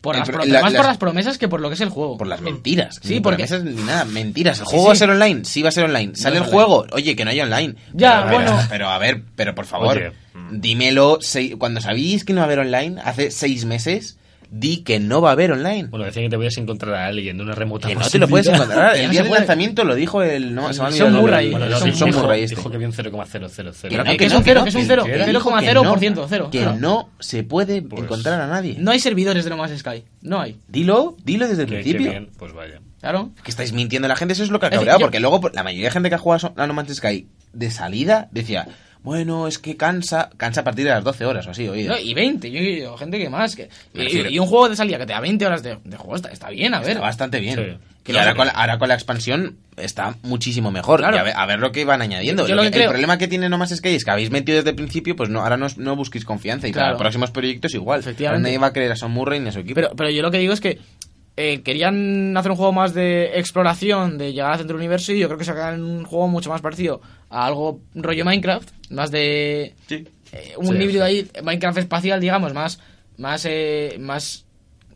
Speaker 4: Por
Speaker 3: el
Speaker 4: las
Speaker 3: pro-
Speaker 4: pro-
Speaker 3: la-
Speaker 4: más
Speaker 3: las-
Speaker 4: por las promesas que por lo que es el juego. Mm.
Speaker 3: Por las mentiras.
Speaker 4: Sí,
Speaker 3: ni por
Speaker 4: porque-
Speaker 3: promesas ni nada. Mentiras. ¿El juego va a
Speaker 4: sí.
Speaker 3: ser online? Sí, va a ser online. ¿Sale
Speaker 4: es
Speaker 3: el
Speaker 4: online.
Speaker 3: juego? Oye, que no hay online.
Speaker 4: Ya,
Speaker 3: pero, a ver,
Speaker 4: bueno.
Speaker 3: pero a ver, pero por favor,
Speaker 2: Oye.
Speaker 4: mm.
Speaker 3: dímelo. sei- Cuando sabéis que no va a haber online, hace seis meses, di que no va a haber online.
Speaker 2: Bueno, decían que te podías encontrar a alguien de una remota
Speaker 3: que no te lo
Speaker 2: posibilidad.
Speaker 3: puedes encontrar.
Speaker 4: Ya
Speaker 3: El
Speaker 4: no
Speaker 3: día
Speaker 4: se
Speaker 3: del
Speaker 4: puede.
Speaker 3: lanzamiento lo dijo el. No, se me ha olvidado
Speaker 4: Son
Speaker 3: el nombre.
Speaker 4: Murray.
Speaker 2: Bueno, no,
Speaker 3: Son-
Speaker 2: dijo-
Speaker 3: son
Speaker 2: dijo,
Speaker 3: Murray este.
Speaker 2: dijo que había un 0,000.
Speaker 3: Que
Speaker 4: no,
Speaker 3: no,
Speaker 4: que
Speaker 3: que
Speaker 4: es un
Speaker 3: no,
Speaker 4: cero,
Speaker 3: no,
Speaker 4: que es un
Speaker 3: que
Speaker 4: cero,
Speaker 3: no, que
Speaker 4: cero coma
Speaker 3: no,
Speaker 4: cero por ciento, cero,
Speaker 3: Que
Speaker 4: cero.
Speaker 3: no se puede
Speaker 2: Pues-
Speaker 3: encontrar a nadie.
Speaker 4: No hay servidores de No Man's Sky. No hay.
Speaker 3: Dilo, dilo desde el
Speaker 2: Qué- qué
Speaker 3: principio.
Speaker 2: bien, pues vaya.
Speaker 4: Claro.
Speaker 3: Que estáis mintiendo a la gente, eso es lo que ha
Speaker 4: Es decir,
Speaker 3: cabreado.
Speaker 4: yo-
Speaker 3: Porque luego por- la mayoría de gente que ha jugado a No Man's Sky de salida decía, bueno, es que cansa, cansa a partir de las 12 horas o así, oído.
Speaker 4: No, y 20, yo he oído gente que más. Que,
Speaker 3: Me
Speaker 4: y-
Speaker 3: refiero-
Speaker 4: y, un juego de salida que te da 20 horas de, de juego está, está bien, a ver.
Speaker 3: Está bastante bien.
Speaker 2: Sí.
Speaker 3: Que
Speaker 2: Claro.
Speaker 3: ahora, con la, ahora con la expansión está muchísimo mejor.
Speaker 4: Claro.
Speaker 3: Y a, ver, a ver lo que van añadiendo.
Speaker 4: Yo lo que
Speaker 3: el
Speaker 4: creo-
Speaker 3: problema que tiene No Man's Sky es que habéis metido desde el principio, pues no, ahora no, os- no busquéis confianza. Y
Speaker 4: Claro.
Speaker 3: para próximos proyectos igual.
Speaker 4: Efectivamente.
Speaker 3: Ahora nadie va a creer a Son Murray ni a su equipo.
Speaker 4: Pero, pero yo lo que digo es que eh, querían hacer un juego más de exploración, de llegar al centro del universo, y yo creo que sacan un juego mucho más parecido a algo rollo Minecraft, más de. eh, un
Speaker 2: Sí,
Speaker 4: híbrido
Speaker 2: sí.
Speaker 4: ahí, Minecraft espacial, digamos, más. Más. eh, más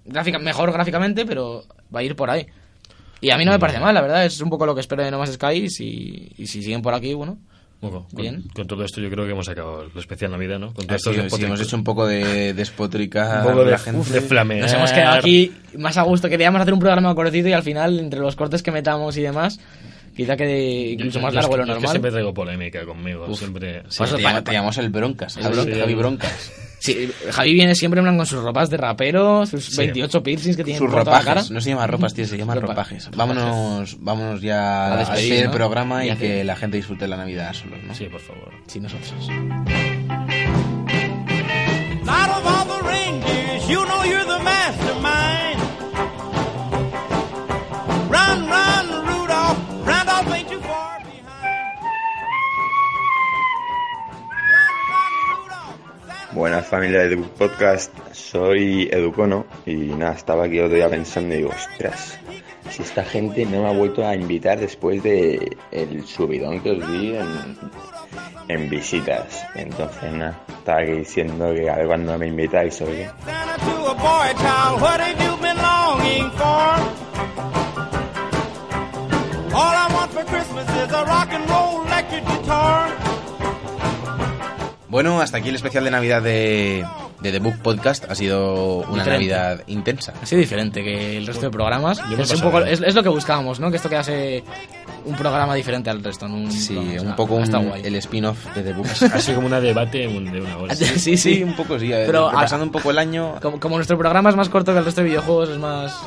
Speaker 4: gráfica, mejor gráficamente, pero va a ir por ahí. Y a mí no
Speaker 2: Mm.
Speaker 4: me parece mal, la verdad, es un poco lo que espero de No Más Sky, y si, y si siguen por aquí, bueno.
Speaker 2: Bueno, con,
Speaker 4: Bien.
Speaker 2: con todo esto yo creo que hemos acabado el especial Navidad, ¿no? Con todo
Speaker 3: Ah,
Speaker 2: esto de
Speaker 3: sí, sí, hemos
Speaker 2: Spotify.
Speaker 3: hecho un poco de despotrica
Speaker 2: Un poco de,
Speaker 3: la gente.
Speaker 2: uf, de flamear.
Speaker 4: Nos hemos quedado aquí más a gusto. Queríamos hacer un programa cortito y al final, entre los cortes que metamos y demás, quizá quede
Speaker 2: Yo-
Speaker 4: incluso
Speaker 2: yo-
Speaker 4: más
Speaker 2: yo es
Speaker 4: largo de
Speaker 2: que-
Speaker 4: lo
Speaker 2: yo es que siempre traigo
Speaker 4: normal.
Speaker 2: polémica conmigo. siempre.
Speaker 3: Por eso
Speaker 2: siempre-
Speaker 3: te, llama- te llamamos el Broncas. El
Speaker 2: Sí.
Speaker 3: Broncas, Javi Broncas.
Speaker 4: Sí, Javi viene siempre en plan con sus ropas de rapero, sus 28 piercings que tiene
Speaker 3: Sus
Speaker 4: por toda la cara.
Speaker 3: ropajes. No se llama ropas, tío, se llama
Speaker 4: Ropa-
Speaker 3: ropajes. Vámonos, vámonos ya
Speaker 4: A
Speaker 3: a
Speaker 4: despedir,
Speaker 3: despedir el
Speaker 4: ¿no?
Speaker 3: programa
Speaker 4: Y
Speaker 3: y
Speaker 4: hacer-
Speaker 3: que la gente disfrute la Navidad solos, ¿no?
Speaker 2: Sí, por favor.
Speaker 4: Sí, nosotros.
Speaker 7: Out of all the reindeers, you know you're the mastermind. Run, run, Rudolph. Randolph ain't too far behind. Run, run, Rudolph. Santa
Speaker 8: Buenas familia de Edu Podcast, soy Educono y nada, estaba aquí otro día pensando y digo, ostras, si esta gente no me ha vuelto a invitar después de el subidón que os di en, en visitas. Entonces nada, estaba aquí diciendo que a ver cuándo me invitáis o qué.
Speaker 7: Santa to a boy child, what have you been longing for? All I want for Christmas is a rock and roll electric guitar.
Speaker 3: Bueno, hasta aquí el especial de Navidad de, de The Book Podcast. Ha sido una
Speaker 4: Diferente.
Speaker 3: Navidad intensa.
Speaker 4: Ha sido diferente que el resto de programas.
Speaker 2: me he
Speaker 4: Es, un
Speaker 2: pasado
Speaker 4: poco-
Speaker 2: bien.
Speaker 4: es- es lo que buscábamos, ¿no? Que esto quedase un programa diferente al resto. ¿no? Un,
Speaker 3: Sí,
Speaker 4: programa, o sea,
Speaker 3: un poco un-
Speaker 4: Está guay.
Speaker 3: el spin-off de The Book.
Speaker 2: Ha sido como un debate en un- de una hora.
Speaker 4: sí,
Speaker 3: sí,
Speaker 4: sí.
Speaker 3: un poco sí. eh,
Speaker 4: Pero,
Speaker 3: repasando
Speaker 4: ah,
Speaker 3: un poco el año.
Speaker 4: Como, como nuestro programa es más corto que el resto de videojuegos, es más.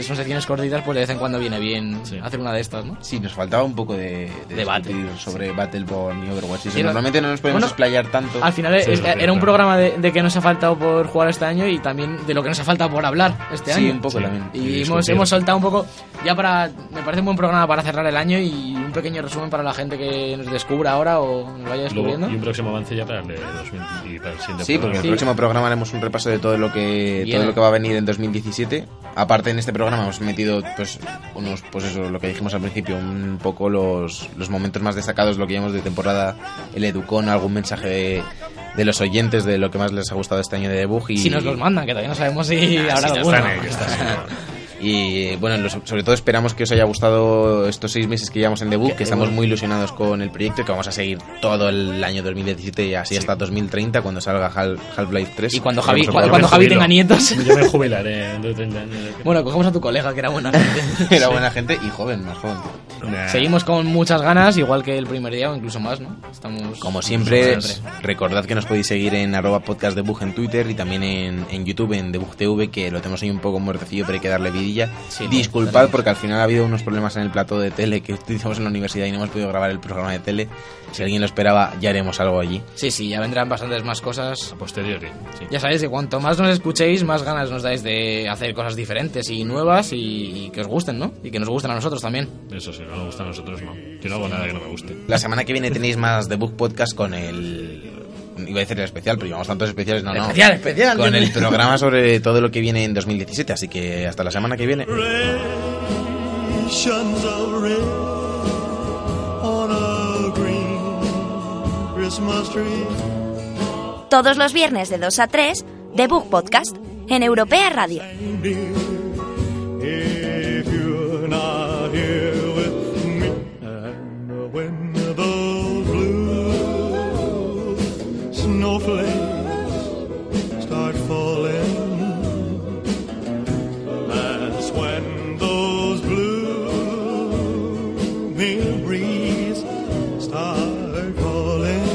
Speaker 4: Son secciones cortitas, pues de vez en cuando viene bien
Speaker 2: Sí.
Speaker 4: hacer una de estas, ¿no?
Speaker 3: Sí, nos faltaba un poco de, de
Speaker 4: Debate.
Speaker 3: discutir sobre Battleborn y Overwatch. y eso.
Speaker 4: Sí, no-
Speaker 3: normalmente no nos podemos
Speaker 4: bueno,
Speaker 3: explayar tanto.
Speaker 4: Al final
Speaker 2: Sí,
Speaker 4: es-
Speaker 2: sí,
Speaker 4: era
Speaker 2: claro.
Speaker 4: un programa de, de que nos ha faltado por jugar este año y también de lo que nos ha faltado por hablar este
Speaker 3: sí,
Speaker 4: año.
Speaker 3: un poco
Speaker 2: Sí.
Speaker 3: también.
Speaker 2: y
Speaker 4: Y hemos,
Speaker 2: discutir.
Speaker 4: hemos soltado un poco, ya para, me parece un buen programa para cerrar el año y un pequeño resumen para la gente que nos descubra ahora o nos vaya descubriendo.
Speaker 2: Luego, y un próximo avance ya para el de 2000 y para el siguiente
Speaker 3: Sí, porque
Speaker 2: programa.
Speaker 3: en el próximo programa haremos un repaso de todo lo que
Speaker 4: Viene.
Speaker 3: todo lo que va a venir en 2017. Aparte en este programa hemos metido, pues, unos, pues eso, lo que dijimos al principio, un poco los, los momentos más destacados, lo que llamamos de temporada, el Educón, algún mensaje de, de los oyentes de lo que más les ha gustado este año de Debug. Y,
Speaker 4: Si nos los mandan, que todavía no sabemos si habrá
Speaker 2: Sí, ya
Speaker 4: alguno.
Speaker 2: están ahí, ya están, sí, no.
Speaker 3: Y bueno, los- sobre todo esperamos que os haya gustado estos seis meses que llevamos en debut, que estamos muy ilusionados con el proyecto y que vamos a seguir todo el año 2017 y así hasta 2030 cuando salga Half- Half-Life 3.
Speaker 4: Y cuando Javi,
Speaker 2: Yo
Speaker 4: cuando,
Speaker 2: me
Speaker 4: cuando Javi
Speaker 2: jubilo.
Speaker 4: tenga nietos.
Speaker 2: Yo me jubilaré dentro de 30 años.
Speaker 4: Bueno, cogemos a tu colega, que era buena gente.
Speaker 3: Era buena gente y joven, más joven. Ah.
Speaker 2: Nah.
Speaker 4: Seguimos con muchas ganas, igual que el primer día o incluso más, ¿no? Estamos.
Speaker 3: Como siempre,
Speaker 4: como siempre.
Speaker 3: recordad que nos podéis seguir en arroba podcast debug en Twitter y también en, en YouTube, en debug TV, que lo tenemos ahí un poco muertecillo, pero hay que darle vidilla.
Speaker 4: Sí, lo
Speaker 3: Disculpad
Speaker 4: tenemos.
Speaker 3: porque al final ha habido unos problemas en el plato de tele que utilizamos en la universidad y no hemos podido grabar el programa de tele. Si alguien lo esperaba, ya haremos algo allí.
Speaker 4: Sí, sí, ya vendrán bastantes más cosas.
Speaker 2: A posteriori. sí.
Speaker 4: Ya sabéis que cuanto más nos escuchéis, más ganas nos dais de hacer cosas diferentes y nuevas y, y que os gusten, ¿no? Y que nos gusten a nosotros también.
Speaker 2: Eso sí, no nos gusta a nosotros, no. Yo no hago nada que no me guste.
Speaker 3: La semana que viene tenéis más debug podcast con el... Iba a decir el especial, pero llevamos tantos especiales, no, no.
Speaker 4: Especial, especial.
Speaker 3: Con el programa sobre todo lo que viene en 2017, así que hasta la semana que viene.
Speaker 5: Nations of red on a green Christmas tree.
Speaker 1: Todos los viernes de 2 a 3, Debug Podcast en Europea Radio.
Speaker 5: Dear, if you're not here with me, and when those blue snowflakes start falling, that's when those blue mill breeze start calling.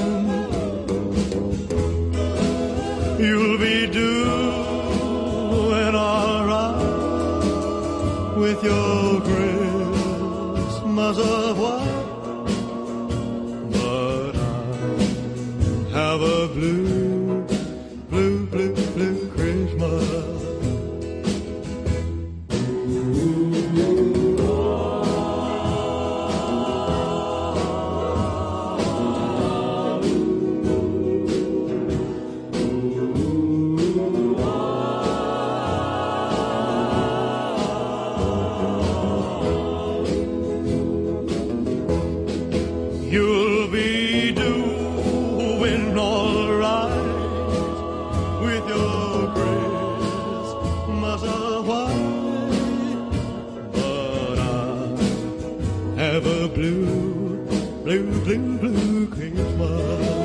Speaker 5: You'll be doing alright with your Christmas of what? But I have a blue, blue, blue, blue Christmas. You'll be doing all right with your Christmas of white, but I have a blue, blue, blue, blue Christmas.